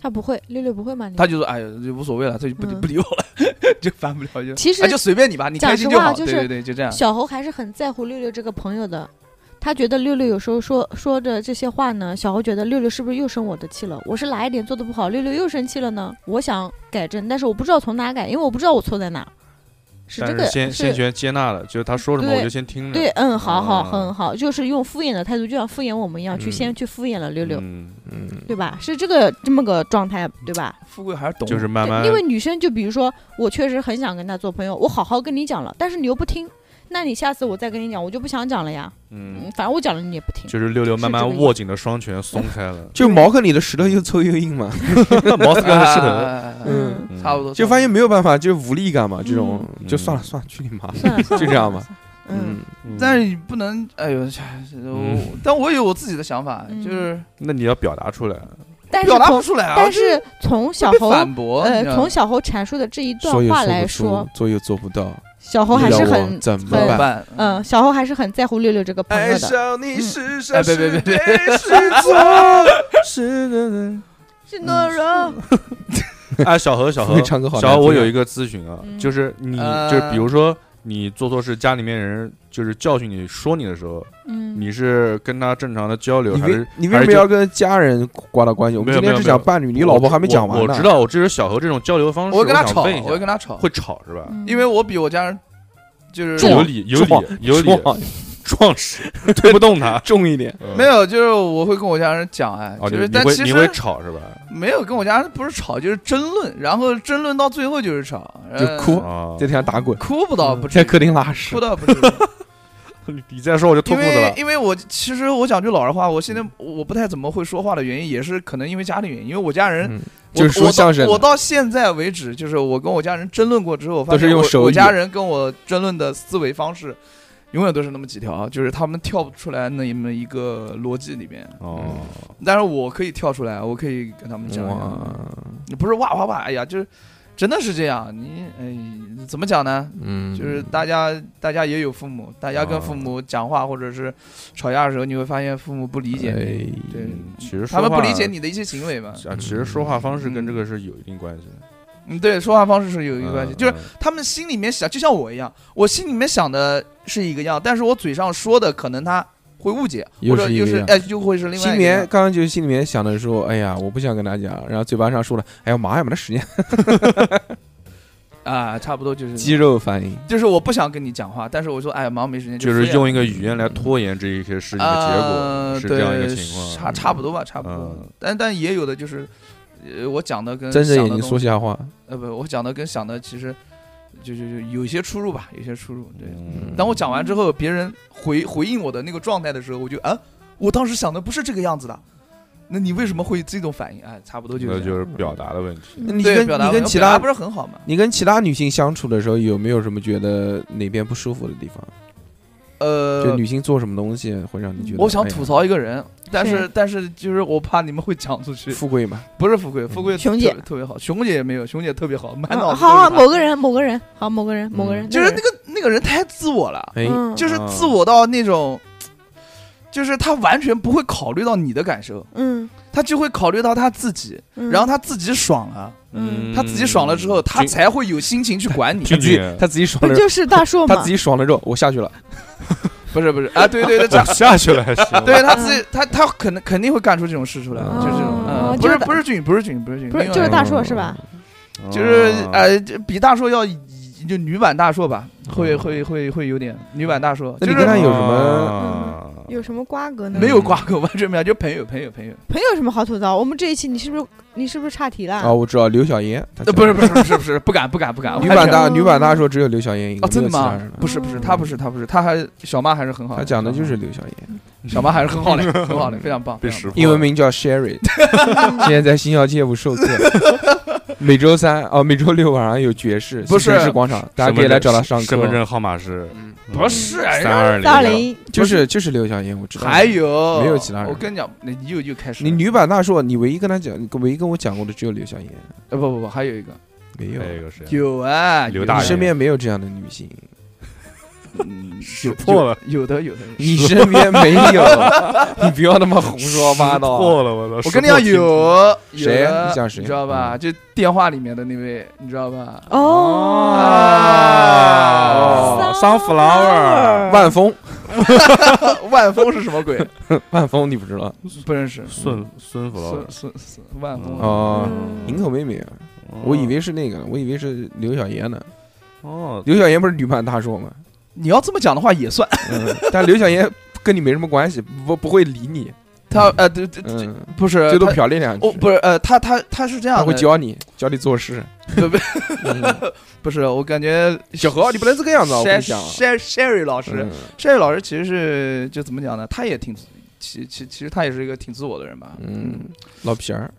[SPEAKER 4] 他不会，六六不会骂你。
[SPEAKER 3] 他就说：“哎呀，就无所谓了，他就不、
[SPEAKER 4] 嗯
[SPEAKER 3] 不理我了，就烦不了就。
[SPEAKER 4] 其实
[SPEAKER 3] 啊，就随便你吧，你
[SPEAKER 4] 讲
[SPEAKER 3] 开心
[SPEAKER 4] 实
[SPEAKER 3] 就
[SPEAKER 4] 话
[SPEAKER 3] 好。
[SPEAKER 4] 就
[SPEAKER 3] 对
[SPEAKER 4] 是
[SPEAKER 3] 对对，就这样。
[SPEAKER 4] 小侯还是很在乎六六这个朋友的。他觉得六六有时候说说着这些话呢，小侯觉得六六是不是又生我的气了？我是哪一点做的不好，六六又生气了呢？我想改正，但是我不知道从哪改，因为我不知道我错在哪儿。是这
[SPEAKER 2] 但
[SPEAKER 4] 个
[SPEAKER 2] 是先先学接纳了，就是他说什么
[SPEAKER 4] 对
[SPEAKER 2] 我就先听着，
[SPEAKER 4] 对，嗯，好好，
[SPEAKER 2] 啊
[SPEAKER 4] 很好，就是用敷衍的态度，就像敷衍我们一样，
[SPEAKER 1] 哦
[SPEAKER 4] 去
[SPEAKER 1] 嗯
[SPEAKER 4] 先去敷衍了六六，
[SPEAKER 2] 嗯，
[SPEAKER 1] 嗯，，
[SPEAKER 4] 对吧？是这个这么个状态，对吧？
[SPEAKER 3] 富贵还是懂，
[SPEAKER 2] 就是慢慢
[SPEAKER 4] 对因为女生就比如说，我确实很想跟他做朋友，我好好跟你讲了，但是你又不听，那你下次我再跟你讲，我就不想讲了呀。
[SPEAKER 2] 嗯
[SPEAKER 4] 嗯，，反正我讲了你也不听。
[SPEAKER 2] 就是六六慢
[SPEAKER 4] 是这
[SPEAKER 2] 慢
[SPEAKER 4] 个意思
[SPEAKER 2] 握紧的双拳松开 了嗯
[SPEAKER 1] 就毛克里的石头又粗又硬嘛，
[SPEAKER 2] 毛斯
[SPEAKER 3] 啊
[SPEAKER 2] 根的石
[SPEAKER 3] 啊
[SPEAKER 2] 头，
[SPEAKER 3] 啊啊啊
[SPEAKER 1] 嗯
[SPEAKER 2] 嗯
[SPEAKER 3] 差不多。
[SPEAKER 1] 就发现没有办法，就是无力感嘛，这种
[SPEAKER 2] 嗯
[SPEAKER 1] 就算了算了，去你妈，
[SPEAKER 4] 算了算
[SPEAKER 1] 就
[SPEAKER 4] 了
[SPEAKER 1] 这样吧。
[SPEAKER 4] 算了算了嗯，
[SPEAKER 1] 嗯，
[SPEAKER 2] 嗯
[SPEAKER 3] 但是你不能，哎呦，我
[SPEAKER 2] 嗯
[SPEAKER 3] 但我有我自己的想法，
[SPEAKER 4] 嗯
[SPEAKER 3] 就是
[SPEAKER 2] 那你要表达出来，
[SPEAKER 4] 但是
[SPEAKER 3] 表达不
[SPEAKER 4] 从
[SPEAKER 3] 出来啊。
[SPEAKER 4] 但
[SPEAKER 3] 就是
[SPEAKER 4] 从小
[SPEAKER 3] 被
[SPEAKER 4] 侯
[SPEAKER 3] 反驳，你
[SPEAKER 4] 呃
[SPEAKER 3] 知道吗
[SPEAKER 4] 从小侯阐述的这一
[SPEAKER 1] 说
[SPEAKER 4] 段
[SPEAKER 1] 又
[SPEAKER 4] 啊话
[SPEAKER 1] 说
[SPEAKER 4] 来
[SPEAKER 1] 不
[SPEAKER 4] 说
[SPEAKER 1] 出，，做又做不到，
[SPEAKER 4] 小侯还
[SPEAKER 1] 你
[SPEAKER 4] 是
[SPEAKER 1] 让我
[SPEAKER 4] 很
[SPEAKER 1] 怎么
[SPEAKER 3] 怎么
[SPEAKER 1] 办？
[SPEAKER 3] 办？
[SPEAKER 4] 嗯，小侯还是很在乎六六这个朋友的。
[SPEAKER 1] 上你是
[SPEAKER 3] 哎别别别别
[SPEAKER 1] 对是错，是的，
[SPEAKER 4] 是懦弱，
[SPEAKER 2] 哎，小 何，小
[SPEAKER 1] 富
[SPEAKER 2] 何
[SPEAKER 1] 贵，唱歌好难
[SPEAKER 2] 小何，我
[SPEAKER 1] 听啊
[SPEAKER 2] 有一个咨询啊，
[SPEAKER 5] 嗯
[SPEAKER 2] 就是你，
[SPEAKER 3] 呃
[SPEAKER 2] 就是比如说你做错事，家里面人就是教训你说你的时候，
[SPEAKER 5] 嗯，
[SPEAKER 2] 你是跟他正常的交流，
[SPEAKER 1] 你
[SPEAKER 2] 还是
[SPEAKER 1] 为你为什么要跟家人挂到关系？我们
[SPEAKER 2] 没有
[SPEAKER 1] 今
[SPEAKER 2] 没
[SPEAKER 1] 天
[SPEAKER 2] 有
[SPEAKER 1] 是
[SPEAKER 2] 没有
[SPEAKER 1] 讲伴侣，你老婆还没讲完
[SPEAKER 2] 我
[SPEAKER 1] 呢。
[SPEAKER 2] 我知道，我就是小何这种交流方式，
[SPEAKER 3] 我会跟他
[SPEAKER 2] 想
[SPEAKER 3] 吵，
[SPEAKER 2] 问一
[SPEAKER 3] 我会
[SPEAKER 2] 下，
[SPEAKER 3] 跟他吵，
[SPEAKER 2] 会吵是吧？
[SPEAKER 5] 嗯
[SPEAKER 3] 因为我比我家人就是
[SPEAKER 2] 有理有理
[SPEAKER 1] 壮
[SPEAKER 2] 有理，
[SPEAKER 1] 壮
[SPEAKER 2] 壮实，推不动他，
[SPEAKER 1] 重一点，
[SPEAKER 2] 嗯
[SPEAKER 3] 没。有，就是我会跟我家人讲，哎，
[SPEAKER 2] 哦，
[SPEAKER 3] 就
[SPEAKER 2] 你
[SPEAKER 3] 是
[SPEAKER 2] 你
[SPEAKER 3] 但
[SPEAKER 2] 会
[SPEAKER 3] 其
[SPEAKER 2] 你会
[SPEAKER 3] 实
[SPEAKER 2] 吵是吧？
[SPEAKER 3] 没有跟我家人不是吵，就是争论，然后争论到最后就是吵，
[SPEAKER 1] 就
[SPEAKER 3] 呃
[SPEAKER 1] 哭
[SPEAKER 2] 啊
[SPEAKER 1] 在，天上打滚，
[SPEAKER 3] 哭不哦到不至
[SPEAKER 1] 在
[SPEAKER 3] 于，
[SPEAKER 1] 客厅拉屎
[SPEAKER 3] 哭。到不 至于。
[SPEAKER 2] 你再说我就脱
[SPEAKER 3] 因
[SPEAKER 2] 裤子
[SPEAKER 3] 为
[SPEAKER 2] 了。
[SPEAKER 3] 因为我其实我讲句老实话，我现
[SPEAKER 1] 嗯
[SPEAKER 3] 在我不太怎么会说话的原因，也是可能因为家里原因，因为我家人
[SPEAKER 1] 嗯，
[SPEAKER 3] 我
[SPEAKER 1] 就是说相声的
[SPEAKER 3] 我到。我到现在为止，就是我跟我家人争论过之后，我发现
[SPEAKER 1] 都是用手语
[SPEAKER 3] 我。我家人跟我争论的思维方式，永远都是那么几条，就是他们跳不出来那么一个逻辑里面。
[SPEAKER 2] 哦，
[SPEAKER 3] 但是我可以跳出来，我可以跟他们讲，
[SPEAKER 1] 哇，
[SPEAKER 3] 你不是哇哇哇，哎呀，就是真的是这样。你哎，怎么讲呢？
[SPEAKER 1] 嗯，
[SPEAKER 3] 就是大家，大家也有父母，大家跟父母讲话或者是吵架的时候，你会发现父母不理解你，
[SPEAKER 1] 哎
[SPEAKER 3] 对
[SPEAKER 2] 嗯其实
[SPEAKER 3] 他们
[SPEAKER 2] 说
[SPEAKER 3] 不
[SPEAKER 2] 话
[SPEAKER 3] 理解你的一些行为嘛。
[SPEAKER 2] 啊，其实说话方式跟这个是有一定关系的，
[SPEAKER 3] 嗯，对，说话方式是有一个关系，
[SPEAKER 2] 嗯
[SPEAKER 3] 就是
[SPEAKER 2] 嗯
[SPEAKER 3] 他们心里面想，就像我一样，我心里面想的是一个样，但是我嘴上说的可能他会误解，
[SPEAKER 1] 又
[SPEAKER 3] 或者
[SPEAKER 1] 是一
[SPEAKER 3] 又
[SPEAKER 1] 个
[SPEAKER 3] 是
[SPEAKER 1] 样
[SPEAKER 3] 哎，就会是另外
[SPEAKER 1] 心
[SPEAKER 3] 一
[SPEAKER 1] 里
[SPEAKER 3] 个
[SPEAKER 1] 面
[SPEAKER 3] 样。
[SPEAKER 1] 刚刚就是心里面想的说，哎呀，我不想跟他讲，然后嘴巴上说了，哎呀妈呀，没得时间，
[SPEAKER 3] 啊，差不多就是
[SPEAKER 1] 肌肉反应，
[SPEAKER 3] 就是我不想跟你讲话，但是我说哎忙没时间，
[SPEAKER 2] 就是
[SPEAKER 3] 敷衍
[SPEAKER 2] 用一个语言来拖延这一些事情的结
[SPEAKER 3] 嗯啊
[SPEAKER 2] 果，是这样一个
[SPEAKER 3] 对
[SPEAKER 2] 情况。
[SPEAKER 3] 差差不多吧，差不多
[SPEAKER 2] 嗯。
[SPEAKER 3] 但但也有的就是，呃，我讲的跟
[SPEAKER 1] 睁着眼
[SPEAKER 3] 想的
[SPEAKER 1] 睛
[SPEAKER 3] 东
[SPEAKER 1] 说
[SPEAKER 3] 西
[SPEAKER 1] 瞎话。
[SPEAKER 3] 呃不，我讲的跟想的其实就就就有些出入吧，有些出入。对，
[SPEAKER 2] 嗯
[SPEAKER 3] 当我讲完之后，别人回回应我的那个状态的时候，我就啊，我当时想的不是这个样子的。那你为什么会这种反应？哎，差不多就是
[SPEAKER 2] 那
[SPEAKER 3] 这
[SPEAKER 2] 就
[SPEAKER 3] 样
[SPEAKER 2] 是表达的问题。
[SPEAKER 1] 那你
[SPEAKER 3] 嗯对
[SPEAKER 1] 跟
[SPEAKER 3] 表达
[SPEAKER 1] 你
[SPEAKER 3] 问
[SPEAKER 1] 跟
[SPEAKER 3] 题
[SPEAKER 1] 其
[SPEAKER 3] 表达
[SPEAKER 1] 他
[SPEAKER 3] 不是很好嘛？
[SPEAKER 1] 你跟其他女性相处的时候，有没有什么觉得哪边不舒服的地方？就
[SPEAKER 3] 呃，
[SPEAKER 1] 女性做什么东西会让你觉得？
[SPEAKER 3] 我想
[SPEAKER 1] 哎呀
[SPEAKER 3] 吐槽一个人，但是
[SPEAKER 5] 谁
[SPEAKER 3] 但是就是我怕你们会讲出去。
[SPEAKER 1] 哎富贵嘛，
[SPEAKER 3] 不是富贵，富贵
[SPEAKER 5] 熊
[SPEAKER 3] 特
[SPEAKER 5] 姐
[SPEAKER 3] 特别好，嗯熊姐也没有，熊姐特别好，满
[SPEAKER 5] 嗯好
[SPEAKER 3] 脑子都是
[SPEAKER 5] 好，
[SPEAKER 3] 她
[SPEAKER 5] 某个人，某个人，好，某个人，某
[SPEAKER 1] 嗯
[SPEAKER 5] 个人，
[SPEAKER 3] 就是那
[SPEAKER 5] 个
[SPEAKER 3] 个那个人太自我了，
[SPEAKER 1] 哎，
[SPEAKER 5] 人，
[SPEAKER 3] 就是
[SPEAKER 2] 嗯
[SPEAKER 3] 自我到那种，就是他完全不会考虑到你的感受，
[SPEAKER 5] 嗯
[SPEAKER 3] 他就会考虑到他自己，
[SPEAKER 5] 嗯，
[SPEAKER 3] 然后他自己爽了，
[SPEAKER 5] 嗯
[SPEAKER 3] 他自己爽了之后，
[SPEAKER 2] 嗯
[SPEAKER 3] 他才会有心情去管你。
[SPEAKER 1] 他
[SPEAKER 2] 俊
[SPEAKER 1] 自己
[SPEAKER 2] 俊
[SPEAKER 1] 他自己爽
[SPEAKER 5] 不
[SPEAKER 1] 了，
[SPEAKER 5] 就是大树
[SPEAKER 1] 他
[SPEAKER 5] 嘛
[SPEAKER 1] 自？己爽了之后，我下去了，
[SPEAKER 3] 不是不是啊，对对对，这样
[SPEAKER 2] 下去了还 行。
[SPEAKER 3] 对他自己他他可能肯定会干出这种事出来，
[SPEAKER 1] 哦
[SPEAKER 3] 就这种，
[SPEAKER 5] 哦
[SPEAKER 3] 嗯，不是
[SPEAKER 5] 就是他
[SPEAKER 3] 不是俊，不是俊，不是俊，
[SPEAKER 5] 不是
[SPEAKER 3] 另外
[SPEAKER 5] 就是
[SPEAKER 3] 一个
[SPEAKER 5] 大硕是吧？
[SPEAKER 3] 就是
[SPEAKER 1] 哦
[SPEAKER 2] 哦
[SPEAKER 3] 呃，这比大硕要就女版大硕吧，会会会会有点女版大硕，
[SPEAKER 1] 哦那
[SPEAKER 3] 就
[SPEAKER 1] 你
[SPEAKER 3] 是
[SPEAKER 1] 跟他有什
[SPEAKER 2] 么
[SPEAKER 5] 有什么瓜葛呢？
[SPEAKER 3] 没有瓜葛，完全没有，就朋友朋友朋友。
[SPEAKER 5] 朋友有什么好吐槽？我们这一期你是不是你是不是岔题了？
[SPEAKER 1] 啊，我知道刘晓妍，他
[SPEAKER 3] 呃，不是不是不是不是，不敢不敢不 敢，
[SPEAKER 1] 女
[SPEAKER 3] 我还
[SPEAKER 1] 版
[SPEAKER 3] 是
[SPEAKER 1] 大
[SPEAKER 5] 哦
[SPEAKER 1] 女版大说只有刘晓妍一个，
[SPEAKER 3] 哦，真的
[SPEAKER 1] 没有其
[SPEAKER 3] 吗
[SPEAKER 1] 他人了？
[SPEAKER 3] 不是不是，他不是他不是，他还小妈还是很好的。
[SPEAKER 1] 他讲的
[SPEAKER 3] 小妈
[SPEAKER 1] 就是刘晓妍，
[SPEAKER 3] 小妈还是很好的，很好的，非常棒。
[SPEAKER 2] 被
[SPEAKER 3] 非常
[SPEAKER 2] 识
[SPEAKER 3] 棒
[SPEAKER 2] 破了
[SPEAKER 1] 英文名叫 Sherry，现 在在新校街舞 授课，每周三哦每周六晚上有爵士，
[SPEAKER 3] 不是
[SPEAKER 1] 新城市广场，大家
[SPEAKER 2] 身份
[SPEAKER 1] 可以来找他
[SPEAKER 2] 证
[SPEAKER 1] 上课。
[SPEAKER 2] 身份证号码是
[SPEAKER 1] 嗯
[SPEAKER 3] 不是哎
[SPEAKER 2] 三二
[SPEAKER 5] 三二零，
[SPEAKER 1] 就是就是刘晓妍，我知道。
[SPEAKER 3] 还有
[SPEAKER 1] 没有其他人
[SPEAKER 3] 我跟你讲，那你又又开始了
[SPEAKER 1] 你女版大硕，你唯一跟他讲，唯一跟我讲过的只有刘晓妍，
[SPEAKER 3] 呃不不不，还有一个
[SPEAKER 1] 没有。
[SPEAKER 2] 哎
[SPEAKER 3] 哎
[SPEAKER 2] 那个谁？
[SPEAKER 3] 有啊，
[SPEAKER 2] 刘
[SPEAKER 3] 有
[SPEAKER 2] 大
[SPEAKER 1] 你
[SPEAKER 2] 爷
[SPEAKER 1] 身边没有这样的女性，
[SPEAKER 3] 嗯
[SPEAKER 2] 识
[SPEAKER 3] 有
[SPEAKER 2] 破了
[SPEAKER 3] 有有的有的。
[SPEAKER 1] 你身边没有， 你不要那么胡说八道。啊
[SPEAKER 2] 破了我操！
[SPEAKER 3] 我跟你讲，有有
[SPEAKER 1] 谁啊
[SPEAKER 3] 的
[SPEAKER 1] 你讲谁嗯
[SPEAKER 3] 你知道吧？就电话里面的那位，你知道吧？啊
[SPEAKER 5] 哦
[SPEAKER 2] 哦，sunflower
[SPEAKER 1] 万峰，
[SPEAKER 3] 万峰是什么鬼？
[SPEAKER 1] 万峰你不知道？
[SPEAKER 3] 不认识。
[SPEAKER 2] 孙孙 flower
[SPEAKER 3] 孙孙孙万峰
[SPEAKER 1] 嗯哦
[SPEAKER 5] 嗯
[SPEAKER 1] 营口妹妹，我以为是那个，
[SPEAKER 3] 嗯
[SPEAKER 1] 我以为是刘晓妍呢。
[SPEAKER 2] 哦，
[SPEAKER 1] 刘晓妍不是女版大硕吗？
[SPEAKER 3] 你要这么讲的话也算。
[SPEAKER 1] 嗯，但刘晓妍跟你没什么关系，不不会理你，
[SPEAKER 3] 他呃，对对，对
[SPEAKER 1] 嗯，
[SPEAKER 3] 不是，
[SPEAKER 1] 最多
[SPEAKER 3] 他
[SPEAKER 1] 瞟你两
[SPEAKER 3] 哦，
[SPEAKER 1] 句，
[SPEAKER 3] 不是，呃，他他他是这
[SPEAKER 1] 他
[SPEAKER 3] 样
[SPEAKER 1] 会
[SPEAKER 3] 的，
[SPEAKER 1] 教你教你做事。
[SPEAKER 3] 不不
[SPEAKER 1] 嗯
[SPEAKER 3] 不是，我感觉
[SPEAKER 1] 小何，你不能这个样子啊，我跟
[SPEAKER 3] Sher
[SPEAKER 1] 你 讲啊。
[SPEAKER 3] Sher Sherry 老师
[SPEAKER 1] 嗯
[SPEAKER 3] ，Sherry 老师其实是就怎么讲呢？他也挺，其其其实他也是一个挺自我的人吧，
[SPEAKER 1] 嗯，老皮儿，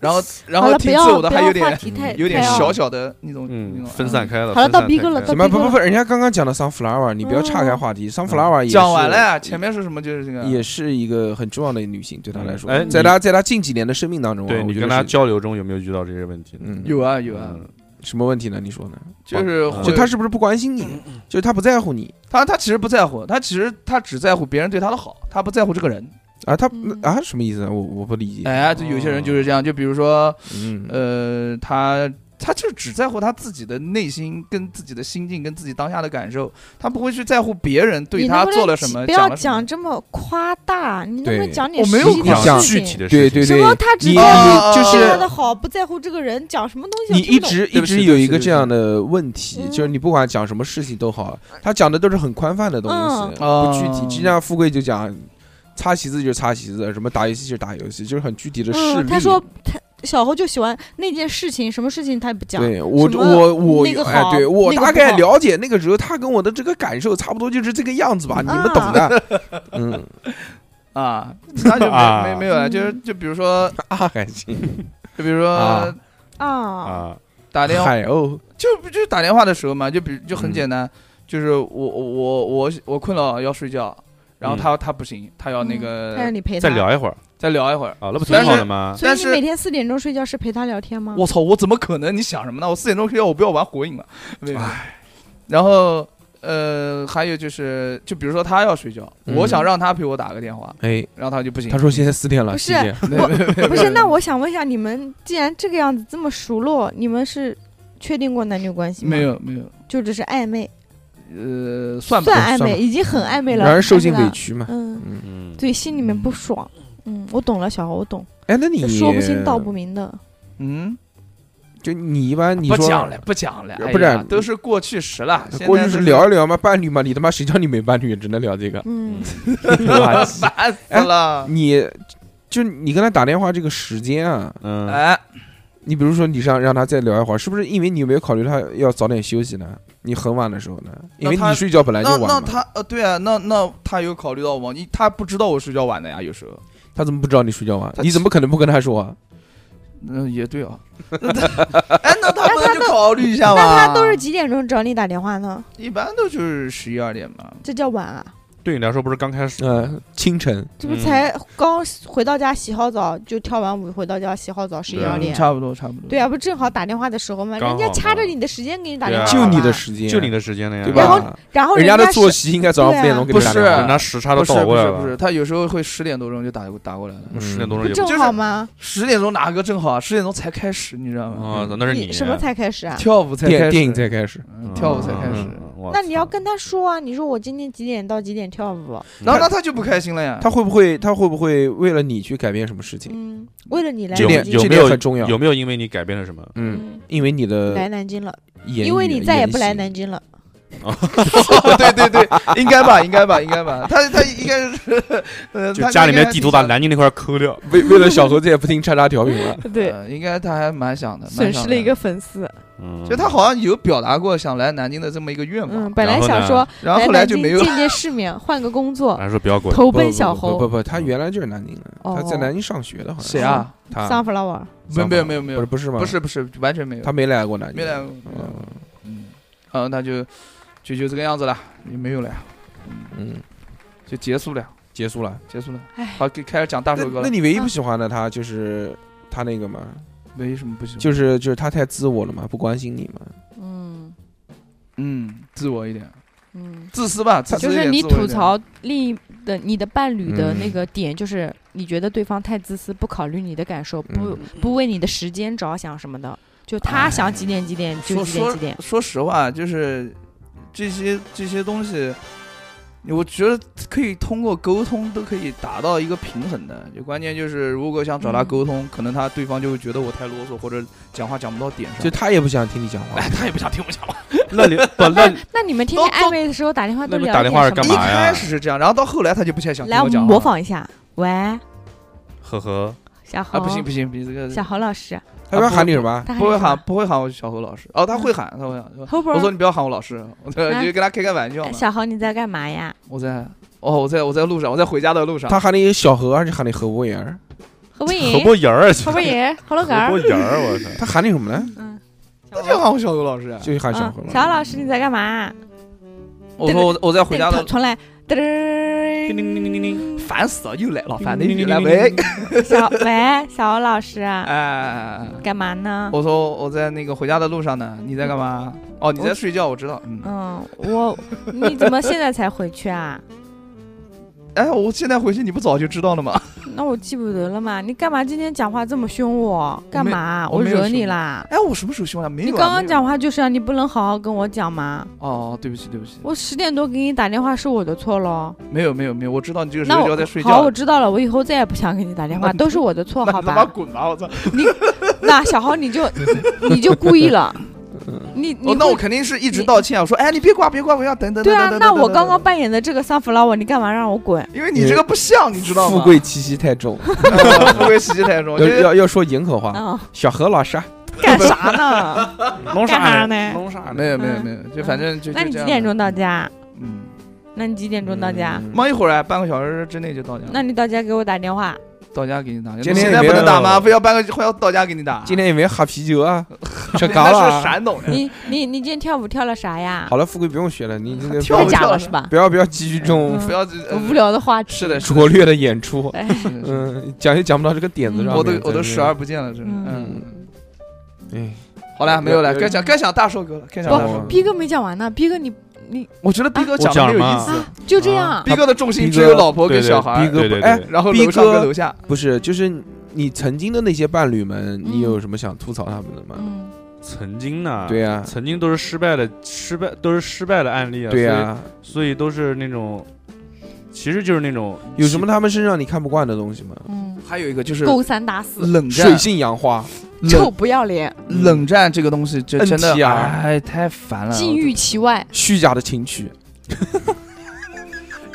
[SPEAKER 3] 然后然
[SPEAKER 5] 好
[SPEAKER 3] 后
[SPEAKER 5] 了，不
[SPEAKER 3] 挺自
[SPEAKER 5] 要
[SPEAKER 3] 我的，
[SPEAKER 5] 不
[SPEAKER 3] 还
[SPEAKER 5] 要
[SPEAKER 3] 有
[SPEAKER 5] 话
[SPEAKER 3] 点嗯
[SPEAKER 5] 题太
[SPEAKER 3] 有点
[SPEAKER 5] 太奥
[SPEAKER 3] 小小的那种那
[SPEAKER 2] 嗯，
[SPEAKER 3] 种
[SPEAKER 2] 分散。开了。
[SPEAKER 5] 好了到
[SPEAKER 2] 分散开
[SPEAKER 5] Bigo 了到
[SPEAKER 1] 怎么
[SPEAKER 5] Bigo
[SPEAKER 1] 不不不？人家刚刚讲的 sunflower，你不要岔开话题。sunflower 也
[SPEAKER 3] 哦嗯
[SPEAKER 1] 是
[SPEAKER 3] 讲完了呀，前面是什么就是这个，
[SPEAKER 1] 也是一个很重要的女性，对她来
[SPEAKER 3] 嗯
[SPEAKER 1] 说，
[SPEAKER 2] 哎
[SPEAKER 1] 在
[SPEAKER 2] 你
[SPEAKER 1] 她在她近几年的生命当中啊，
[SPEAKER 2] 对
[SPEAKER 1] 我
[SPEAKER 2] 你
[SPEAKER 1] 觉
[SPEAKER 2] 跟
[SPEAKER 1] 得
[SPEAKER 2] 他
[SPEAKER 1] 是
[SPEAKER 2] 交流中有没有遇到这些问题呢？
[SPEAKER 1] 嗯
[SPEAKER 3] 有啊有啊，
[SPEAKER 2] 嗯
[SPEAKER 1] 什么问题呢？你说呢？
[SPEAKER 3] 就是
[SPEAKER 2] 嗯
[SPEAKER 1] 就
[SPEAKER 3] 就
[SPEAKER 1] 她是不是不关心
[SPEAKER 4] 嗯
[SPEAKER 1] 你？就是她不在乎你？
[SPEAKER 3] 他他其实不在乎，他其实他只在乎别人对他的好，他不在乎这个人。
[SPEAKER 1] 啊，他
[SPEAKER 10] 嗯
[SPEAKER 1] 啊什么意思啊？我我不理解。
[SPEAKER 3] 哎，就有些人就是这样，就比如说，
[SPEAKER 1] 嗯
[SPEAKER 3] 呃，他他就只在乎他自己的内心、跟自己的心境、跟自己当下的感受，他不会去在乎别人对
[SPEAKER 4] 你
[SPEAKER 3] 他
[SPEAKER 4] 能不能
[SPEAKER 3] 做了什么，
[SPEAKER 4] 不要
[SPEAKER 3] 呃了什
[SPEAKER 4] 讲
[SPEAKER 3] 么。
[SPEAKER 4] 这么夸大，你能不
[SPEAKER 1] 对
[SPEAKER 4] 能讲点
[SPEAKER 3] 我没有
[SPEAKER 4] 实际啊的
[SPEAKER 1] 讲
[SPEAKER 4] 事
[SPEAKER 2] 具
[SPEAKER 4] 情
[SPEAKER 2] 体的
[SPEAKER 1] 对
[SPEAKER 2] 事情
[SPEAKER 1] 对
[SPEAKER 4] 什
[SPEAKER 1] 对
[SPEAKER 4] 么，他只
[SPEAKER 1] 你你
[SPEAKER 3] 道
[SPEAKER 1] 就
[SPEAKER 4] 他
[SPEAKER 1] 是
[SPEAKER 4] 呃的好，不在乎这个人讲什么东西。
[SPEAKER 1] 你
[SPEAKER 4] 我
[SPEAKER 1] 一
[SPEAKER 4] 听不懂
[SPEAKER 1] 直
[SPEAKER 3] 对
[SPEAKER 1] 一
[SPEAKER 3] 不起
[SPEAKER 1] 直
[SPEAKER 3] 对
[SPEAKER 1] 有
[SPEAKER 3] 不起
[SPEAKER 1] 一个
[SPEAKER 3] 对不起
[SPEAKER 1] 这样的问题，
[SPEAKER 4] 嗯
[SPEAKER 1] 就是你不管讲什么事情都好，他讲的都是很宽泛的东西，不
[SPEAKER 3] 嗯
[SPEAKER 1] 具
[SPEAKER 3] 哦
[SPEAKER 1] 体。就像富贵就讲，擦席子就擦席子，什么打游戏就打游戏，就是很具体的事
[SPEAKER 4] 嗯，
[SPEAKER 1] 例。
[SPEAKER 4] 他说他小侯就喜欢那件事情，什么事情他也不讲。
[SPEAKER 1] 对我
[SPEAKER 4] 什么
[SPEAKER 1] 我我
[SPEAKER 4] 那个
[SPEAKER 1] 哎，
[SPEAKER 4] 好
[SPEAKER 1] 对我
[SPEAKER 4] 那个
[SPEAKER 1] 大
[SPEAKER 4] 不
[SPEAKER 1] 概
[SPEAKER 4] 好
[SPEAKER 1] 了解那个时候他跟我的这个感受差不多就是这个样子吧，你们
[SPEAKER 4] 啊
[SPEAKER 1] 懂的。嗯
[SPEAKER 3] 啊，那就
[SPEAKER 2] 啊
[SPEAKER 3] 没没没有了，
[SPEAKER 4] 嗯
[SPEAKER 3] 就是就比如说，
[SPEAKER 1] 啊，还行，
[SPEAKER 3] 就比如说
[SPEAKER 2] 啊
[SPEAKER 4] 啊，
[SPEAKER 2] 啊，
[SPEAKER 3] 打电话，
[SPEAKER 1] 海鸥
[SPEAKER 3] 就不就打电话的时候嘛，就比就很
[SPEAKER 1] 嗯
[SPEAKER 3] 简单，就是我我我我我困了要睡觉，然后
[SPEAKER 2] 嗯
[SPEAKER 3] 他他不行，他要那
[SPEAKER 4] 嗯他让
[SPEAKER 3] 个
[SPEAKER 4] 你陪他
[SPEAKER 2] 再。聊一会儿
[SPEAKER 3] 再聊一会儿。
[SPEAKER 2] 啊，那不挺
[SPEAKER 3] 但是
[SPEAKER 2] 好的吗？
[SPEAKER 4] 所以
[SPEAKER 3] 但
[SPEAKER 4] 你
[SPEAKER 3] 是
[SPEAKER 4] 每天四点钟睡觉是陪他聊天吗？
[SPEAKER 3] 我操，我怎么可能？你想什么呢？我四点钟睡觉，我不要玩火影了。没有。然后呃，还有就是，就比如说他要睡觉，
[SPEAKER 1] 嗯
[SPEAKER 3] 我想让他陪我打个电话，
[SPEAKER 1] 哎，
[SPEAKER 3] 然后他就不行。
[SPEAKER 1] 他说现在四点了，
[SPEAKER 4] 不
[SPEAKER 1] 几
[SPEAKER 4] 是
[SPEAKER 1] 点？
[SPEAKER 4] 不是，那我想问一下，你们既然这个样子这么熟络，你们是确定过男女关系吗？
[SPEAKER 1] 嗯
[SPEAKER 3] 没，有没有，
[SPEAKER 4] 就只是暧昧，
[SPEAKER 3] 呃，算吧。
[SPEAKER 4] 算
[SPEAKER 1] 算
[SPEAKER 4] 暧昧，
[SPEAKER 1] 吧嗯
[SPEAKER 4] 已经很暧昧了。
[SPEAKER 1] 让人受
[SPEAKER 4] 但是
[SPEAKER 1] 尽
[SPEAKER 4] 呢
[SPEAKER 1] 委屈嘛。
[SPEAKER 4] 嗯，
[SPEAKER 1] 嗯，
[SPEAKER 2] 嗯，
[SPEAKER 4] 对，心里面不爽。嗯，我懂了，小侯，我懂，
[SPEAKER 1] 哎，那你
[SPEAKER 4] 说不清道不明的。
[SPEAKER 3] 嗯，
[SPEAKER 1] 就你一般你
[SPEAKER 3] 不
[SPEAKER 1] 说
[SPEAKER 3] 讲了，不讲了，
[SPEAKER 1] 不
[SPEAKER 3] 哎呀
[SPEAKER 1] 然哎
[SPEAKER 3] 都是过去时了。现在
[SPEAKER 1] 过去
[SPEAKER 3] 都
[SPEAKER 1] 是聊一聊嘛，伴侣嘛，你他妈谁叫你没伴侣，只能聊这个。
[SPEAKER 4] 嗯，
[SPEAKER 3] 烦死了。
[SPEAKER 1] 你就你跟他打电话这个时间啊，
[SPEAKER 2] 嗯，
[SPEAKER 3] 哎，
[SPEAKER 1] 你比如说你想让他再聊一会儿，是不是因为你有没有考虑他要早点休息呢？你很晚的时候呢，因
[SPEAKER 3] 那
[SPEAKER 1] 为
[SPEAKER 3] 他
[SPEAKER 1] 你睡觉本哎来就
[SPEAKER 3] 那
[SPEAKER 1] 晚
[SPEAKER 3] 那
[SPEAKER 1] 嘛，
[SPEAKER 3] 他呃，对啊，那那他有考虑到我吗？你他不知道我睡觉晚的呀，有时候。
[SPEAKER 1] 他怎么不知道你睡觉晚？
[SPEAKER 3] 他
[SPEAKER 1] 你怎么可能不跟他说啊？
[SPEAKER 3] 嗯，也对 啊。 哎，那他不能就考虑一下
[SPEAKER 4] 那
[SPEAKER 3] 吗？
[SPEAKER 4] 他都是几点钟找你打电话呢？
[SPEAKER 3] 一般都就是十一二点吧。
[SPEAKER 4] 这叫晚啊？
[SPEAKER 2] 对你来说不是刚开始，
[SPEAKER 1] 嗯，清晨
[SPEAKER 4] 这不
[SPEAKER 2] 嗯
[SPEAKER 4] 才刚回到家洗好澡，就跳完舞回到家洗好澡，十一
[SPEAKER 2] 对啊
[SPEAKER 4] 二点。
[SPEAKER 3] 差不多，差不多。
[SPEAKER 4] 对啊，不正好打电话的时候吗？
[SPEAKER 2] 刚好
[SPEAKER 4] 人家掐着
[SPEAKER 2] 嘛
[SPEAKER 4] 你的时间给你打
[SPEAKER 2] 对
[SPEAKER 4] 电
[SPEAKER 2] 啊
[SPEAKER 4] 话，
[SPEAKER 1] 就你的，时间，
[SPEAKER 2] 就你的时间了呀，啊
[SPEAKER 1] 对
[SPEAKER 4] 然后
[SPEAKER 1] 吧？
[SPEAKER 4] 然后
[SPEAKER 1] 人
[SPEAKER 4] 家
[SPEAKER 1] 的
[SPEAKER 4] 是
[SPEAKER 1] 作息应该早上
[SPEAKER 4] 对
[SPEAKER 1] 五
[SPEAKER 4] 啊
[SPEAKER 1] 点钟给你打电
[SPEAKER 3] 不
[SPEAKER 1] 话
[SPEAKER 3] 是
[SPEAKER 2] 人家时差都
[SPEAKER 3] 不是
[SPEAKER 2] 倒过来
[SPEAKER 3] 不是不是，
[SPEAKER 2] 了，嗯
[SPEAKER 3] 他有时候会十点多钟就打打过来了。
[SPEAKER 1] 嗯
[SPEAKER 2] 十点多
[SPEAKER 4] 不
[SPEAKER 2] 钟也
[SPEAKER 4] 正
[SPEAKER 3] 就是
[SPEAKER 4] 好吗？
[SPEAKER 3] 十点钟哪个正好啊？十点钟才开始，你知道吗？嗯
[SPEAKER 2] 啊，那是
[SPEAKER 4] 什么才开始啊？
[SPEAKER 3] 跳舞才开
[SPEAKER 1] 电
[SPEAKER 3] 始，
[SPEAKER 1] 电影才开始。
[SPEAKER 3] 嗯跳舞才开始。
[SPEAKER 2] 嗯哇
[SPEAKER 4] 那你要
[SPEAKER 2] 操
[SPEAKER 4] 跟他说啊，你说我今天几点到几点跳舞？
[SPEAKER 3] 然后那他就不开心了呀。
[SPEAKER 1] 他会不会他会不会为了你去改变什么事情？
[SPEAKER 4] 嗯，为了你来
[SPEAKER 1] 这
[SPEAKER 4] 南
[SPEAKER 1] 点
[SPEAKER 4] 京
[SPEAKER 1] 这，
[SPEAKER 2] 有没
[SPEAKER 1] 点
[SPEAKER 2] 有
[SPEAKER 1] 很重要。
[SPEAKER 2] 有没有因为你改变了什么？
[SPEAKER 1] 嗯，呃
[SPEAKER 4] 嗯，
[SPEAKER 1] 因为你
[SPEAKER 4] 来
[SPEAKER 1] 的
[SPEAKER 4] 南京了，
[SPEAKER 1] 言语
[SPEAKER 4] 因为你再也不来南
[SPEAKER 1] 言
[SPEAKER 4] 京了。
[SPEAKER 3] 对对对，应该吧，应该吧，应该吧。他他应该是， 呃，
[SPEAKER 2] 就
[SPEAKER 3] 他
[SPEAKER 2] 家里
[SPEAKER 3] 应
[SPEAKER 2] 面
[SPEAKER 3] 该
[SPEAKER 2] 地图把南京那块抠掉，
[SPEAKER 1] 行为为了小猴再也不听叉叉调频 了。
[SPEAKER 3] 挺，想，呃应该他还蛮想的，蛮
[SPEAKER 10] 损
[SPEAKER 3] 想
[SPEAKER 10] 失
[SPEAKER 3] 的
[SPEAKER 10] 了一个。粉丝，
[SPEAKER 2] 嗯，
[SPEAKER 3] 就他好像有表达过想来南京的这么一个愿
[SPEAKER 4] 嗯，
[SPEAKER 3] 望，
[SPEAKER 4] 本来
[SPEAKER 2] 然后呢
[SPEAKER 4] 想说
[SPEAKER 3] 然后后来
[SPEAKER 4] 南
[SPEAKER 3] 就
[SPEAKER 4] 京
[SPEAKER 3] 没有。
[SPEAKER 4] 见见世面，换个工作，
[SPEAKER 2] 还说不要过来，
[SPEAKER 10] 投
[SPEAKER 1] 哎不不
[SPEAKER 10] 奔小
[SPEAKER 1] 不不
[SPEAKER 10] 猴，
[SPEAKER 1] 不，他原来就是南京的，
[SPEAKER 4] 哦
[SPEAKER 1] 他在南京上学的，好像 是
[SPEAKER 3] 谁？啊？
[SPEAKER 1] 他
[SPEAKER 4] sunflower，
[SPEAKER 3] 嗯没没有没有没
[SPEAKER 1] 不是
[SPEAKER 3] 有，
[SPEAKER 1] 不是吗？
[SPEAKER 3] 不，是不是，完全没有
[SPEAKER 1] 他。没来过南京，
[SPEAKER 3] 没来过
[SPEAKER 1] 嗯
[SPEAKER 3] 嗯，然后他就就就这个样子了，也没有了呀，
[SPEAKER 1] 嗯，
[SPEAKER 3] 就结束了呀，
[SPEAKER 1] 结束了。
[SPEAKER 3] 结束了。
[SPEAKER 4] 唉
[SPEAKER 3] 好，给开始讲大
[SPEAKER 1] 那
[SPEAKER 3] 寿哥
[SPEAKER 1] 那
[SPEAKER 3] 嗯了，
[SPEAKER 1] 你唯一不喜欢的他就是他那个嘛，
[SPEAKER 3] 没什么不行，
[SPEAKER 1] 就是就是他太自我了嘛，不关心你嘛。
[SPEAKER 10] 嗯
[SPEAKER 3] 嗯，自我一点，
[SPEAKER 10] 嗯，
[SPEAKER 3] 自私吧，自私
[SPEAKER 11] 就
[SPEAKER 3] 一点
[SPEAKER 11] 是你
[SPEAKER 3] 自我一点
[SPEAKER 11] 吐槽另一的你的伴侣的那
[SPEAKER 1] 嗯
[SPEAKER 11] 个点，就是你觉得对方太自私，不考虑你的感受，不
[SPEAKER 1] 嗯
[SPEAKER 11] 不为你的时间着想什么的，就他想几点几点就
[SPEAKER 3] 说
[SPEAKER 11] 几点
[SPEAKER 3] 说
[SPEAKER 11] 几点。
[SPEAKER 3] 说实话，就是这些这些东西，我觉得可以通过沟通都可以达到一个平衡的。就关键就是，如果想找他
[SPEAKER 11] 嗯
[SPEAKER 3] 沟通，可能他对方就会觉得我太啰嗦，或者讲话讲不到点上。
[SPEAKER 1] 就他也不想听你讲话
[SPEAKER 3] 哎，，他也不想听我讲话。
[SPEAKER 2] 那 你不那
[SPEAKER 11] 那你们天
[SPEAKER 3] 都
[SPEAKER 11] 天暧昧的时候打电话
[SPEAKER 2] 那
[SPEAKER 11] 都
[SPEAKER 2] 你
[SPEAKER 11] 聊
[SPEAKER 2] 打
[SPEAKER 11] 点
[SPEAKER 2] 电话
[SPEAKER 11] 什
[SPEAKER 2] 是干
[SPEAKER 11] 么
[SPEAKER 3] 一
[SPEAKER 2] 嘛呀
[SPEAKER 3] 开始是这样，然后到后来他就不太想听
[SPEAKER 11] 来，我
[SPEAKER 3] 讲
[SPEAKER 11] 们
[SPEAKER 3] 话
[SPEAKER 11] 模
[SPEAKER 3] 了
[SPEAKER 11] 仿一下，喂，
[SPEAKER 2] 呵呵，
[SPEAKER 11] 小侯，
[SPEAKER 3] 啊！不行不行，比这个
[SPEAKER 11] 小侯老师，
[SPEAKER 1] 他不要喊你什么？
[SPEAKER 11] 他还
[SPEAKER 3] 不会
[SPEAKER 11] 是什么
[SPEAKER 3] 喊，不会喊我小何老师。哦，他会喊，他会喊。他会
[SPEAKER 11] 侯伯，
[SPEAKER 3] 我说你不要喊我老师，我就
[SPEAKER 11] 啊
[SPEAKER 3] 跟他开开玩笑
[SPEAKER 11] 哎
[SPEAKER 3] 嘛。
[SPEAKER 11] 小侯你在干嘛呀？
[SPEAKER 3] 我在，哦，我在我在路上，我在回家的路上。
[SPEAKER 1] 他喊你小何，还是喊你何博言？
[SPEAKER 11] 何不
[SPEAKER 2] 何
[SPEAKER 11] 赢，
[SPEAKER 2] 波人儿，
[SPEAKER 11] 何不赢，侯老
[SPEAKER 2] 何
[SPEAKER 11] 杆
[SPEAKER 2] 波
[SPEAKER 11] 儿，
[SPEAKER 2] 人儿，我 操，
[SPEAKER 1] 他喊你什么呢？
[SPEAKER 11] 嗯，
[SPEAKER 3] 他就喊我小何老师啊。
[SPEAKER 1] 就喊小何
[SPEAKER 11] 嗯，
[SPEAKER 1] 了。
[SPEAKER 11] 小侯老师你在干嘛？
[SPEAKER 3] 我说我我在回家的
[SPEAKER 11] 重，重来，嘚儿
[SPEAKER 2] 叮叮叮叮叮，
[SPEAKER 3] 烦死了，又来了，烦的又来喂。
[SPEAKER 11] 小喂，小侯老师
[SPEAKER 4] 啊
[SPEAKER 3] 哎哎，
[SPEAKER 4] 嗯
[SPEAKER 3] 哎
[SPEAKER 11] 干嘛呢？
[SPEAKER 3] 我说我在那个回家的路上呢，你在干嘛？哦，你在嗯睡觉，我知道。嗯，
[SPEAKER 11] 嗯，我你怎么现在才回去啊？
[SPEAKER 3] 哎，我现在回去你不早就知道了吗？
[SPEAKER 4] 那我记不得了嘛？你干嘛今天讲话这么凶我？干嘛？啊
[SPEAKER 3] 我
[SPEAKER 4] 我
[SPEAKER 3] 没有
[SPEAKER 4] 惹
[SPEAKER 3] 凶
[SPEAKER 4] 你
[SPEAKER 3] 你
[SPEAKER 4] 啦？
[SPEAKER 3] 哎，我什么时候凶了？没有
[SPEAKER 4] 你
[SPEAKER 3] 啊。
[SPEAKER 4] 刚刚
[SPEAKER 3] 没有
[SPEAKER 4] 讲话就是啊，你不能好好跟我讲吗？
[SPEAKER 3] 哦，对不起，对不起，
[SPEAKER 4] 我十点多给你打电话是我的错喽。
[SPEAKER 3] 没有没有没有，我知道你这个时
[SPEAKER 4] 那
[SPEAKER 3] 候
[SPEAKER 4] 我
[SPEAKER 3] 就要在睡
[SPEAKER 4] 好，我
[SPEAKER 3] 觉。
[SPEAKER 4] 知道了，我以后再也不想给你打电话，
[SPEAKER 3] 那你
[SPEAKER 4] 都是我的错，
[SPEAKER 3] 那
[SPEAKER 4] 好
[SPEAKER 3] 你他妈
[SPEAKER 4] 吧？
[SPEAKER 3] 滚吧！我操！哦，
[SPEAKER 4] 那小豪你 就你就故意了，你
[SPEAKER 3] 嗯
[SPEAKER 4] 你
[SPEAKER 3] 哦那
[SPEAKER 4] 故
[SPEAKER 3] 我肯定是一直道歉啊，我说哎，你别挂，别挂，我要等等等
[SPEAKER 4] 对啊
[SPEAKER 3] 等。等。
[SPEAKER 4] 那我
[SPEAKER 3] 等
[SPEAKER 4] 刚刚，
[SPEAKER 3] 等
[SPEAKER 4] 扮演的这个 sunflower，你干嘛让我滚？
[SPEAKER 3] 等因为你这个不像，你知道吗？
[SPEAKER 1] 富贵气息太重，
[SPEAKER 3] 富贵喜剧太
[SPEAKER 1] 要
[SPEAKER 3] 重，就是
[SPEAKER 1] 要要说营口话，
[SPEAKER 4] 啊，
[SPEAKER 1] 小何老师，
[SPEAKER 4] 干啥呢？
[SPEAKER 2] 弄啥
[SPEAKER 1] 哎
[SPEAKER 4] 干啥呢
[SPEAKER 2] 弄啥呢？
[SPEAKER 3] 没有没有没有，就反正就
[SPEAKER 4] 嗯那你
[SPEAKER 3] 就这
[SPEAKER 4] 几
[SPEAKER 3] 样
[SPEAKER 4] 点
[SPEAKER 3] 的
[SPEAKER 4] 钟到家？
[SPEAKER 3] 嗯，
[SPEAKER 4] 那你几点钟到家？
[SPEAKER 1] 嗯
[SPEAKER 3] 忙一会儿啊，半个小时之内就到家了。
[SPEAKER 4] 那你到家给我打电话。
[SPEAKER 3] 到家给你打，
[SPEAKER 1] 今天
[SPEAKER 3] 现
[SPEAKER 1] 也
[SPEAKER 3] 在
[SPEAKER 1] 没
[SPEAKER 3] 不能打
[SPEAKER 1] 有
[SPEAKER 3] 吗？非要半个，非要到家给你打。
[SPEAKER 1] 今天有没有喝啤酒 啊？吃
[SPEAKER 3] 那
[SPEAKER 1] 嘎
[SPEAKER 3] 是
[SPEAKER 1] 啦。
[SPEAKER 3] 山东人，
[SPEAKER 4] 你你你今天跳舞跳了啥呀？
[SPEAKER 1] 嗯好了，富贵不用学了，你这个
[SPEAKER 3] 跳
[SPEAKER 12] 太
[SPEAKER 3] 舞
[SPEAKER 12] 假
[SPEAKER 3] 跳
[SPEAKER 12] 了
[SPEAKER 3] 的
[SPEAKER 12] 是吧？
[SPEAKER 1] 不要不要基于这种
[SPEAKER 3] 不要
[SPEAKER 4] 无。聊的话
[SPEAKER 3] 呃
[SPEAKER 4] 题。
[SPEAKER 3] 是的，是的
[SPEAKER 1] 拙劣的演出，
[SPEAKER 4] 哎，
[SPEAKER 3] 是的，是的
[SPEAKER 1] 嗯，讲也讲不到这个点子上面。
[SPEAKER 3] 嗯我都我都
[SPEAKER 1] 在
[SPEAKER 3] 视
[SPEAKER 1] 这
[SPEAKER 3] 而
[SPEAKER 1] 边，
[SPEAKER 3] 不见了，真的。
[SPEAKER 1] 嗯
[SPEAKER 3] 嗯，
[SPEAKER 1] 哎，
[SPEAKER 3] 好了，没有了，
[SPEAKER 1] 有
[SPEAKER 3] 该讲该讲大寿哥了，该讲
[SPEAKER 1] 不
[SPEAKER 3] 大寿哥。
[SPEAKER 4] 逼哥没讲完呢，逼哥你你
[SPEAKER 3] 我觉得逼哥
[SPEAKER 2] 我
[SPEAKER 3] 讲的
[SPEAKER 2] 讲
[SPEAKER 3] 没有
[SPEAKER 2] 了
[SPEAKER 3] 意
[SPEAKER 2] 吗
[SPEAKER 3] 思
[SPEAKER 4] 啊，就这样。
[SPEAKER 3] 逼哥的重心
[SPEAKER 1] 逼
[SPEAKER 3] 只
[SPEAKER 1] 哥
[SPEAKER 3] 有老婆
[SPEAKER 2] 对
[SPEAKER 3] 跟
[SPEAKER 2] 对
[SPEAKER 3] 小孩
[SPEAKER 1] 逼
[SPEAKER 3] 儿，
[SPEAKER 1] 哥
[SPEAKER 2] 对
[SPEAKER 1] 不
[SPEAKER 2] 对
[SPEAKER 1] 哎
[SPEAKER 2] 对，
[SPEAKER 3] 然后
[SPEAKER 1] 逼
[SPEAKER 3] 楼上
[SPEAKER 1] 哥
[SPEAKER 3] 跟楼下。
[SPEAKER 1] 不是，就是你曾经的那些伴侣们，你
[SPEAKER 4] 嗯
[SPEAKER 1] 有什么想吐槽他们的吗？
[SPEAKER 4] 嗯，
[SPEAKER 2] 曾经呢？
[SPEAKER 1] 对啊呀，
[SPEAKER 2] 曾经都是失败的，失败都是失败的案例啊。
[SPEAKER 1] 对呀，
[SPEAKER 2] 所以，所以都是那种，其实就是那种
[SPEAKER 1] 有什么他们身上你看不惯的东西吗？
[SPEAKER 4] 嗯，
[SPEAKER 3] 还有一个就是
[SPEAKER 4] 勾三搭四，
[SPEAKER 3] 冷
[SPEAKER 1] 水
[SPEAKER 3] 战，
[SPEAKER 1] 性杨花，
[SPEAKER 4] 臭
[SPEAKER 3] 冷
[SPEAKER 4] 不要脸，
[SPEAKER 3] 冷战这个东西，这真的
[SPEAKER 1] NTR
[SPEAKER 3] 哎太烦
[SPEAKER 1] 啊
[SPEAKER 3] 了。
[SPEAKER 4] 禁欲其外。
[SPEAKER 1] 虚假的情趣，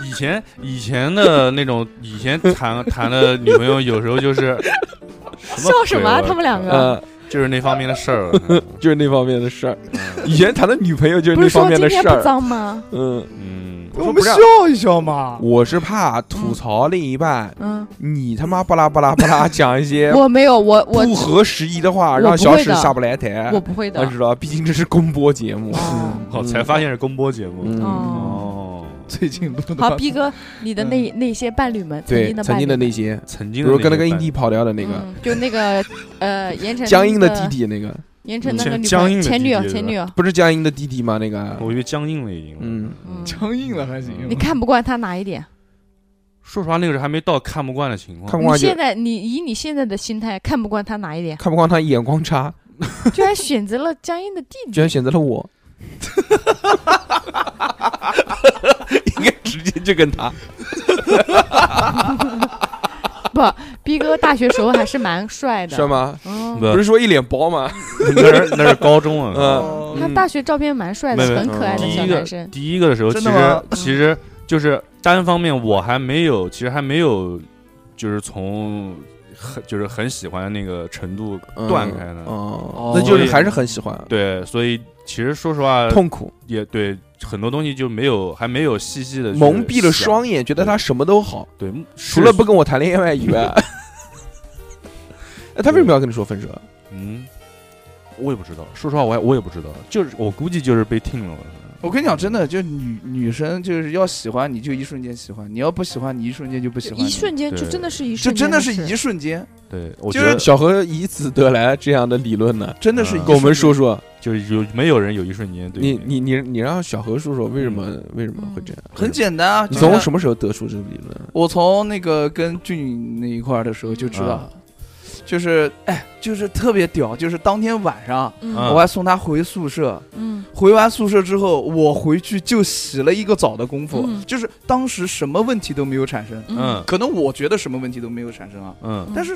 [SPEAKER 2] 以前以前的那种，以前谈 谈的女朋友，有时候就是
[SPEAKER 4] 笑什么啊？他们两个
[SPEAKER 1] 呃，
[SPEAKER 2] 就是那方面的事儿。 嗯
[SPEAKER 1] 就是那方面的事儿。以前谈的女朋友就是
[SPEAKER 4] 不
[SPEAKER 1] 那
[SPEAKER 4] 是
[SPEAKER 1] 方
[SPEAKER 4] 说
[SPEAKER 1] 面
[SPEAKER 4] 今
[SPEAKER 1] 的
[SPEAKER 4] 天
[SPEAKER 1] 事
[SPEAKER 4] 不
[SPEAKER 1] 儿，
[SPEAKER 4] 脏吗？
[SPEAKER 1] 嗯。
[SPEAKER 2] 嗯，
[SPEAKER 3] 我
[SPEAKER 1] 不
[SPEAKER 3] 们
[SPEAKER 1] 让
[SPEAKER 3] 笑一笑嘛。
[SPEAKER 1] 我是怕吐槽另一半，
[SPEAKER 4] 嗯，
[SPEAKER 1] 你他妈巴拉巴拉巴拉讲一些
[SPEAKER 4] 我没有，嗯我我
[SPEAKER 1] 哎不合时宜的话，
[SPEAKER 4] 我
[SPEAKER 1] 让
[SPEAKER 4] 不
[SPEAKER 1] 小
[SPEAKER 4] 会
[SPEAKER 1] 史
[SPEAKER 4] 的
[SPEAKER 1] 下不来台
[SPEAKER 4] 我。不会的
[SPEAKER 1] 我。知道，毕竟这是公播节目。
[SPEAKER 4] 哦
[SPEAKER 2] 哦，才发现是公播节目。
[SPEAKER 1] 嗯，
[SPEAKER 4] 哦，
[SPEAKER 2] 哦，
[SPEAKER 3] 最近录的
[SPEAKER 4] 好，逼哥，你的那那些伴侣们，
[SPEAKER 1] 对，曾
[SPEAKER 4] 曾
[SPEAKER 1] 经
[SPEAKER 4] 经
[SPEAKER 1] 的
[SPEAKER 4] 的伴侣
[SPEAKER 1] 那些，
[SPEAKER 2] 曾
[SPEAKER 1] 比
[SPEAKER 2] 经的
[SPEAKER 1] 如跟那个
[SPEAKER 2] 些
[SPEAKER 1] 印
[SPEAKER 2] 伴
[SPEAKER 1] 地跑掉的那个，
[SPEAKER 4] 嗯，就那个呃，严晨
[SPEAKER 1] 江阴的
[SPEAKER 4] 那个
[SPEAKER 1] 弟，弟那个，
[SPEAKER 4] 严晨那个
[SPEAKER 2] 江
[SPEAKER 4] 女
[SPEAKER 2] 江
[SPEAKER 4] 朋
[SPEAKER 2] 阴
[SPEAKER 4] 友
[SPEAKER 2] 的弟
[SPEAKER 4] 前女友
[SPEAKER 2] 弟
[SPEAKER 4] 前女友，
[SPEAKER 1] 不是江阴的弟弟吗？那个，
[SPEAKER 2] 我以为僵硬了已经。
[SPEAKER 1] 嗯，
[SPEAKER 4] 嗯，
[SPEAKER 3] 僵硬了还行
[SPEAKER 4] 你看不惯他哪一点？
[SPEAKER 2] 说实话，那个时候还没到看不惯的情
[SPEAKER 1] 看不
[SPEAKER 2] 况。
[SPEAKER 4] 你
[SPEAKER 1] 惯就
[SPEAKER 4] 现在你以你现在的心态看不惯他哪一点？
[SPEAKER 1] 看不惯他眼光差，
[SPEAKER 4] 居然选择了江阴的弟
[SPEAKER 1] 居
[SPEAKER 4] 弟，
[SPEAKER 1] 然选择了我。 应该直接就跟他，
[SPEAKER 4] 逼哥大学时候还是蛮帅的，
[SPEAKER 1] 是吗？
[SPEAKER 4] 嗯，
[SPEAKER 1] 不
[SPEAKER 2] 不
[SPEAKER 1] 是，说一脸包吗？
[SPEAKER 2] 那是那是高中啊。
[SPEAKER 1] 嗯，
[SPEAKER 3] 哦
[SPEAKER 4] 他大学照片蛮帅的，
[SPEAKER 2] 没没
[SPEAKER 4] 很可爱的
[SPEAKER 2] 第
[SPEAKER 4] 小
[SPEAKER 2] 一
[SPEAKER 4] 男
[SPEAKER 2] 个
[SPEAKER 4] 生。
[SPEAKER 2] 第一个的时候，其
[SPEAKER 3] 真的吗
[SPEAKER 2] 实其实就是单方面我还没有，其实还没有，就是从很就是很喜欢的那个程度
[SPEAKER 1] 嗯
[SPEAKER 2] 断开呢。
[SPEAKER 1] 哦
[SPEAKER 3] 哦，
[SPEAKER 1] 那就是
[SPEAKER 2] 所以
[SPEAKER 1] 还是很喜欢，
[SPEAKER 2] 对，所以其实说实话，
[SPEAKER 1] 痛苦
[SPEAKER 2] 也对很多东西就没有还没有细细的
[SPEAKER 1] 蒙蔽了双眼，觉得他什么都好，
[SPEAKER 2] 对，
[SPEAKER 1] 除了不跟我谈恋爱以外。 哎他为什么要跟你说分手？
[SPEAKER 2] 嗯，我也不知道，说实话我也我也不知道，就是我估计就是被听了。
[SPEAKER 3] 我跟你讲，真的，就女女生就是要喜欢你就一瞬间喜欢，你要不喜欢你一瞬间就不喜欢你，
[SPEAKER 4] 一瞬间就
[SPEAKER 2] 对
[SPEAKER 4] 真的是一
[SPEAKER 3] 就
[SPEAKER 4] 瞬间
[SPEAKER 3] 真
[SPEAKER 4] 的
[SPEAKER 3] 的
[SPEAKER 4] 事，
[SPEAKER 3] 是一瞬间，
[SPEAKER 2] 对，我
[SPEAKER 3] 就
[SPEAKER 2] 觉
[SPEAKER 3] 是
[SPEAKER 2] 得
[SPEAKER 1] 小何以此得来这样的理论呢？
[SPEAKER 3] 真的是一
[SPEAKER 2] 嗯
[SPEAKER 1] 跟我们
[SPEAKER 3] 瞬间
[SPEAKER 1] 说说，
[SPEAKER 2] 就是有没有人有一瞬间对
[SPEAKER 1] 你你你你让小何说说为什么
[SPEAKER 5] 嗯
[SPEAKER 1] 为什么会这样？
[SPEAKER 3] 很简单啊。
[SPEAKER 1] 你
[SPEAKER 3] 就
[SPEAKER 1] 从
[SPEAKER 3] 像
[SPEAKER 1] 什么时候得出这个理论？
[SPEAKER 3] 我从那个跟俊那一块儿的时候就知
[SPEAKER 1] 嗯
[SPEAKER 3] 道了，就是哎，就是特别屌，就是当天晚上
[SPEAKER 2] 嗯
[SPEAKER 4] 嗯
[SPEAKER 3] 我还送她回宿舍，
[SPEAKER 4] 嗯
[SPEAKER 3] 回完宿舍之后，我回去就洗了一个澡的功夫，
[SPEAKER 4] 嗯
[SPEAKER 3] 就是当时什么问题都没有产生，
[SPEAKER 2] 嗯
[SPEAKER 3] 可能我觉得什么问题都没有产生啊，
[SPEAKER 2] 嗯
[SPEAKER 3] 但是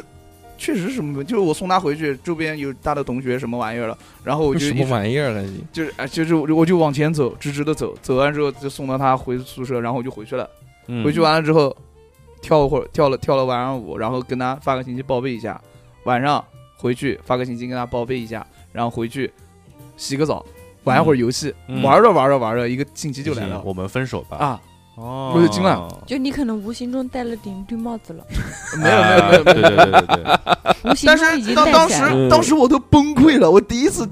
[SPEAKER 3] 确实什么问，就是我送她回去，周边有她的同学什么玩意儿了，然后我就
[SPEAKER 1] 什
[SPEAKER 3] 一
[SPEAKER 1] 么
[SPEAKER 3] 直
[SPEAKER 1] 玩意儿了？你
[SPEAKER 3] 就是哎，就是我就我就往前走，直直的走，走完之后就送到她回宿舍，然后我就回去了，
[SPEAKER 2] 嗯，
[SPEAKER 3] 回去完了之后跳会儿，跳了跳了晚上舞，然后跟她发个信息报备一下，晚上回去发个信息跟她报备一下，然后回去洗个澡，玩一会儿游戏，
[SPEAKER 2] 嗯
[SPEAKER 3] 玩着玩着玩着，一个星期就来了
[SPEAKER 2] 我们分手吧。
[SPEAKER 3] 啊！
[SPEAKER 2] 哦
[SPEAKER 3] 我就惊了。
[SPEAKER 4] 就你可能无形中戴了顶绿帽子了，
[SPEAKER 3] 没有没有没有，
[SPEAKER 2] 哎对对对对对，
[SPEAKER 4] 无形
[SPEAKER 3] 但
[SPEAKER 4] 中已
[SPEAKER 3] 是
[SPEAKER 4] 经
[SPEAKER 3] 当
[SPEAKER 4] 戴
[SPEAKER 3] 当
[SPEAKER 4] 起来了，
[SPEAKER 1] 嗯
[SPEAKER 3] 时当时我都崩溃了，我第一次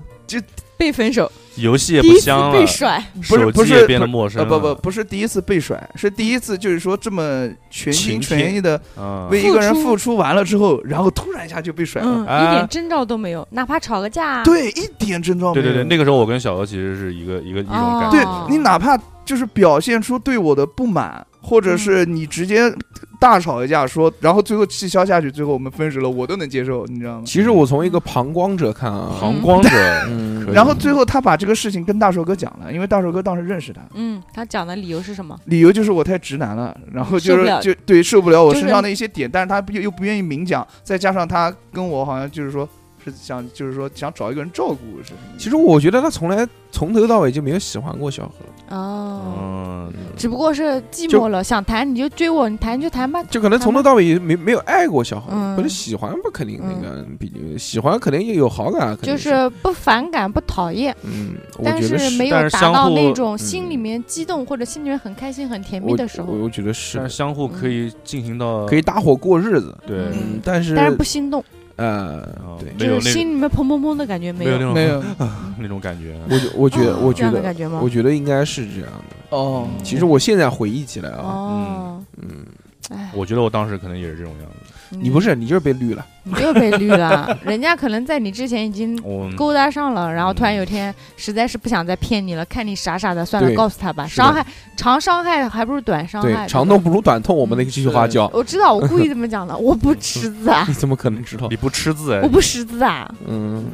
[SPEAKER 4] 被分手，
[SPEAKER 2] 游戏也
[SPEAKER 4] 第
[SPEAKER 2] 不
[SPEAKER 4] 一次
[SPEAKER 2] 香
[SPEAKER 4] 被
[SPEAKER 2] 了，
[SPEAKER 4] 甩，
[SPEAKER 3] 不是
[SPEAKER 2] 手
[SPEAKER 3] 不
[SPEAKER 2] 机
[SPEAKER 3] 是
[SPEAKER 2] 也变得陌生
[SPEAKER 3] 呃
[SPEAKER 2] 了。
[SPEAKER 3] 不不不是第一次被甩，是第一次就是说这么全心
[SPEAKER 2] 晴
[SPEAKER 3] 全
[SPEAKER 2] 天
[SPEAKER 3] 意的
[SPEAKER 2] 嗯，
[SPEAKER 3] 为一个人
[SPEAKER 4] 付出
[SPEAKER 3] 付出完了之后，然后突然一下就被甩了，
[SPEAKER 4] 嗯，
[SPEAKER 2] 啊
[SPEAKER 4] 一点征兆都没有，哪怕吵个架啊，
[SPEAKER 3] 对，一点征兆没
[SPEAKER 2] 对
[SPEAKER 3] 有。
[SPEAKER 2] 对对，那个时候我跟小何其实是一个一个一种感
[SPEAKER 4] 哦
[SPEAKER 2] 觉。
[SPEAKER 3] 对
[SPEAKER 4] 哦
[SPEAKER 3] 你哪怕就是表现出对我的不满，或
[SPEAKER 4] 嗯
[SPEAKER 3] 者是你直接大吵一架说，然后最后气消下去，最后我们分手了，我都能接受，你知道吗？
[SPEAKER 1] 其实我从一个旁观者看啊，
[SPEAKER 2] 膀胱者，
[SPEAKER 1] 嗯
[SPEAKER 2] 可以
[SPEAKER 3] 然后最后他把这个事情跟大寿哥讲了，因为大寿哥当时认识他，
[SPEAKER 5] 嗯，他讲的理由是什么？
[SPEAKER 3] 理由就是我太直男了，然后就
[SPEAKER 5] 受不
[SPEAKER 3] 是
[SPEAKER 5] 了
[SPEAKER 3] 就对受不了我
[SPEAKER 5] 就是
[SPEAKER 3] 身上的一些点，但是他不又不愿意明讲，再加上他跟我好像就是说是想就是说想找一个人照顾是什么意思？
[SPEAKER 1] 其实我觉得他从来从头到尾就没有喜欢过小何，
[SPEAKER 5] 哦，
[SPEAKER 2] 嗯，
[SPEAKER 5] 只不过是寂
[SPEAKER 1] 就
[SPEAKER 5] 寞了，想谈你就追我，你谈就谈吧。
[SPEAKER 1] 就可能从头到尾没没有爱过小何，
[SPEAKER 5] 嗯
[SPEAKER 1] 不是喜欢不肯定那个比例喜欢肯定也有好感啊，肯定
[SPEAKER 5] 就是是不反感不讨厌，
[SPEAKER 1] 嗯，我
[SPEAKER 5] 但
[SPEAKER 1] 觉得
[SPEAKER 5] 没
[SPEAKER 2] 但
[SPEAKER 5] 有
[SPEAKER 2] 是
[SPEAKER 5] 达
[SPEAKER 2] 相
[SPEAKER 5] 到
[SPEAKER 2] 互
[SPEAKER 5] 那种
[SPEAKER 1] 嗯
[SPEAKER 5] 心里面激动或者心里面很开心很甜蜜
[SPEAKER 1] 我
[SPEAKER 5] 的时候，
[SPEAKER 1] 我我觉得是
[SPEAKER 2] 但
[SPEAKER 1] 的
[SPEAKER 2] 是相互可以进行到
[SPEAKER 1] 可以搭伙过日子，
[SPEAKER 2] 对，
[SPEAKER 1] 嗯，但是
[SPEAKER 5] 但是不心动，
[SPEAKER 1] 呃，对，
[SPEAKER 2] 没
[SPEAKER 5] 就
[SPEAKER 2] 有
[SPEAKER 5] 是
[SPEAKER 2] 那种
[SPEAKER 5] 心里面砰砰砰的感觉没
[SPEAKER 2] 没有那
[SPEAKER 5] 有。哦
[SPEAKER 2] 种
[SPEAKER 3] 没有
[SPEAKER 2] 那种感觉，
[SPEAKER 1] 我觉我觉得我
[SPEAKER 5] 这
[SPEAKER 1] 觉
[SPEAKER 5] 样的感
[SPEAKER 1] 得
[SPEAKER 5] 觉吗
[SPEAKER 1] 我？觉得应该是这样的。
[SPEAKER 3] 哦，
[SPEAKER 1] 其实我现在回忆起来啊，
[SPEAKER 5] 哦，
[SPEAKER 1] 嗯，
[SPEAKER 5] 哎，
[SPEAKER 2] 我觉得我当时可能也是这种样子，
[SPEAKER 1] 你不是你就是被绿了，
[SPEAKER 5] 你又被绿了，人家可能在你之前已经
[SPEAKER 2] 我
[SPEAKER 5] 勾搭上了，然后突然
[SPEAKER 2] 嗯
[SPEAKER 5] 有一天实在是不想再骗你了，看你傻傻的，算了
[SPEAKER 1] 对，
[SPEAKER 5] 告诉他吧，
[SPEAKER 1] 是的
[SPEAKER 5] 伤害长伤害还不如短伤
[SPEAKER 1] 对
[SPEAKER 5] 害。，嗯
[SPEAKER 1] 长
[SPEAKER 5] 对吧
[SPEAKER 1] 痛不如短痛，我们那个这句话
[SPEAKER 2] 哦
[SPEAKER 1] 叫，
[SPEAKER 5] 我知道，我故意这么讲 的，我不识字啊，
[SPEAKER 1] 你怎么可能知道
[SPEAKER 2] 你？不吃字 哎
[SPEAKER 5] 我不识字啊，
[SPEAKER 1] 嗯，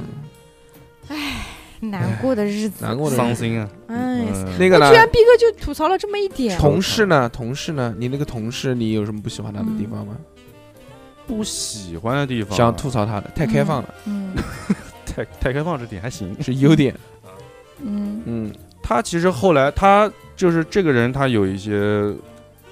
[SPEAKER 5] 难过的日子，
[SPEAKER 1] 难过的人
[SPEAKER 2] ，something 啊，
[SPEAKER 5] 哎，
[SPEAKER 2] 嗯
[SPEAKER 1] 那个呢
[SPEAKER 5] 居？然逼哥就吐槽了这么一点，
[SPEAKER 1] 同事呢？同事呢？你那个同事，你有什么不喜欢他的地方吗？
[SPEAKER 2] 不喜欢的地方，啊
[SPEAKER 1] 想吐槽他的，太开放了，
[SPEAKER 5] 嗯
[SPEAKER 2] 太太开放这点还行。
[SPEAKER 1] 是优 点。
[SPEAKER 5] 嗯
[SPEAKER 1] 嗯，
[SPEAKER 2] 他其实后来他就是这个人，他有一些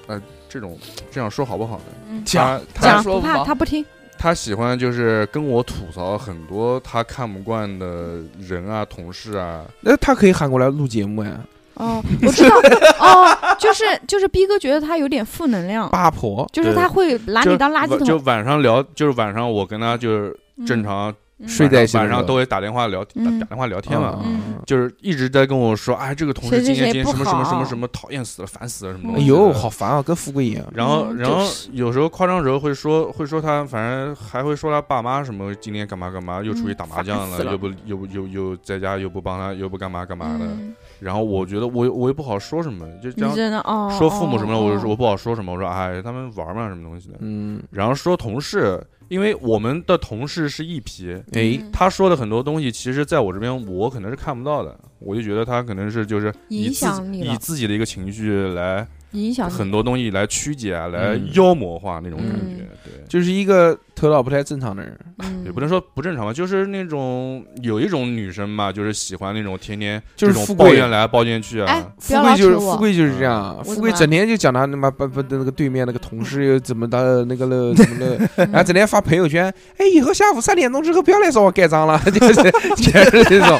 [SPEAKER 2] 呃这种这样说好不好呢？
[SPEAKER 5] 嗯，
[SPEAKER 2] 他他
[SPEAKER 5] 讲
[SPEAKER 3] 说
[SPEAKER 5] 不怕
[SPEAKER 3] 吗
[SPEAKER 5] 他不听，
[SPEAKER 2] 他喜欢就是跟我吐槽很多他看不惯的人啊、同事啊，
[SPEAKER 1] 那他可以喊过来录节目呀。
[SPEAKER 5] 哦，我知道，哦，就是就是逼哥觉得他有点负能量，
[SPEAKER 1] 八婆，
[SPEAKER 5] 就是他会拿
[SPEAKER 2] 就
[SPEAKER 5] 你当垃圾
[SPEAKER 2] 晚就
[SPEAKER 5] 桶，
[SPEAKER 2] 晚上聊，就是晚上我跟他就是正常
[SPEAKER 5] 嗯
[SPEAKER 1] 睡在一起的
[SPEAKER 2] 晚
[SPEAKER 1] 时候
[SPEAKER 2] 上都会打电话聊打
[SPEAKER 5] 嗯
[SPEAKER 2] 打电话聊天嘛，
[SPEAKER 1] 嗯
[SPEAKER 2] 就是一直在跟我说，哎，这个同事
[SPEAKER 5] 谁谁
[SPEAKER 2] 今天
[SPEAKER 5] 谁
[SPEAKER 2] 今天
[SPEAKER 5] 不
[SPEAKER 2] 什么什么
[SPEAKER 5] 好
[SPEAKER 2] 什么什么讨厌死了，烦死了什么东
[SPEAKER 1] 哎
[SPEAKER 2] 西。
[SPEAKER 1] 呦，好。烦啊，跟富贵一样。
[SPEAKER 2] 然后，
[SPEAKER 5] 嗯
[SPEAKER 2] 然后
[SPEAKER 5] 就是
[SPEAKER 2] 有时候夸张的时候会说，会说他，反正还会说他爸妈什么，今天干嘛干嘛，又出去
[SPEAKER 5] 嗯
[SPEAKER 2] 打麻将
[SPEAKER 5] 烦死了
[SPEAKER 2] 又不又不又又在家又不帮他，又不干嘛干嘛的。
[SPEAKER 5] 嗯
[SPEAKER 2] 然后我觉得我我又不好说什么，就这
[SPEAKER 5] 你
[SPEAKER 2] 样
[SPEAKER 5] 真的哦，
[SPEAKER 2] 说父母什么的，
[SPEAKER 5] 哦
[SPEAKER 2] 我就说我不好说什么，我说哎，他们玩嘛什么东西的。
[SPEAKER 1] 嗯，
[SPEAKER 2] 然后说同事，因为我们的同事是一批，
[SPEAKER 1] 哎，
[SPEAKER 5] 嗯
[SPEAKER 2] 他说的很多东西，其实在我这边我可能是看不到的，我就觉得他可能是就是以
[SPEAKER 5] 影
[SPEAKER 2] 自
[SPEAKER 5] 响你
[SPEAKER 2] 以
[SPEAKER 5] 了
[SPEAKER 2] 自己的一个情绪来
[SPEAKER 5] 影响
[SPEAKER 2] 很多东西来曲解啊，来
[SPEAKER 1] 嗯
[SPEAKER 2] 妖魔化那种感
[SPEAKER 5] 嗯
[SPEAKER 2] 觉，对。
[SPEAKER 1] 就是一个头脑不太正常的人，
[SPEAKER 2] 也不能说不正常吧，就是那种有一种女生嘛，就是喜欢那种天天
[SPEAKER 1] 就是
[SPEAKER 2] 这
[SPEAKER 1] 富
[SPEAKER 2] 种抱
[SPEAKER 1] 贵
[SPEAKER 2] 怨来抱怨去啊。
[SPEAKER 5] 哎不
[SPEAKER 1] 富
[SPEAKER 5] 要
[SPEAKER 1] 贵
[SPEAKER 5] 老
[SPEAKER 1] 就是
[SPEAKER 5] 扯我
[SPEAKER 1] 富贵就是这样，啊
[SPEAKER 2] 嗯
[SPEAKER 1] 富贵整天就讲他他妈不不那个对面那个同事又怎么的那个了怎么了，
[SPEAKER 5] 嗯
[SPEAKER 1] 然后整天发朋友圈，哎，以后下午三点钟之后不要来找我盖章了，就是全是这种。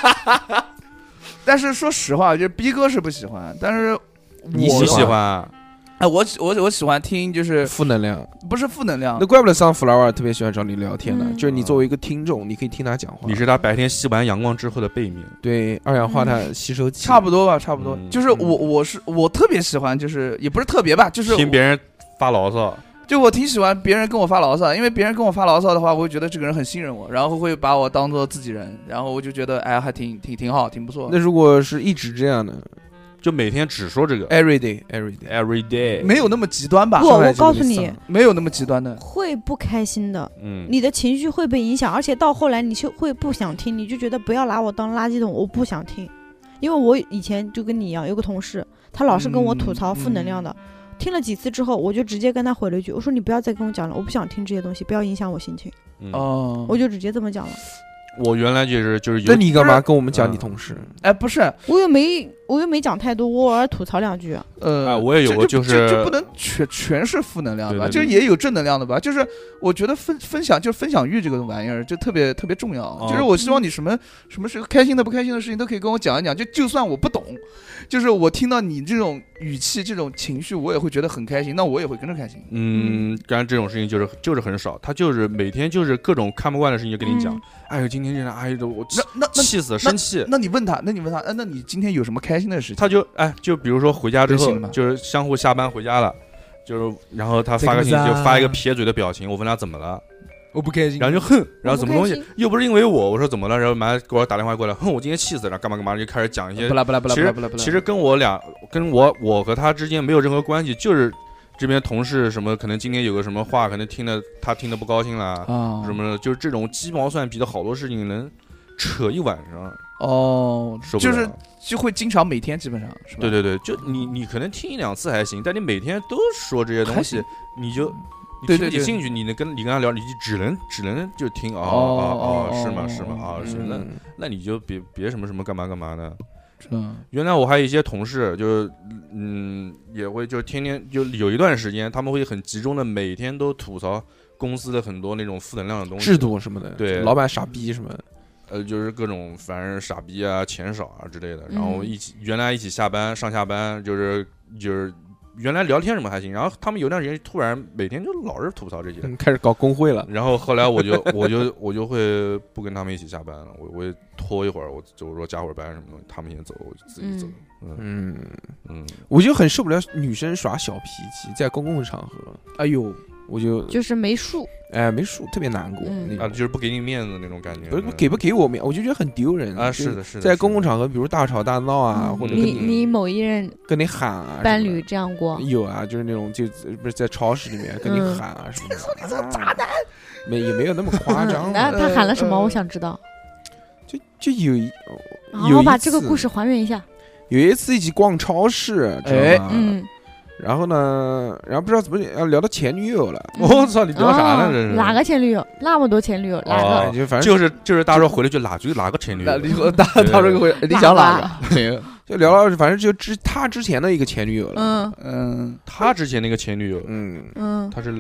[SPEAKER 3] 但是说实话，就是逼哥是不喜欢，但是
[SPEAKER 1] 你
[SPEAKER 2] 你
[SPEAKER 3] 我
[SPEAKER 2] 喜欢啊？
[SPEAKER 3] 哎，我喜我我喜欢听，就是
[SPEAKER 1] 负能量，
[SPEAKER 3] 不是负能量
[SPEAKER 1] 那，怪不得上 flower 特别喜欢找你聊天呢，
[SPEAKER 5] 嗯
[SPEAKER 1] 就是你作为一个听众，你可以听他讲话，
[SPEAKER 2] 你是他白天吸完阳光之后的背面。
[SPEAKER 1] 对二氧化碳吸收器，
[SPEAKER 3] 差不多吧，差不多。
[SPEAKER 2] 嗯
[SPEAKER 3] 就是我我是我特别喜欢，就是也不是特别吧，就是
[SPEAKER 2] 听别人发牢骚，
[SPEAKER 3] 就我挺喜欢别人跟我发牢骚，因为别人跟我发牢骚的话，我会觉得这个人很信任我，然后会把我当做自己人，然后我就觉得哎，还挺挺挺好，挺不错。
[SPEAKER 1] 那如果是一直这样的
[SPEAKER 2] 就每天只说这个嗯
[SPEAKER 1] ，every day 哎 every day，
[SPEAKER 2] every day，
[SPEAKER 3] 没有那么极端吧
[SPEAKER 5] 不，？
[SPEAKER 1] 上来
[SPEAKER 5] 我
[SPEAKER 1] 就
[SPEAKER 5] 告
[SPEAKER 1] 给
[SPEAKER 5] 诉
[SPEAKER 1] 你
[SPEAKER 5] 你
[SPEAKER 1] 上，
[SPEAKER 3] 没有那么极端的。
[SPEAKER 6] 会不开心的，
[SPEAKER 2] 嗯，
[SPEAKER 6] 你的情绪会被影响，而且到后来你就会不想听，你就觉得不要拿我当垃圾桶，我不想听。因为我以前就跟你一样，有个同事，他老是跟我吐槽
[SPEAKER 3] 嗯
[SPEAKER 6] 负能量的，听了几次之后，我就直接跟他回了一句，我说你不要再跟我讲了，我不想听这些东西，不要影响我心情，
[SPEAKER 2] 嗯
[SPEAKER 3] 哦，
[SPEAKER 6] 我就直接这么讲了。
[SPEAKER 2] 我原来就是就是有
[SPEAKER 1] 那你干嘛跟我们讲
[SPEAKER 2] 嗯
[SPEAKER 1] 你同事？
[SPEAKER 3] 哎，不是，
[SPEAKER 6] 我又没我又没讲太多，我偶尔吐槽两句。啊
[SPEAKER 3] 呃，
[SPEAKER 2] 哎我也有
[SPEAKER 3] 这
[SPEAKER 2] 过
[SPEAKER 3] 这
[SPEAKER 2] 就是
[SPEAKER 3] 这这不能全全是负能量的吧，
[SPEAKER 2] 对对对
[SPEAKER 3] 就也有正能量的吧。就是我觉得分分享，就是分享欲这个玩意儿，就特别特别重要。
[SPEAKER 2] 哦
[SPEAKER 3] 就是我希望你什么什么事开心的不开心的事情都可以跟我讲一讲，就就算我不懂，就是我听到你这种语气、这种情绪，我也会觉得很开心，那我也会跟着开心。
[SPEAKER 2] 嗯，干这种事情就是就是很少，他就是每天就是各种看不惯的事情就跟你讲，哎呦今天这样，哎呦我气
[SPEAKER 3] 那那嗯那
[SPEAKER 2] 气死了生气，
[SPEAKER 3] 那你问他，那你问他，哎，那你今天有什么开心的事情？
[SPEAKER 2] 他就哎就比如说回家之
[SPEAKER 3] 微
[SPEAKER 2] 后
[SPEAKER 3] 信嘛
[SPEAKER 2] 就是相互下班回家了。就是，然后他发个信息，就发一个撇嘴的表情。我问他怎么了，
[SPEAKER 3] 啊我不开心
[SPEAKER 2] 然后就哼，然后怎么东
[SPEAKER 5] 我
[SPEAKER 2] 西
[SPEAKER 5] 不开，
[SPEAKER 2] 又不是因为我，我说怎么了，然后马上给我打电话过来，哼，我今天气死了，然后干嘛干嘛，就开始讲一些
[SPEAKER 3] 不啦不啦不啦
[SPEAKER 2] 其实
[SPEAKER 3] 不啦不啦不啦。
[SPEAKER 2] 其实跟我俩，跟我我和他之间没有任何关系，就是这边同事什么可能今天有个什么话，可能听了他听得不高兴啦，
[SPEAKER 3] 啊
[SPEAKER 2] 什么的就是这种鸡毛蒜皮的好多事情能扯一晚上，
[SPEAKER 3] 哦，
[SPEAKER 2] 受不
[SPEAKER 3] 就
[SPEAKER 2] 了。
[SPEAKER 3] 是就会经常每天基本上是吧？
[SPEAKER 2] 对对对，就你你可能听一两次还行，但你每天都说这些东西，你就你
[SPEAKER 3] 嗯对
[SPEAKER 2] 提不
[SPEAKER 3] 对
[SPEAKER 2] 起
[SPEAKER 3] 对
[SPEAKER 2] 兴趣，你能跟你跟他聊，你就只能只能就听啊啊
[SPEAKER 3] 哦
[SPEAKER 2] 啊，
[SPEAKER 3] 哦
[SPEAKER 2] 是吗
[SPEAKER 3] 哦
[SPEAKER 2] 是吗啊是那
[SPEAKER 1] 嗯，
[SPEAKER 2] 那你就别别什么什么干嘛干嘛的。
[SPEAKER 3] 嗯，
[SPEAKER 2] 原来我还有一些同事，就是嗯，也会就天天就有一段时间，他们会很集中的每天都吐槽公司的很多那种负能量的东西，
[SPEAKER 1] 制度什么的，
[SPEAKER 2] 对
[SPEAKER 1] 老板傻逼什么的，
[SPEAKER 2] 呃，就是各种反正傻逼啊、钱少啊之类的。然后
[SPEAKER 5] 嗯
[SPEAKER 2] 一起原来一起下班上下班，就是就是原来聊天什么还行，然后他们有段时间突然每天就老是吐槽这些，
[SPEAKER 1] 嗯 开始搞工会了。
[SPEAKER 2] 然后后来我就我就我就会不跟他们一起下班了，我我也拖一会儿，我就我说加会儿班什么东西，他们先走，我就自己走。嗯
[SPEAKER 1] 嗯，
[SPEAKER 2] 嗯，
[SPEAKER 1] 我就很受不了女生耍小脾气，在公共场合，
[SPEAKER 3] 哎呦，
[SPEAKER 1] 我就
[SPEAKER 5] 就是没数，
[SPEAKER 1] 哎没数，特别难过
[SPEAKER 5] 嗯
[SPEAKER 1] 那
[SPEAKER 2] 啊，
[SPEAKER 1] 种
[SPEAKER 2] 就。是不给你面子那种感觉。嗯
[SPEAKER 1] 不是给不给我面，我就觉得很丢人
[SPEAKER 2] 啊？
[SPEAKER 1] 就是
[SPEAKER 2] 的，是的，
[SPEAKER 1] 在公共
[SPEAKER 2] 是的
[SPEAKER 1] 场合，比如大吵大闹啊，
[SPEAKER 5] 嗯
[SPEAKER 1] 或者跟
[SPEAKER 5] 你
[SPEAKER 1] 你
[SPEAKER 5] 你某一任
[SPEAKER 1] 跟你喊啊，
[SPEAKER 5] 伴侣这样
[SPEAKER 2] 哎
[SPEAKER 5] 过，
[SPEAKER 1] 有啊，就是那种就不是在超市里面跟你
[SPEAKER 5] 嗯
[SPEAKER 1] 喊啊什么的，说你是渣男，没也没有那么夸张
[SPEAKER 5] 嗯， 那
[SPEAKER 1] 吧，
[SPEAKER 5] 他喊了什么？
[SPEAKER 3] 呃
[SPEAKER 5] 我想知道。
[SPEAKER 1] 就就有一
[SPEAKER 5] 然后
[SPEAKER 1] 有一
[SPEAKER 5] 哦把这个故
[SPEAKER 1] 次
[SPEAKER 5] 事还原一下。
[SPEAKER 1] 有一次一起逛超市，知
[SPEAKER 3] 哎
[SPEAKER 1] 道吗？
[SPEAKER 5] 嗯，
[SPEAKER 1] 然后呢，然后不知道怎么要聊到前女友了，
[SPEAKER 2] 我操，你聊啥呢？
[SPEAKER 5] 哦
[SPEAKER 2] 这是
[SPEAKER 5] 哪个前女友？那么多前女友，哪
[SPEAKER 2] 哦
[SPEAKER 5] 个？
[SPEAKER 1] 哎就反正
[SPEAKER 2] 就是就是大家说回来就哪句哪个前女
[SPEAKER 3] 那
[SPEAKER 2] 友
[SPEAKER 3] 你 说大他这个会，你想哪个？
[SPEAKER 1] 就聊到反正就之他之前的一个前女友了，
[SPEAKER 5] 嗯
[SPEAKER 3] 嗯，
[SPEAKER 2] 他之前那个前女友，
[SPEAKER 1] 嗯，
[SPEAKER 5] 嗯，
[SPEAKER 2] 他是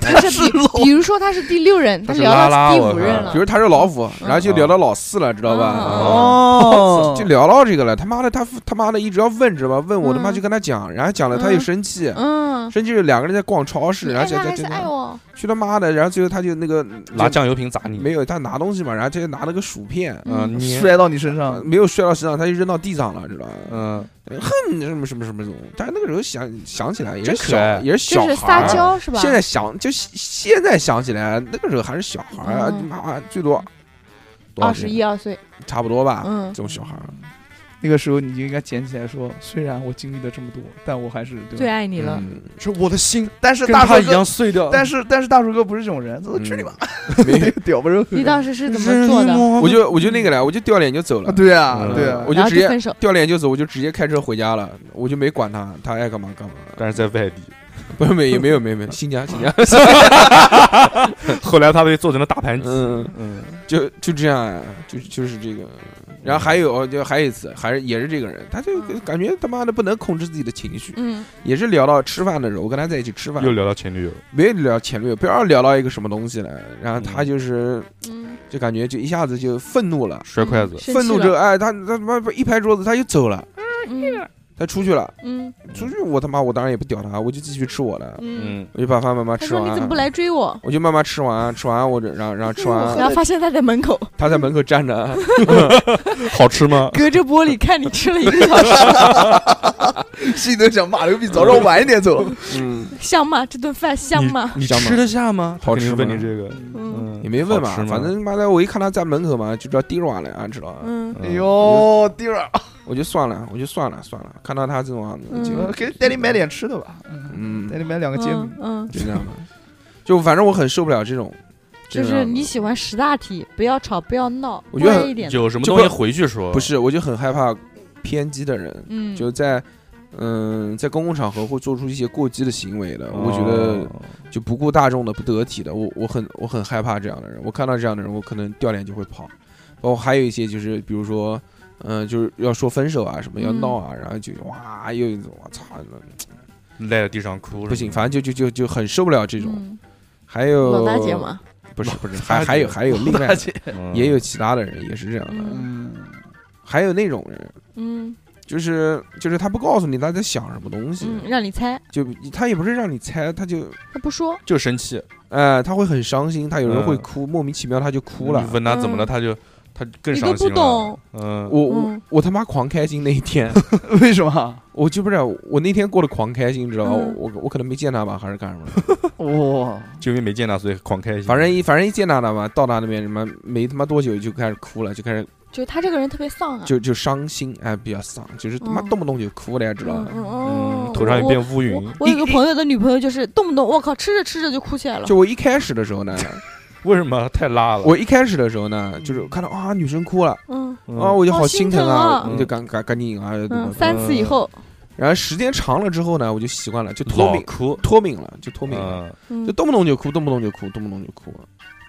[SPEAKER 5] 他是 比比如说他是第六任，
[SPEAKER 2] 他
[SPEAKER 5] 他
[SPEAKER 2] 是
[SPEAKER 5] 聊
[SPEAKER 2] 拉拉
[SPEAKER 5] 到第
[SPEAKER 2] 我
[SPEAKER 5] 五任
[SPEAKER 2] 看
[SPEAKER 5] 了
[SPEAKER 1] 嗯比。如他是老虎，啊然后就聊到老四了，知道吧？
[SPEAKER 5] 嗯
[SPEAKER 3] 哦，
[SPEAKER 1] 就聊到这个了，他妈的，他他妈的一直要问知道吧？问我
[SPEAKER 5] 嗯
[SPEAKER 1] 他妈就跟他讲，然后讲了他又生气，
[SPEAKER 5] 嗯，
[SPEAKER 1] 生气就两个人在逛超市，
[SPEAKER 5] 你
[SPEAKER 1] 然
[SPEAKER 5] 爱
[SPEAKER 1] 后在
[SPEAKER 5] 他哎
[SPEAKER 1] 在
[SPEAKER 5] 还是
[SPEAKER 1] 争
[SPEAKER 5] 爱
[SPEAKER 1] 吵，
[SPEAKER 5] 我？
[SPEAKER 1] 去他妈的，然后最后他就那个
[SPEAKER 2] 拿
[SPEAKER 1] 就
[SPEAKER 2] 酱油瓶砸你，
[SPEAKER 1] 没有他拿东西嘛，然后他就拿了个薯片，
[SPEAKER 2] 嗯
[SPEAKER 5] 嗯
[SPEAKER 2] 你
[SPEAKER 3] 摔到你身上，
[SPEAKER 1] 啊没有摔到身上，他就扔到地上了，知道吧？
[SPEAKER 2] 嗯
[SPEAKER 1] 嗯，什么什么什么什么，但是那个时候想想起来也是
[SPEAKER 2] 真可
[SPEAKER 1] 小
[SPEAKER 2] 爱
[SPEAKER 1] 也是小
[SPEAKER 5] 就是
[SPEAKER 1] 孩
[SPEAKER 5] 撒
[SPEAKER 1] 儿。
[SPEAKER 5] 娇是吧？
[SPEAKER 1] 现在想就现在想起来，那个时候还是小孩儿，啊
[SPEAKER 5] 嗯
[SPEAKER 1] 妈最多多少
[SPEAKER 5] 二十
[SPEAKER 1] 岁
[SPEAKER 5] 一二岁，
[SPEAKER 1] 差不多吧，
[SPEAKER 5] 嗯
[SPEAKER 1] 这种啊小孩儿。
[SPEAKER 3] 那个时候你就应该捡起来说，虽然我经历了这么多，但我还是对
[SPEAKER 4] 啊
[SPEAKER 3] 吧
[SPEAKER 5] 最爱你了。
[SPEAKER 1] 嗯
[SPEAKER 2] 是我的心
[SPEAKER 3] 但是
[SPEAKER 2] 跟
[SPEAKER 3] 大
[SPEAKER 2] 他
[SPEAKER 3] 帅
[SPEAKER 2] 一
[SPEAKER 3] 哥，
[SPEAKER 2] 样碎掉，
[SPEAKER 3] 但是但是大帅哥不是这种人，我去你妈！
[SPEAKER 1] 没有
[SPEAKER 3] 屌不是？
[SPEAKER 5] 你当时是怎么
[SPEAKER 2] 是
[SPEAKER 5] 做的？
[SPEAKER 2] 我
[SPEAKER 1] 我就我就那个了，我就掉脸就走了，
[SPEAKER 3] 对啊
[SPEAKER 2] 嗯
[SPEAKER 3] 对啊，
[SPEAKER 1] 我
[SPEAKER 5] 然后
[SPEAKER 1] 直接
[SPEAKER 5] 就分手。
[SPEAKER 1] 掉脸就走，我就直接开车回家了，我就没管他，他爱干嘛干嘛。
[SPEAKER 2] 但是在外 地，
[SPEAKER 1] 不是没也没有没有没有，新疆新疆，
[SPEAKER 2] 后来他被做成了大盘鸡，
[SPEAKER 1] 嗯，
[SPEAKER 2] 嗯，
[SPEAKER 1] 就就这样，就就是这个。然后还有就还有一次，还是也是这个人，他就
[SPEAKER 5] 嗯
[SPEAKER 1] 感觉他妈的不能控制自己的情绪，
[SPEAKER 5] 嗯，
[SPEAKER 1] 也是聊到吃饭的时候，我跟他在一起吃饭
[SPEAKER 2] 又，聊到前女友，
[SPEAKER 1] 没有聊前女友，不要聊到一个什么东西来，然后他
[SPEAKER 2] 嗯
[SPEAKER 1] 就是
[SPEAKER 5] 嗯，
[SPEAKER 1] 就感觉就一下子就愤怒了，
[SPEAKER 2] 摔筷子，
[SPEAKER 5] 生
[SPEAKER 1] 愤
[SPEAKER 5] 气
[SPEAKER 1] 怒之后，
[SPEAKER 5] 了。
[SPEAKER 1] 哎，他他他妈一拍桌子，他就走了，
[SPEAKER 5] 嗯
[SPEAKER 1] 他出去了。
[SPEAKER 5] 嗯
[SPEAKER 1] 出去我他妈我当然也不屌他，我就继续吃我的，
[SPEAKER 5] 嗯，
[SPEAKER 2] 嗯，
[SPEAKER 1] 我就把饭慢慢
[SPEAKER 5] 他
[SPEAKER 1] 吃
[SPEAKER 5] 说
[SPEAKER 1] 完。
[SPEAKER 5] 你怎么不来追我？
[SPEAKER 1] 我就慢慢吃完，吃完我这，然后然 后吃
[SPEAKER 5] 然
[SPEAKER 1] 完，
[SPEAKER 5] 后发现他在门口
[SPEAKER 1] 他在门口 站着，嗯
[SPEAKER 2] 好吃吗？
[SPEAKER 5] 隔着玻璃看你吃了一个小时，
[SPEAKER 3] 心里都想马牛逼，早知道晚一点走。
[SPEAKER 1] 嗯，
[SPEAKER 5] 香吗？这顿饭香吗？
[SPEAKER 2] 你
[SPEAKER 1] 香吗
[SPEAKER 2] 吃得下吗？
[SPEAKER 1] 好吃
[SPEAKER 2] 肯定问
[SPEAKER 1] 吗
[SPEAKER 2] 你这个，
[SPEAKER 5] 嗯
[SPEAKER 2] 嗯
[SPEAKER 1] 也没问嘛
[SPEAKER 2] 好吃，吗
[SPEAKER 1] 反正妈的，我一看他在门口嘛，就知道盯着我了呀，知道吧？
[SPEAKER 5] 嗯
[SPEAKER 2] 嗯
[SPEAKER 3] 哎呦，弟儿，啊
[SPEAKER 1] 我就算了，我就算了算了，看到他这种样子，
[SPEAKER 5] 嗯
[SPEAKER 1] 就
[SPEAKER 3] 给带你买点吃的吧，
[SPEAKER 1] 嗯
[SPEAKER 3] 带，你买两个煎饼
[SPEAKER 5] 嗯。嗯，
[SPEAKER 1] 就这样吧，就反正我很受不了这种，
[SPEAKER 5] 就
[SPEAKER 1] 这种
[SPEAKER 5] 是
[SPEAKER 1] 样子
[SPEAKER 5] 你喜欢识大体，不要吵，不要闹，
[SPEAKER 1] 我觉得
[SPEAKER 5] 乖一点的。
[SPEAKER 2] 有什么
[SPEAKER 1] 就
[SPEAKER 2] 东西
[SPEAKER 1] 不
[SPEAKER 2] 回去说，
[SPEAKER 1] 不是，我就很害怕偏激的人，
[SPEAKER 5] 嗯，
[SPEAKER 1] 就在。嗯，在公共场合会做出一些过激的行为的，我觉得
[SPEAKER 2] 哦
[SPEAKER 1] 就不顾大众的、不得体的，我我很我很害怕这样的人。我看到这样的人，我可能掉脸就会跑。包括还有一些就是，比如说，嗯、就是要说分手啊，什么要
[SPEAKER 5] 嗯
[SPEAKER 1] 闹啊，然后就哇，又一种我操，
[SPEAKER 2] 赖在地上哭，
[SPEAKER 1] 不行，反正就就就就很受不了这种。
[SPEAKER 5] 嗯
[SPEAKER 1] 还有
[SPEAKER 5] 老大姐嘛，
[SPEAKER 1] 不是 不是，
[SPEAKER 2] 大
[SPEAKER 1] 还
[SPEAKER 2] 姐
[SPEAKER 1] 还有还有另外
[SPEAKER 3] 大
[SPEAKER 1] 的
[SPEAKER 3] 姐，
[SPEAKER 2] 正
[SPEAKER 1] 也有其他的人也是这样的，
[SPEAKER 5] 嗯
[SPEAKER 3] 嗯，
[SPEAKER 1] 还有那种人。
[SPEAKER 5] 嗯
[SPEAKER 1] 就是就是他不告诉你他在想什么东西，
[SPEAKER 5] 嗯，让你猜，
[SPEAKER 1] 就他也不是让你猜，他就呃
[SPEAKER 5] 他不说，
[SPEAKER 2] 就生气，
[SPEAKER 1] 哎、他会很伤心，他有人会
[SPEAKER 2] 嗯
[SPEAKER 1] 哭，莫名其妙他就哭了
[SPEAKER 2] 你，问他怎么了，
[SPEAKER 5] 嗯
[SPEAKER 2] 他就他更
[SPEAKER 4] 你
[SPEAKER 2] 伤
[SPEAKER 4] 都
[SPEAKER 2] 心
[SPEAKER 4] 不
[SPEAKER 2] 了。
[SPEAKER 4] 懂，
[SPEAKER 2] 嗯，
[SPEAKER 1] 我我
[SPEAKER 4] 嗯
[SPEAKER 1] 我他妈狂开心那一天，
[SPEAKER 3] 为什么？
[SPEAKER 1] 我就不是我那天过得狂开心，你知道吧？
[SPEAKER 4] 嗯
[SPEAKER 1] 我我可能没见他吧，还是干什么的？
[SPEAKER 3] 哇，
[SPEAKER 2] 就因为没见他，所以狂开心。
[SPEAKER 1] 反正一反正一见到他嘛，到他那边什么没他妈多久就开始哭了，就开始
[SPEAKER 4] 就是他这个人特别丧啊。
[SPEAKER 1] 就就伤心，哎，比较丧，就是他妈
[SPEAKER 4] 嗯
[SPEAKER 1] 动不动就哭，大家知道
[SPEAKER 4] 嗯
[SPEAKER 1] 吧？
[SPEAKER 4] 嗯
[SPEAKER 2] 嗯，
[SPEAKER 4] 哦，
[SPEAKER 2] 头上一
[SPEAKER 4] 我
[SPEAKER 2] 片乌云
[SPEAKER 4] 我。我有个朋友的女朋友就是动不动我靠吃着吃着就哭起来了，
[SPEAKER 1] 就我一开始的时候 呢，
[SPEAKER 2] 为什么太辣了？
[SPEAKER 1] 我一开始的时候呢，就是看到啊女生哭了
[SPEAKER 4] 嗯
[SPEAKER 2] 嗯
[SPEAKER 1] 啊，我就
[SPEAKER 4] 好
[SPEAKER 1] 好
[SPEAKER 4] 心
[SPEAKER 1] 心疼
[SPEAKER 4] 疼
[SPEAKER 1] 啊
[SPEAKER 4] 啊，
[SPEAKER 1] 我就赶赶赶紧啊，
[SPEAKER 4] 嗯，三次以后，
[SPEAKER 1] 然后时间长了之后呢，我就习惯了，就脱
[SPEAKER 2] 老
[SPEAKER 1] 敏
[SPEAKER 2] 哭，
[SPEAKER 1] 脱敏了，就脱敏了。
[SPEAKER 2] 嗯，
[SPEAKER 4] 嗯
[SPEAKER 1] 就动不动就哭，动不动就哭，动不动就哭，啊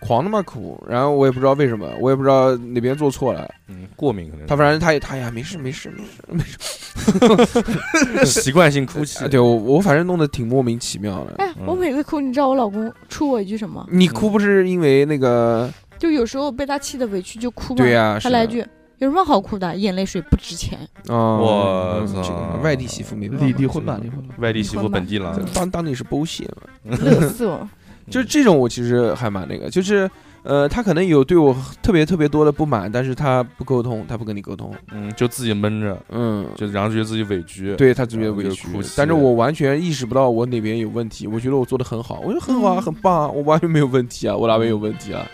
[SPEAKER 1] 狂他妈哭。然后我也不知道为什么，我也不知道哪边做错了。
[SPEAKER 2] 嗯，过敏可能是
[SPEAKER 1] 他反 正他也他呀，没事没事没事没事。
[SPEAKER 2] 习惯性哭泣
[SPEAKER 1] 啊、，对我我反正弄得挺莫名其妙的。
[SPEAKER 4] 哎，我
[SPEAKER 2] 嗯
[SPEAKER 4] 每次哭，你知道我老公出我一句什么？
[SPEAKER 1] 你哭不是因为那个？
[SPEAKER 4] 就有时候被他气的委屈就哭嘛。
[SPEAKER 1] 对呀、是
[SPEAKER 4] 嗯他
[SPEAKER 1] 的
[SPEAKER 4] 来一句：“有什么好哭的？眼泪水不 值钱。
[SPEAKER 1] 哦，
[SPEAKER 2] 我
[SPEAKER 1] 嗯
[SPEAKER 2] 操
[SPEAKER 1] 这个外地媳妇没办法
[SPEAKER 3] 离离婚吧，离婚吧。
[SPEAKER 2] 外地媳妇本地郎
[SPEAKER 1] 这，当当你是剥削嘛？”
[SPEAKER 4] 乐死我！
[SPEAKER 1] 就是这种，我其实还蛮那个，就是呃，他可能有对我特别特别多的不满，但是他不沟通，他不跟你沟通，
[SPEAKER 2] 嗯，就自己闷着，
[SPEAKER 1] 嗯。
[SPEAKER 2] 就然后觉得自己委屈，，
[SPEAKER 1] 对他特别
[SPEAKER 2] 然后
[SPEAKER 1] 委
[SPEAKER 2] 就
[SPEAKER 1] 屈
[SPEAKER 2] 哭泣，
[SPEAKER 1] 但是我完全意识不到我哪边有问题，我觉得我做的很好，我觉得很好啊，
[SPEAKER 5] 嗯
[SPEAKER 1] 很棒啊，我完全没有问题啊，我哪边有
[SPEAKER 2] 嗯
[SPEAKER 1] 问题啊，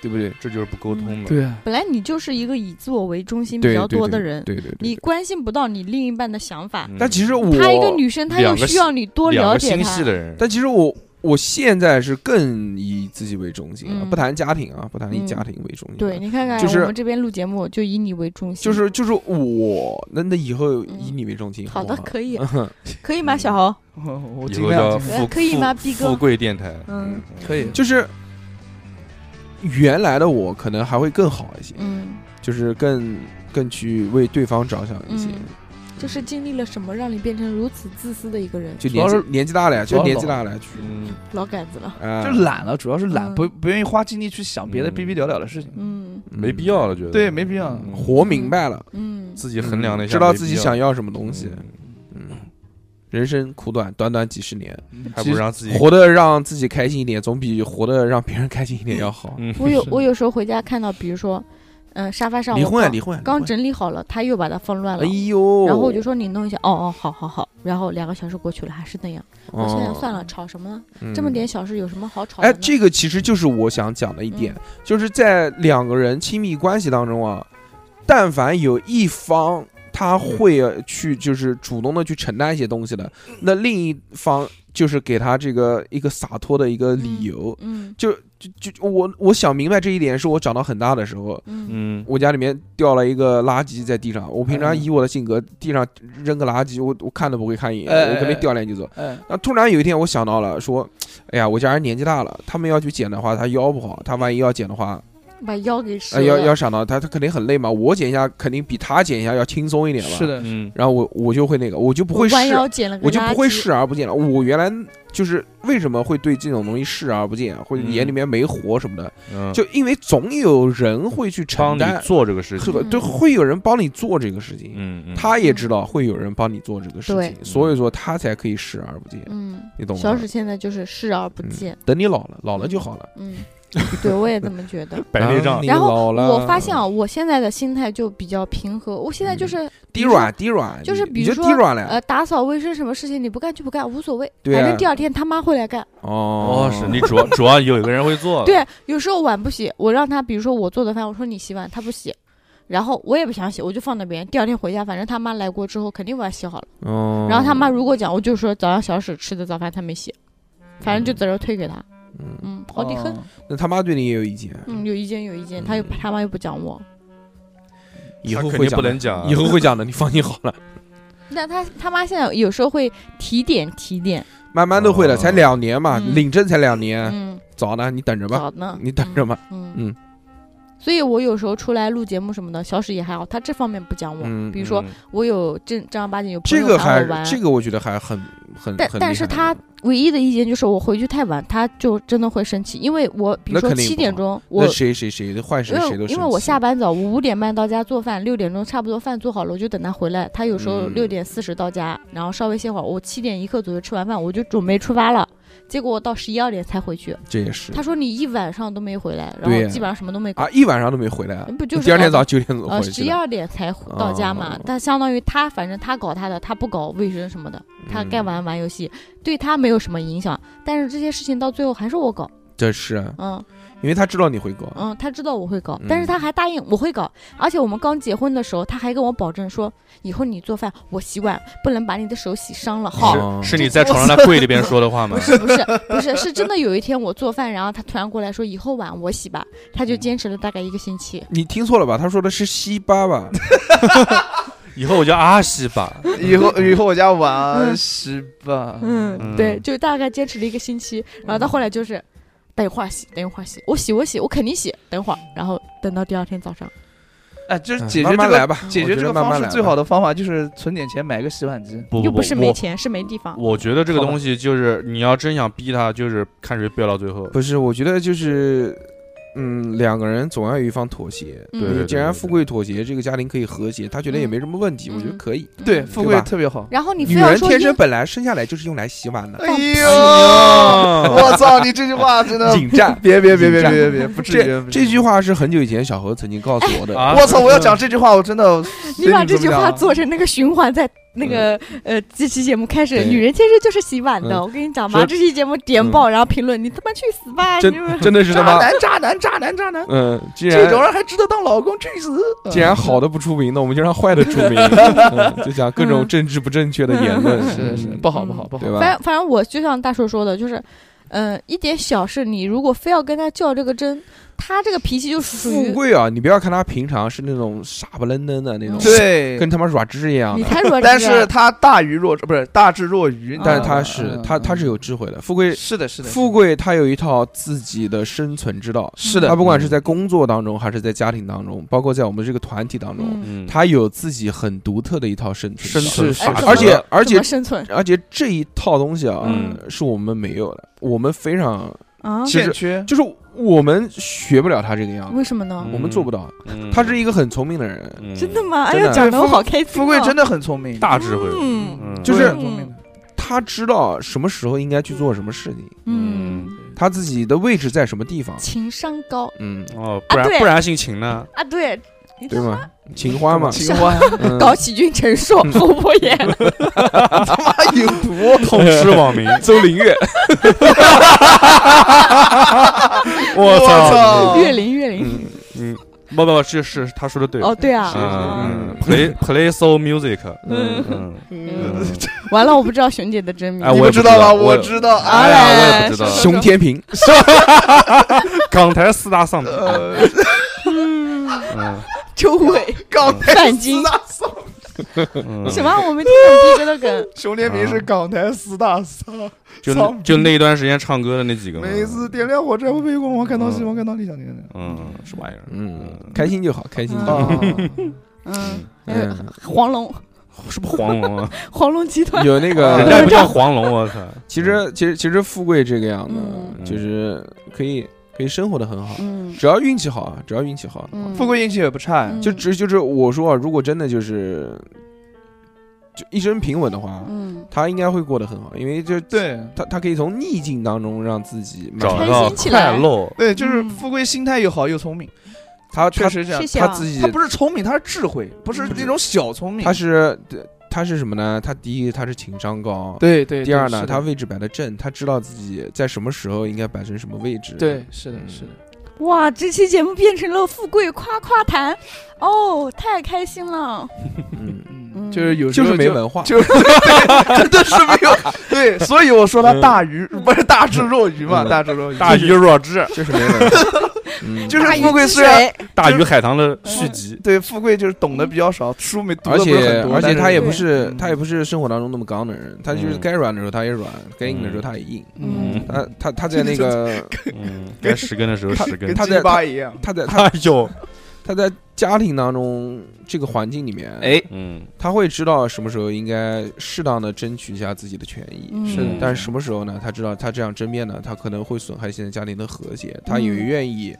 [SPEAKER 1] 对不对？
[SPEAKER 2] 这就是不沟通了。
[SPEAKER 3] 对啊，
[SPEAKER 5] 本来你就是一个以自我为中心比
[SPEAKER 1] 对
[SPEAKER 5] 较
[SPEAKER 1] 对
[SPEAKER 5] 多的
[SPEAKER 1] 对
[SPEAKER 5] 人，
[SPEAKER 1] 对对对。
[SPEAKER 5] 你关心不到你另一半的想法。
[SPEAKER 2] 嗯，
[SPEAKER 1] 但其实我，
[SPEAKER 5] 她一个女生，她
[SPEAKER 2] 两
[SPEAKER 5] 又
[SPEAKER 2] 个
[SPEAKER 5] 需要你多
[SPEAKER 2] 两
[SPEAKER 5] 了
[SPEAKER 2] 个
[SPEAKER 5] 解
[SPEAKER 2] 心细
[SPEAKER 5] 她。
[SPEAKER 2] 的人，
[SPEAKER 1] 但其实我我现在是更以自己为中心了，
[SPEAKER 5] 嗯
[SPEAKER 1] 不谈家庭啊，不谈以
[SPEAKER 4] 嗯
[SPEAKER 1] 家庭为中心。
[SPEAKER 4] 对，你看看，
[SPEAKER 1] 就是
[SPEAKER 4] 我们这边录节目就以你为中心，
[SPEAKER 1] 就是就是我，那那以后以你为中心，
[SPEAKER 4] 好的，可以。
[SPEAKER 5] 嗯
[SPEAKER 1] 嗯
[SPEAKER 5] 可以吗，小豪？
[SPEAKER 3] 我我
[SPEAKER 2] 以
[SPEAKER 3] 尽
[SPEAKER 2] 后叫
[SPEAKER 3] 量尽量
[SPEAKER 2] 富
[SPEAKER 5] 可以吗
[SPEAKER 2] 富
[SPEAKER 5] 逼哥
[SPEAKER 2] 富贵电台，
[SPEAKER 5] 嗯，
[SPEAKER 3] 可以，
[SPEAKER 1] 就是原来的我可能还会更好一些，
[SPEAKER 4] 嗯，
[SPEAKER 1] 就是更更去为对方着想一些。
[SPEAKER 4] 嗯就是经历了什么让你变成如此自私的一个人？
[SPEAKER 1] 就
[SPEAKER 3] 主
[SPEAKER 1] 年
[SPEAKER 3] 要
[SPEAKER 1] 纪
[SPEAKER 3] 是
[SPEAKER 1] 年纪大了呀，
[SPEAKER 3] 主
[SPEAKER 1] 就
[SPEAKER 3] 要
[SPEAKER 1] 年纪
[SPEAKER 3] 老
[SPEAKER 1] 大了呀，去
[SPEAKER 2] 嗯，
[SPEAKER 4] 老杆子了，
[SPEAKER 1] 啊，
[SPEAKER 3] 就懒了，主要是懒，
[SPEAKER 4] 嗯
[SPEAKER 3] 不不愿意花精力去想别的逼逼聊聊的事情。
[SPEAKER 4] 嗯
[SPEAKER 2] 没必要了，觉得
[SPEAKER 3] 对，没必要。
[SPEAKER 2] 嗯
[SPEAKER 1] 活明白了，
[SPEAKER 4] 嗯，
[SPEAKER 2] 自己衡量了一下，
[SPEAKER 1] 知道
[SPEAKER 2] 没必
[SPEAKER 1] 自己
[SPEAKER 2] 要
[SPEAKER 1] 想要什么东西。
[SPEAKER 2] 嗯
[SPEAKER 1] 嗯，人生苦短，短短几十年，
[SPEAKER 2] 还
[SPEAKER 3] 其
[SPEAKER 2] 不
[SPEAKER 3] 实
[SPEAKER 2] 让自己
[SPEAKER 1] 活得让自己开心一点，总比活得让别人开心一点要好。
[SPEAKER 2] 嗯
[SPEAKER 4] 我有 我有时候回家看到，比如说，嗯，沙发上
[SPEAKER 1] 离
[SPEAKER 4] 我
[SPEAKER 1] 婚啊，
[SPEAKER 4] 刚
[SPEAKER 1] 离婚啊！
[SPEAKER 4] 刚
[SPEAKER 1] 离婚
[SPEAKER 4] 整理好了，他又把它放乱了
[SPEAKER 1] 哎。呦，
[SPEAKER 4] 然后我就说你弄一下，哦哦，好好好。然后两个小时过去了，还是那样。我现在算了，吵什么呢？
[SPEAKER 1] 哦嗯
[SPEAKER 4] 这么点。小事有什么好吵的嗯
[SPEAKER 1] 哎，
[SPEAKER 4] 呢？
[SPEAKER 1] 这个其实就是我想讲的一点，就是在两个人亲密关系当中啊，但凡有一方他会呃去就是主动的去承担一些东西的，
[SPEAKER 4] 嗯
[SPEAKER 1] 那另一方就是给他这个一个洒脱的一个理由。
[SPEAKER 4] 嗯
[SPEAKER 1] 就就就我我想明白这一点，是我长到很大的时候，
[SPEAKER 4] 嗯
[SPEAKER 2] 嗯
[SPEAKER 1] 我家里面掉了一个垃圾在地上，我平常
[SPEAKER 3] 哎
[SPEAKER 1] 以我的性格，地上扔个垃圾，我我看都不会看一眼，
[SPEAKER 3] 哎
[SPEAKER 4] 呃
[SPEAKER 3] 哎哎
[SPEAKER 1] 我肯定掉脸就走。
[SPEAKER 3] 哎，
[SPEAKER 1] 那突然有一天，我想到了，说，哎呀，我家人年纪大了，他们要去捡的话，他腰不好，他万一要捡的话，
[SPEAKER 4] 把腰给折
[SPEAKER 1] 呃、要
[SPEAKER 4] 了。
[SPEAKER 1] 要想到他，他肯定很累嘛，我捡一下肯定比他捡一下要轻松一点嘛。
[SPEAKER 3] 是。的，
[SPEAKER 2] 嗯，
[SPEAKER 1] 然后我我就会那个，我就不会
[SPEAKER 4] 弯
[SPEAKER 1] 视，
[SPEAKER 4] 腰捡了个
[SPEAKER 1] 我就
[SPEAKER 4] 垃
[SPEAKER 1] 不会
[SPEAKER 4] 圾
[SPEAKER 1] 视而不见了。我原来就是为什么会对这种东西视而不见，或者
[SPEAKER 2] 嗯
[SPEAKER 1] 眼里面没活什么的，
[SPEAKER 2] 嗯
[SPEAKER 1] 就因为总有人会去
[SPEAKER 2] 帮
[SPEAKER 1] 承
[SPEAKER 2] 你
[SPEAKER 1] 担，
[SPEAKER 2] 做这个事
[SPEAKER 1] 是
[SPEAKER 2] 情，
[SPEAKER 1] 吧？
[SPEAKER 4] 嗯
[SPEAKER 1] 对，会有人帮你做这个事情。
[SPEAKER 2] 嗯嗯，
[SPEAKER 1] 他也知道会有人帮你做这个事情，
[SPEAKER 4] 对
[SPEAKER 1] 所以说他才可以视而不见，
[SPEAKER 4] 嗯，
[SPEAKER 1] 你懂吗？
[SPEAKER 4] 小史现在就是视而不
[SPEAKER 1] 嗯
[SPEAKER 4] 见。
[SPEAKER 1] 等你老了，老了就好了。啊
[SPEAKER 4] 嗯，对我也这么 觉得。
[SPEAKER 2] 白内障
[SPEAKER 1] 你
[SPEAKER 4] 然
[SPEAKER 1] 老
[SPEAKER 4] 后
[SPEAKER 1] 了
[SPEAKER 4] 我发现啊，我现在的心态就比较平和。我现在就是
[SPEAKER 1] 低软低软，
[SPEAKER 4] 就是
[SPEAKER 1] 你
[SPEAKER 4] 比
[SPEAKER 1] 你
[SPEAKER 4] 如
[SPEAKER 1] 就
[SPEAKER 4] 说
[SPEAKER 1] 低软了
[SPEAKER 4] 呃，打扫卫生什么事情你不干就不干，无所谓，
[SPEAKER 1] 嗯对啊
[SPEAKER 4] 反正第二天他妈会来干。
[SPEAKER 1] 哦
[SPEAKER 2] 哦，是你主要主要有一个人会做，，
[SPEAKER 4] 对，有时候碗不洗，我让他，比如说我做的饭，我说你洗碗，他不洗。然后我也不想洗，我就放那边。第二天回家，反正他妈来过之后，肯定把它洗好了。
[SPEAKER 1] 哦，
[SPEAKER 4] 然后他妈如果讲，我就说早上小史吃的早饭他没洗，反正就在这推给他。
[SPEAKER 1] 嗯，
[SPEAKER 4] 嗯，好的很。
[SPEAKER 3] 哦。
[SPEAKER 1] 那他妈对你也有意见，
[SPEAKER 4] 嗯，有意见有意见，他又他妈又不讲我。
[SPEAKER 1] 以后会
[SPEAKER 2] 肯定
[SPEAKER 1] 讲
[SPEAKER 2] 不
[SPEAKER 1] 的，
[SPEAKER 2] 能讲，啊
[SPEAKER 1] 以后会讲的，你放心好了，
[SPEAKER 4] 那他他妈现在有时候会提点提点，
[SPEAKER 1] 慢慢都会了，
[SPEAKER 2] 哦
[SPEAKER 1] 才两年嘛，
[SPEAKER 4] 嗯
[SPEAKER 1] 领证才两年，
[SPEAKER 4] 嗯，
[SPEAKER 1] 早呢，你等着哎吧，
[SPEAKER 4] 早呢，
[SPEAKER 1] 你等着吧，
[SPEAKER 4] 嗯，嗯
[SPEAKER 1] 嗯
[SPEAKER 4] 所以我有时候出来录节目什么的，小史也还好，他这方面不讲我。
[SPEAKER 1] 嗯
[SPEAKER 4] 比如说
[SPEAKER 2] 嗯
[SPEAKER 4] 我有正正儿八经有朋
[SPEAKER 1] 这
[SPEAKER 4] 友
[SPEAKER 1] 个
[SPEAKER 4] 喊
[SPEAKER 1] 还
[SPEAKER 4] 我
[SPEAKER 1] 嗯
[SPEAKER 4] 玩，
[SPEAKER 1] 这个我觉得还很很很
[SPEAKER 4] 但
[SPEAKER 1] 厉害
[SPEAKER 4] 但是他唯一的意见就是我回去太晚，他就真的会生气，因为我比如
[SPEAKER 1] 那
[SPEAKER 4] 说
[SPEAKER 1] 肯定
[SPEAKER 4] 七
[SPEAKER 1] 不
[SPEAKER 4] 点
[SPEAKER 1] 好
[SPEAKER 4] 钟，我
[SPEAKER 1] 那谁谁谁换谁
[SPEAKER 4] 因
[SPEAKER 1] 谁都
[SPEAKER 4] 为
[SPEAKER 1] 生
[SPEAKER 4] 因为我
[SPEAKER 1] 气
[SPEAKER 4] 下班早，我五点半到家做饭，六点钟差不多饭做好了，我就等他回来。他有时候
[SPEAKER 1] 嗯
[SPEAKER 4] 六点四十到家，然后稍微歇会儿，我七点一刻左右吃完饭，我就准备出发了。结果我到十一二点才回去。
[SPEAKER 1] 这也是
[SPEAKER 4] 他说你一晚上都没回来，然
[SPEAKER 1] 嗯对
[SPEAKER 4] 后
[SPEAKER 1] 呀
[SPEAKER 4] 基本上什么都没搞
[SPEAKER 1] 啊，，一晚上都没回来啊，
[SPEAKER 4] 不就是
[SPEAKER 1] 你第二天
[SPEAKER 4] 搞
[SPEAKER 1] 早上九点钟
[SPEAKER 4] 呃
[SPEAKER 1] 回
[SPEAKER 4] 十
[SPEAKER 1] 去
[SPEAKER 4] 一
[SPEAKER 1] 的，
[SPEAKER 4] 二点才回到家嘛
[SPEAKER 1] 哦。
[SPEAKER 4] 但相当于他反正他搞他的，他不搞卫生什么的，他该
[SPEAKER 1] 嗯
[SPEAKER 4] 玩玩游戏，对他没有什么影响。但是这些事情到最后还是我搞，
[SPEAKER 1] 这是啊
[SPEAKER 4] 嗯。
[SPEAKER 1] 因为他知道你会搞，
[SPEAKER 4] 嗯，他知道我会搞，
[SPEAKER 1] 嗯
[SPEAKER 4] 但是他还答应我会搞，而且我们刚结婚的时候，他还跟我保证说，以后你做饭我洗碗，不能把你的手洗伤 了。好，
[SPEAKER 1] 哦
[SPEAKER 2] 是是你在床上他柜里边说的话吗
[SPEAKER 4] 不？是不是不是，是真的有一天我做饭，然后他突然过来说以后碗我洗吧，他就坚持了大概一个星期。
[SPEAKER 1] 你听错了吧？他说的是西巴 吧？
[SPEAKER 2] 以后我叫阿西吧。
[SPEAKER 3] 以后以后我家碗
[SPEAKER 4] 嗯
[SPEAKER 3] 洗吧。
[SPEAKER 4] 嗯，
[SPEAKER 2] 嗯
[SPEAKER 4] 对，就大概坚持了一个星期，然后到后来就是。等一会儿洗，等一会儿洗，我洗我洗，我肯定洗。等一会儿，然后等到第二天早上，
[SPEAKER 3] 哎，就是
[SPEAKER 1] 嗯
[SPEAKER 3] 解决
[SPEAKER 1] 慢
[SPEAKER 3] 这
[SPEAKER 1] 慢来
[SPEAKER 3] 个
[SPEAKER 1] 吧，
[SPEAKER 3] 解
[SPEAKER 1] 我
[SPEAKER 3] 决
[SPEAKER 1] 觉
[SPEAKER 3] 这
[SPEAKER 1] 得
[SPEAKER 3] 个
[SPEAKER 1] 慢
[SPEAKER 3] 方
[SPEAKER 1] 慢
[SPEAKER 3] 式
[SPEAKER 1] 来
[SPEAKER 3] 最
[SPEAKER 1] 吧
[SPEAKER 3] 好的方法就是存点钱买个洗碗机。
[SPEAKER 2] 不
[SPEAKER 13] 又
[SPEAKER 2] 不不，
[SPEAKER 13] 不是没
[SPEAKER 2] 我
[SPEAKER 13] 钱，是没地方。
[SPEAKER 2] 我觉得这个
[SPEAKER 3] 好吧
[SPEAKER 2] 东西就是你要真想逼他，就是看谁憋到最后。
[SPEAKER 1] 不是，我觉得就是，嗯，两个人总要有一方妥协。
[SPEAKER 2] 对
[SPEAKER 4] 嗯
[SPEAKER 1] 就是
[SPEAKER 2] 对
[SPEAKER 1] 既然富贵妥协，这个家庭可以和谐，他觉得也没什么问题，
[SPEAKER 4] 嗯
[SPEAKER 1] 我觉得可以。
[SPEAKER 3] 对，富
[SPEAKER 1] 对
[SPEAKER 3] 贵
[SPEAKER 1] 吧
[SPEAKER 3] 特别好。
[SPEAKER 4] 然后哦你非
[SPEAKER 1] 女
[SPEAKER 4] 要
[SPEAKER 1] 人
[SPEAKER 4] 说
[SPEAKER 1] 天
[SPEAKER 4] 因
[SPEAKER 1] 生本来生下来就是用来洗碗 的，
[SPEAKER 3] 哎呦，哎
[SPEAKER 2] 哦
[SPEAKER 3] 我操！你这句话真的
[SPEAKER 1] 引战。
[SPEAKER 3] 别别别
[SPEAKER 1] 引
[SPEAKER 3] 别别
[SPEAKER 1] 战
[SPEAKER 3] 别别，不至于
[SPEAKER 1] 这
[SPEAKER 3] 不至于
[SPEAKER 1] 这句话是很久以前小何曾经告诉我的。
[SPEAKER 2] 啊
[SPEAKER 3] 我操！我要讲这句话，我真的。
[SPEAKER 4] 你把这句
[SPEAKER 1] 啊
[SPEAKER 4] 话
[SPEAKER 3] 做。
[SPEAKER 4] 做成那个循环，在那个呃这期节目开始，
[SPEAKER 1] 嗯对
[SPEAKER 4] 女人天生就是洗碗的。
[SPEAKER 1] 嗯
[SPEAKER 4] 我跟你讲嘛，
[SPEAKER 1] 说
[SPEAKER 4] 这期节目点爆，然后评论你他妈去死吧！
[SPEAKER 1] 真
[SPEAKER 4] 哎你们
[SPEAKER 1] 真的是他
[SPEAKER 3] 渣
[SPEAKER 1] 妈，
[SPEAKER 3] 男，渣男，渣男，渣男，
[SPEAKER 1] 嗯，既
[SPEAKER 3] 这
[SPEAKER 1] 然
[SPEAKER 3] 种人还值得当老公？去死！
[SPEAKER 1] 既然好的不出名，那我们就让坏的出 名，嗯就讲各种政治不正确的言论，
[SPEAKER 3] 嗯 是是
[SPEAKER 1] 嗯
[SPEAKER 3] 不好不好不好
[SPEAKER 1] 对，
[SPEAKER 4] 反
[SPEAKER 1] 吧？
[SPEAKER 4] 正反正我就像大叔说的，就是，呃，一点小事，你如果非要跟他较这个真，他这个脾气就属
[SPEAKER 1] 富
[SPEAKER 4] 于
[SPEAKER 1] 贵啊，你不要看他平常是那种傻不愣登的那种，
[SPEAKER 3] 嗯对。
[SPEAKER 1] 跟他妈软枝一样
[SPEAKER 4] 你
[SPEAKER 1] 的。
[SPEAKER 4] 才 弱智。
[SPEAKER 3] 但是他大愚若不是大智若愚，
[SPEAKER 1] 啊但
[SPEAKER 3] 嗯
[SPEAKER 1] 他是
[SPEAKER 3] 嗯
[SPEAKER 1] 他他是有智慧的，富贵
[SPEAKER 3] 是的是的
[SPEAKER 1] 富贵他有一套自己的生存之道，
[SPEAKER 3] 是的
[SPEAKER 1] 他，不管是在工作当中，还是在家庭当中，包括在我们这个团体当中，
[SPEAKER 4] 嗯，
[SPEAKER 2] 嗯，
[SPEAKER 1] 他有自己很独特的一套生存
[SPEAKER 2] 生
[SPEAKER 1] 之道。
[SPEAKER 2] 存
[SPEAKER 3] 是
[SPEAKER 2] 法
[SPEAKER 4] 哎
[SPEAKER 2] 则，
[SPEAKER 4] 怎
[SPEAKER 1] 而且
[SPEAKER 4] 么
[SPEAKER 1] 而
[SPEAKER 4] 怎
[SPEAKER 1] 且
[SPEAKER 4] 么生存？
[SPEAKER 1] 而且这一套东西啊
[SPEAKER 2] 嗯，
[SPEAKER 1] 是我们没有的，我们非常
[SPEAKER 13] 啊，
[SPEAKER 1] 其
[SPEAKER 3] 欠
[SPEAKER 1] 实
[SPEAKER 3] 缺
[SPEAKER 1] 就是我们学不了他这个样子，
[SPEAKER 4] 为什么呢？
[SPEAKER 1] 我们做不到。
[SPEAKER 2] 嗯
[SPEAKER 1] 他是一个很聪明的人，
[SPEAKER 2] 嗯
[SPEAKER 13] 真的吗？哎
[SPEAKER 1] 真的
[SPEAKER 13] 呀，讲的我好开心、哦。
[SPEAKER 3] 富贵真的很聪明，
[SPEAKER 2] 大智慧，
[SPEAKER 13] 嗯
[SPEAKER 2] 嗯
[SPEAKER 1] 就
[SPEAKER 3] 富
[SPEAKER 1] 是
[SPEAKER 3] 贵很聪明的
[SPEAKER 1] 他知道什么时候应该去做什么事情，
[SPEAKER 4] 嗯，
[SPEAKER 1] 他自己的位置在什么地方。
[SPEAKER 4] 情商高
[SPEAKER 1] 嗯，
[SPEAKER 2] 哦，不然
[SPEAKER 4] 啊对
[SPEAKER 2] 不然姓秦呢？
[SPEAKER 4] 啊，对，你
[SPEAKER 1] 对 吗？嗯秦欢嘛，
[SPEAKER 3] 秦 欢，
[SPEAKER 1] 嗯
[SPEAKER 4] 搞起君臣硕，侯伯言。
[SPEAKER 3] 他妈有哎毒！啊
[SPEAKER 2] 痛失网名，
[SPEAKER 1] 邹凌月，
[SPEAKER 2] 我
[SPEAKER 3] 操
[SPEAKER 4] 岳林，岳林。
[SPEAKER 1] 嗯
[SPEAKER 2] 嗯，不不不，是是他说的对，
[SPEAKER 4] 哦，对啊，
[SPEAKER 2] 嗯，play play soul music，
[SPEAKER 1] 嗯
[SPEAKER 2] 嗯，
[SPEAKER 4] 嗯完了，我不知道熊姐的真名
[SPEAKER 2] 哎。我也
[SPEAKER 3] 你不
[SPEAKER 2] 不
[SPEAKER 3] 知
[SPEAKER 2] 知
[SPEAKER 3] 道
[SPEAKER 2] 道
[SPEAKER 3] 吧？
[SPEAKER 2] 我
[SPEAKER 3] 我
[SPEAKER 2] 也
[SPEAKER 3] 知道啊，
[SPEAKER 4] 哎
[SPEAKER 2] 哎，我也不知道，
[SPEAKER 1] 熊天平，
[SPEAKER 2] 港台四大丧尸，
[SPEAKER 3] 呃，
[SPEAKER 2] 嗯
[SPEAKER 4] 周伟、
[SPEAKER 3] 港台
[SPEAKER 4] 范金
[SPEAKER 3] 四大丧，
[SPEAKER 2] 嗯，
[SPEAKER 4] 什么？我没听懂逼哥的梗。
[SPEAKER 3] 熊天
[SPEAKER 1] 啊
[SPEAKER 3] 平是港台四大丧，
[SPEAKER 2] 就
[SPEAKER 3] 丧
[SPEAKER 2] 那就那一段时间唱歌的那几个嘛，
[SPEAKER 3] 每一次点亮火柴会被光芒看到希望，看到理想的人。
[SPEAKER 2] 嗯，什么玩意儿？
[SPEAKER 1] 嗯，开心就好，开心就好。
[SPEAKER 3] 啊，
[SPEAKER 4] 嗯，
[SPEAKER 1] 嗯，
[SPEAKER 4] 黄龙，
[SPEAKER 2] 是不是黄 龙啊？
[SPEAKER 4] 黄龙集团。
[SPEAKER 1] 有那
[SPEAKER 2] 人家
[SPEAKER 1] 个，
[SPEAKER 2] 不叫黄龙，我靠！
[SPEAKER 1] 其实其实其实富贵这个样子，
[SPEAKER 4] 嗯
[SPEAKER 1] 就是可以可以生活的很好，
[SPEAKER 4] 嗯
[SPEAKER 1] 只要运气好啊，只要运气好，
[SPEAKER 4] 嗯，
[SPEAKER 3] 富贵运气也不差，
[SPEAKER 4] 嗯
[SPEAKER 1] 就只就是我说啊，如果真的就是就一生平稳的话，
[SPEAKER 4] 嗯，
[SPEAKER 1] 他应该会过得很好，因为就
[SPEAKER 3] 对
[SPEAKER 1] 他他可以从逆境当中让自己慢
[SPEAKER 2] 找
[SPEAKER 1] 慢
[SPEAKER 2] 到
[SPEAKER 4] 开心起来
[SPEAKER 2] 快乐，
[SPEAKER 3] 对，就是
[SPEAKER 4] 嗯
[SPEAKER 3] 富贵心态又好又聪明，
[SPEAKER 1] 他
[SPEAKER 3] 确
[SPEAKER 1] 他
[SPEAKER 3] 实这样
[SPEAKER 13] 谢。谢
[SPEAKER 1] 他
[SPEAKER 13] 啊。
[SPEAKER 1] 自己嗯
[SPEAKER 3] 他不是聪明，他是智慧，不是那种小聪明。
[SPEAKER 1] 他是他是什么呢？他第一他是情商高，
[SPEAKER 3] 对对。
[SPEAKER 1] 第二
[SPEAKER 3] 对
[SPEAKER 1] 呢
[SPEAKER 3] 是的
[SPEAKER 1] 他位置摆的正，他知道自己在什么时候应该摆成什么位置。嗯
[SPEAKER 3] 对，是的，是的。
[SPEAKER 4] 哇，这期节目变成了富贵夸夸谈，哦，太开心了。
[SPEAKER 1] 嗯，
[SPEAKER 3] 嗯，
[SPEAKER 4] 嗯
[SPEAKER 3] 就是有时
[SPEAKER 1] 就
[SPEAKER 3] 候
[SPEAKER 1] 是没文化。
[SPEAKER 3] 就对真的是没有对，所以我说他大愚不是大智若愚嘛，
[SPEAKER 1] 嗯
[SPEAKER 3] 大智若愚。
[SPEAKER 2] 大鱼若智，
[SPEAKER 1] 就是没文 化，嗯，
[SPEAKER 3] 就是
[SPEAKER 13] 大禹
[SPEAKER 3] 富贵
[SPEAKER 13] 治
[SPEAKER 3] 虽然
[SPEAKER 13] 水
[SPEAKER 2] 大鱼海棠的
[SPEAKER 4] 嗯
[SPEAKER 2] 续集。
[SPEAKER 3] 对富贵就是懂得比较少，书没读
[SPEAKER 1] 而
[SPEAKER 3] 的不是
[SPEAKER 1] 且
[SPEAKER 3] 很多，
[SPEAKER 1] 而且
[SPEAKER 3] 但是
[SPEAKER 1] 他也不
[SPEAKER 4] 对
[SPEAKER 1] 是
[SPEAKER 3] 嗯
[SPEAKER 1] 他也不是生活当中那么刚的人，他就是
[SPEAKER 2] 嗯
[SPEAKER 1] 该软的时候他也软，该硬的时候他也硬。
[SPEAKER 4] 嗯
[SPEAKER 1] 他他他在那个
[SPEAKER 2] 嗯，该十根的时候
[SPEAKER 1] 呃他
[SPEAKER 2] 十根
[SPEAKER 3] 跟，
[SPEAKER 1] 他
[SPEAKER 3] 鸡
[SPEAKER 1] 在
[SPEAKER 3] 巴一样。
[SPEAKER 1] 他在他
[SPEAKER 2] 哎呦，
[SPEAKER 1] 他在家庭当中这个环境里面，，
[SPEAKER 14] 哎，
[SPEAKER 2] 嗯，
[SPEAKER 1] 他会知道什么时候应该适当的争取一下自己的权益。
[SPEAKER 4] 嗯
[SPEAKER 14] 是的
[SPEAKER 1] 但是什么时候呢？他知道他这样争辩呢，他可能会损害现在家庭的和谐，他也愿意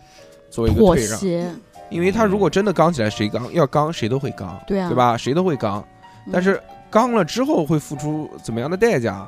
[SPEAKER 1] 做一个
[SPEAKER 4] 妥
[SPEAKER 1] 退让，
[SPEAKER 4] 协，嗯
[SPEAKER 1] 因为他如果真的刚起来，谁刚要刚谁都会刚，
[SPEAKER 4] 对啊
[SPEAKER 1] 吧？谁都会刚，但是刚了之后会付出怎么样的代价？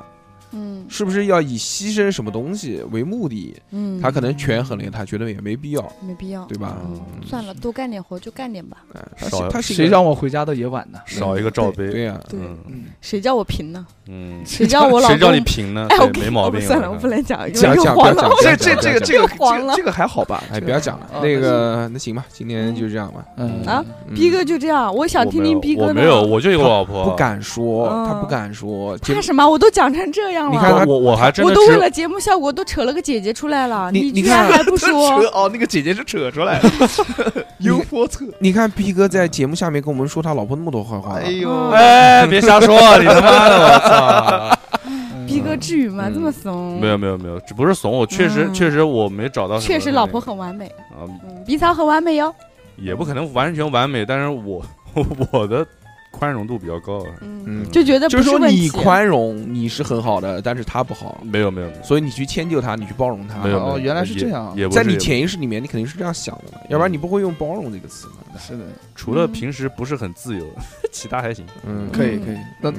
[SPEAKER 4] 嗯
[SPEAKER 1] 是不是要以牺牲什么东西为目的？
[SPEAKER 4] 嗯，
[SPEAKER 1] 他可能权衡了一下，他觉得也没必要，
[SPEAKER 4] 没必要，
[SPEAKER 1] 对吧？
[SPEAKER 4] 嗯
[SPEAKER 2] 嗯
[SPEAKER 4] 算了，多干点活就干点吧，
[SPEAKER 1] 哎啊他
[SPEAKER 2] 少
[SPEAKER 1] 是他是一
[SPEAKER 3] 谁
[SPEAKER 1] 个
[SPEAKER 3] 让我回家的也晚呢？
[SPEAKER 2] 少一个罩杯，
[SPEAKER 1] 对呀、
[SPEAKER 4] 对
[SPEAKER 2] 嗯
[SPEAKER 3] 嗯，
[SPEAKER 4] 谁叫我贫呢？
[SPEAKER 2] 嗯，
[SPEAKER 4] 谁叫我老
[SPEAKER 2] 谁
[SPEAKER 4] 公
[SPEAKER 2] 让你？贫呢？
[SPEAKER 4] 哎，我
[SPEAKER 2] 对
[SPEAKER 4] 不
[SPEAKER 2] 没毛病。
[SPEAKER 4] 算了，我
[SPEAKER 2] 看
[SPEAKER 4] 不能讲，
[SPEAKER 1] 讲
[SPEAKER 4] 又
[SPEAKER 1] 讲不要
[SPEAKER 4] 黄了
[SPEAKER 1] 讲，
[SPEAKER 3] 这这这个
[SPEAKER 1] 这
[SPEAKER 3] 这个
[SPEAKER 4] 又黄了
[SPEAKER 3] 这个还好吧？
[SPEAKER 1] 哎，不要讲了。
[SPEAKER 3] 嗯
[SPEAKER 1] 那
[SPEAKER 14] 哦
[SPEAKER 1] 个那行吧，今天就这样吧。
[SPEAKER 3] 嗯
[SPEAKER 4] 啊
[SPEAKER 1] 嗯
[SPEAKER 4] 逼哥就这样，我想
[SPEAKER 2] 我
[SPEAKER 4] 听
[SPEAKER 2] 没
[SPEAKER 4] 听
[SPEAKER 2] 有
[SPEAKER 4] 逼哥
[SPEAKER 2] 我
[SPEAKER 4] 的。
[SPEAKER 2] 没有，我就有个老婆，
[SPEAKER 1] 不敢说，
[SPEAKER 4] 嗯
[SPEAKER 1] 他不敢说。节目
[SPEAKER 4] 怕什么？我都讲成这样
[SPEAKER 1] 你
[SPEAKER 4] 了，
[SPEAKER 1] 看
[SPEAKER 2] 我。
[SPEAKER 1] 他
[SPEAKER 2] 我我还真
[SPEAKER 4] 我
[SPEAKER 2] 的
[SPEAKER 4] 都为
[SPEAKER 2] 只
[SPEAKER 4] 了节目效果都扯了个姐姐出来了，
[SPEAKER 1] 你你
[SPEAKER 4] 居然
[SPEAKER 1] 看
[SPEAKER 4] 还不说
[SPEAKER 3] 扯？哦，那个姐姐是扯出来的，
[SPEAKER 1] 你
[SPEAKER 3] 油泼厕。
[SPEAKER 1] 你看逼哥在节目下面跟我们说他老婆那么多坏话
[SPEAKER 3] 哎，呦，
[SPEAKER 2] 哎，别瞎说，你他妈的，我
[SPEAKER 1] 啊
[SPEAKER 2] 操！
[SPEAKER 4] 逼哥至于吗？
[SPEAKER 2] 嗯
[SPEAKER 4] 这么怂？
[SPEAKER 2] 没有没有没有，只不是怂，我确实、
[SPEAKER 4] 嗯
[SPEAKER 2] 确实我没找到什么那
[SPEAKER 4] 确
[SPEAKER 2] 个，
[SPEAKER 4] 实老婆很完美，
[SPEAKER 2] 啊、
[SPEAKER 4] 嗯，鼻槽很完美哟。
[SPEAKER 2] 也不可能完全完美，但是我我的宽容度比较高，啊
[SPEAKER 4] 嗯，
[SPEAKER 1] 嗯，
[SPEAKER 4] 就觉得
[SPEAKER 1] 就是
[SPEAKER 4] 不
[SPEAKER 1] 说
[SPEAKER 4] 问
[SPEAKER 1] 你
[SPEAKER 4] 题。啊
[SPEAKER 1] 宽容你是很好的，但是他不好，
[SPEAKER 2] 没有没有没有
[SPEAKER 1] 所以你去迁就他，你去包容他
[SPEAKER 2] 没。有，
[SPEAKER 3] 哦
[SPEAKER 2] 没有
[SPEAKER 3] 原来是
[SPEAKER 2] 也
[SPEAKER 3] 这样
[SPEAKER 2] 也不
[SPEAKER 1] 在
[SPEAKER 2] 是
[SPEAKER 1] 你
[SPEAKER 2] 也不
[SPEAKER 1] 潜意识里面，你肯定是这样想的嘛，要不然你不会用包容这个词嘛。
[SPEAKER 3] 是的，
[SPEAKER 2] 除了
[SPEAKER 4] 嗯
[SPEAKER 2] 平时不是很自由， 其他还行
[SPEAKER 1] 嗯，
[SPEAKER 3] 可以
[SPEAKER 4] 嗯
[SPEAKER 3] 可以。那
[SPEAKER 1] 嗯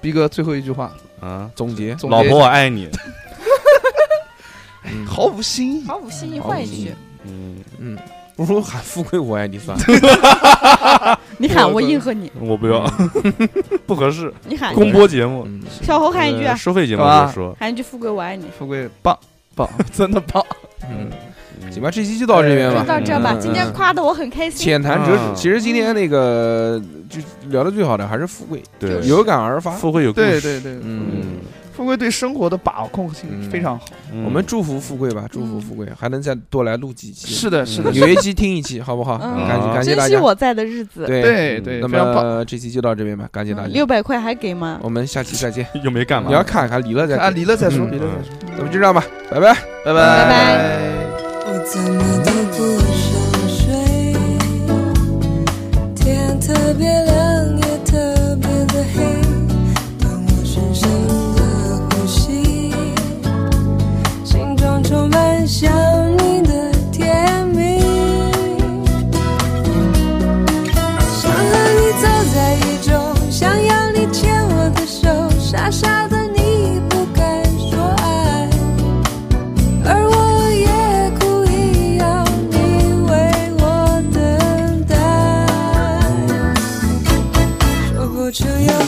[SPEAKER 3] 逼哥最后一句话，
[SPEAKER 2] 啊。
[SPEAKER 1] 总结，
[SPEAKER 3] 总结
[SPEAKER 2] 老婆，我爱你，
[SPEAKER 1] 嗯
[SPEAKER 3] 毫，无新意。
[SPEAKER 4] 毫无新意，
[SPEAKER 1] 毫无
[SPEAKER 4] 换一
[SPEAKER 1] 新意
[SPEAKER 4] 句，
[SPEAKER 2] 嗯，
[SPEAKER 1] 嗯，不如喊富贵我爱你算了，
[SPEAKER 4] 你喊我应和你，
[SPEAKER 2] 我不要，嗯 不合适，
[SPEAKER 6] 你
[SPEAKER 4] 哎
[SPEAKER 6] 喊
[SPEAKER 2] 公播节目，
[SPEAKER 1] 嗯，
[SPEAKER 6] 小侯喊一句
[SPEAKER 2] 呃
[SPEAKER 6] 啊，
[SPEAKER 2] 收费节目
[SPEAKER 3] 好吧
[SPEAKER 2] 就说，
[SPEAKER 6] 喊一句“富贵我爱你
[SPEAKER 3] 富贵棒棒， 真的棒。
[SPEAKER 1] 嗯，
[SPEAKER 2] 嗯
[SPEAKER 1] 行吧，，这期就到这边吧
[SPEAKER 4] 就。到这吧。
[SPEAKER 1] 嗯
[SPEAKER 4] 今天
[SPEAKER 1] 嗯
[SPEAKER 4] 夸的我很开心，
[SPEAKER 1] 浅谈辄止，
[SPEAKER 2] 嗯
[SPEAKER 1] 其实今天那个就聊的最好的还是富贵，
[SPEAKER 2] 对，
[SPEAKER 1] 有感而发。
[SPEAKER 2] 富贵有故
[SPEAKER 3] 对
[SPEAKER 2] 事，
[SPEAKER 3] 对对，
[SPEAKER 1] 嗯
[SPEAKER 2] 嗯，
[SPEAKER 3] 富贵对生活的把控性非常好。
[SPEAKER 2] 嗯
[SPEAKER 1] 我们祝福富贵
[SPEAKER 4] 嗯
[SPEAKER 1] 吧，祝福富贵，还能再多来录几期。
[SPEAKER 3] 是的，是的，
[SPEAKER 1] 有一期听一期，好不好？
[SPEAKER 4] 嗯
[SPEAKER 1] 感谢感谢
[SPEAKER 4] 珍
[SPEAKER 1] 大
[SPEAKER 4] 惜
[SPEAKER 1] 家。
[SPEAKER 4] 我在的日子。嗯
[SPEAKER 1] 对
[SPEAKER 3] 对对，
[SPEAKER 1] 那
[SPEAKER 3] 非常棒。
[SPEAKER 1] 么这期就到这边吧，感谢大家
[SPEAKER 4] 六，百块还给吗？
[SPEAKER 1] 我们下期再见。
[SPEAKER 2] 嗯又没干嘛，
[SPEAKER 1] 你要看看离了再
[SPEAKER 3] 啊，
[SPEAKER 1] 看，
[SPEAKER 3] 嗯离了再说，
[SPEAKER 1] 嗯
[SPEAKER 3] 离了再说，
[SPEAKER 1] 咱们就这样吧，拜拜。
[SPEAKER 3] 拜拜
[SPEAKER 1] 拜
[SPEAKER 3] 拜。
[SPEAKER 15] 我怎么都不想睡，天特别亮，也特别的黑。当我深深的呼吸，心中充满想你的甜蜜。想和你走在雨中，想要你牵我的手，傻傻的你不敢说爱。而我也故意要你为我等待，说不出有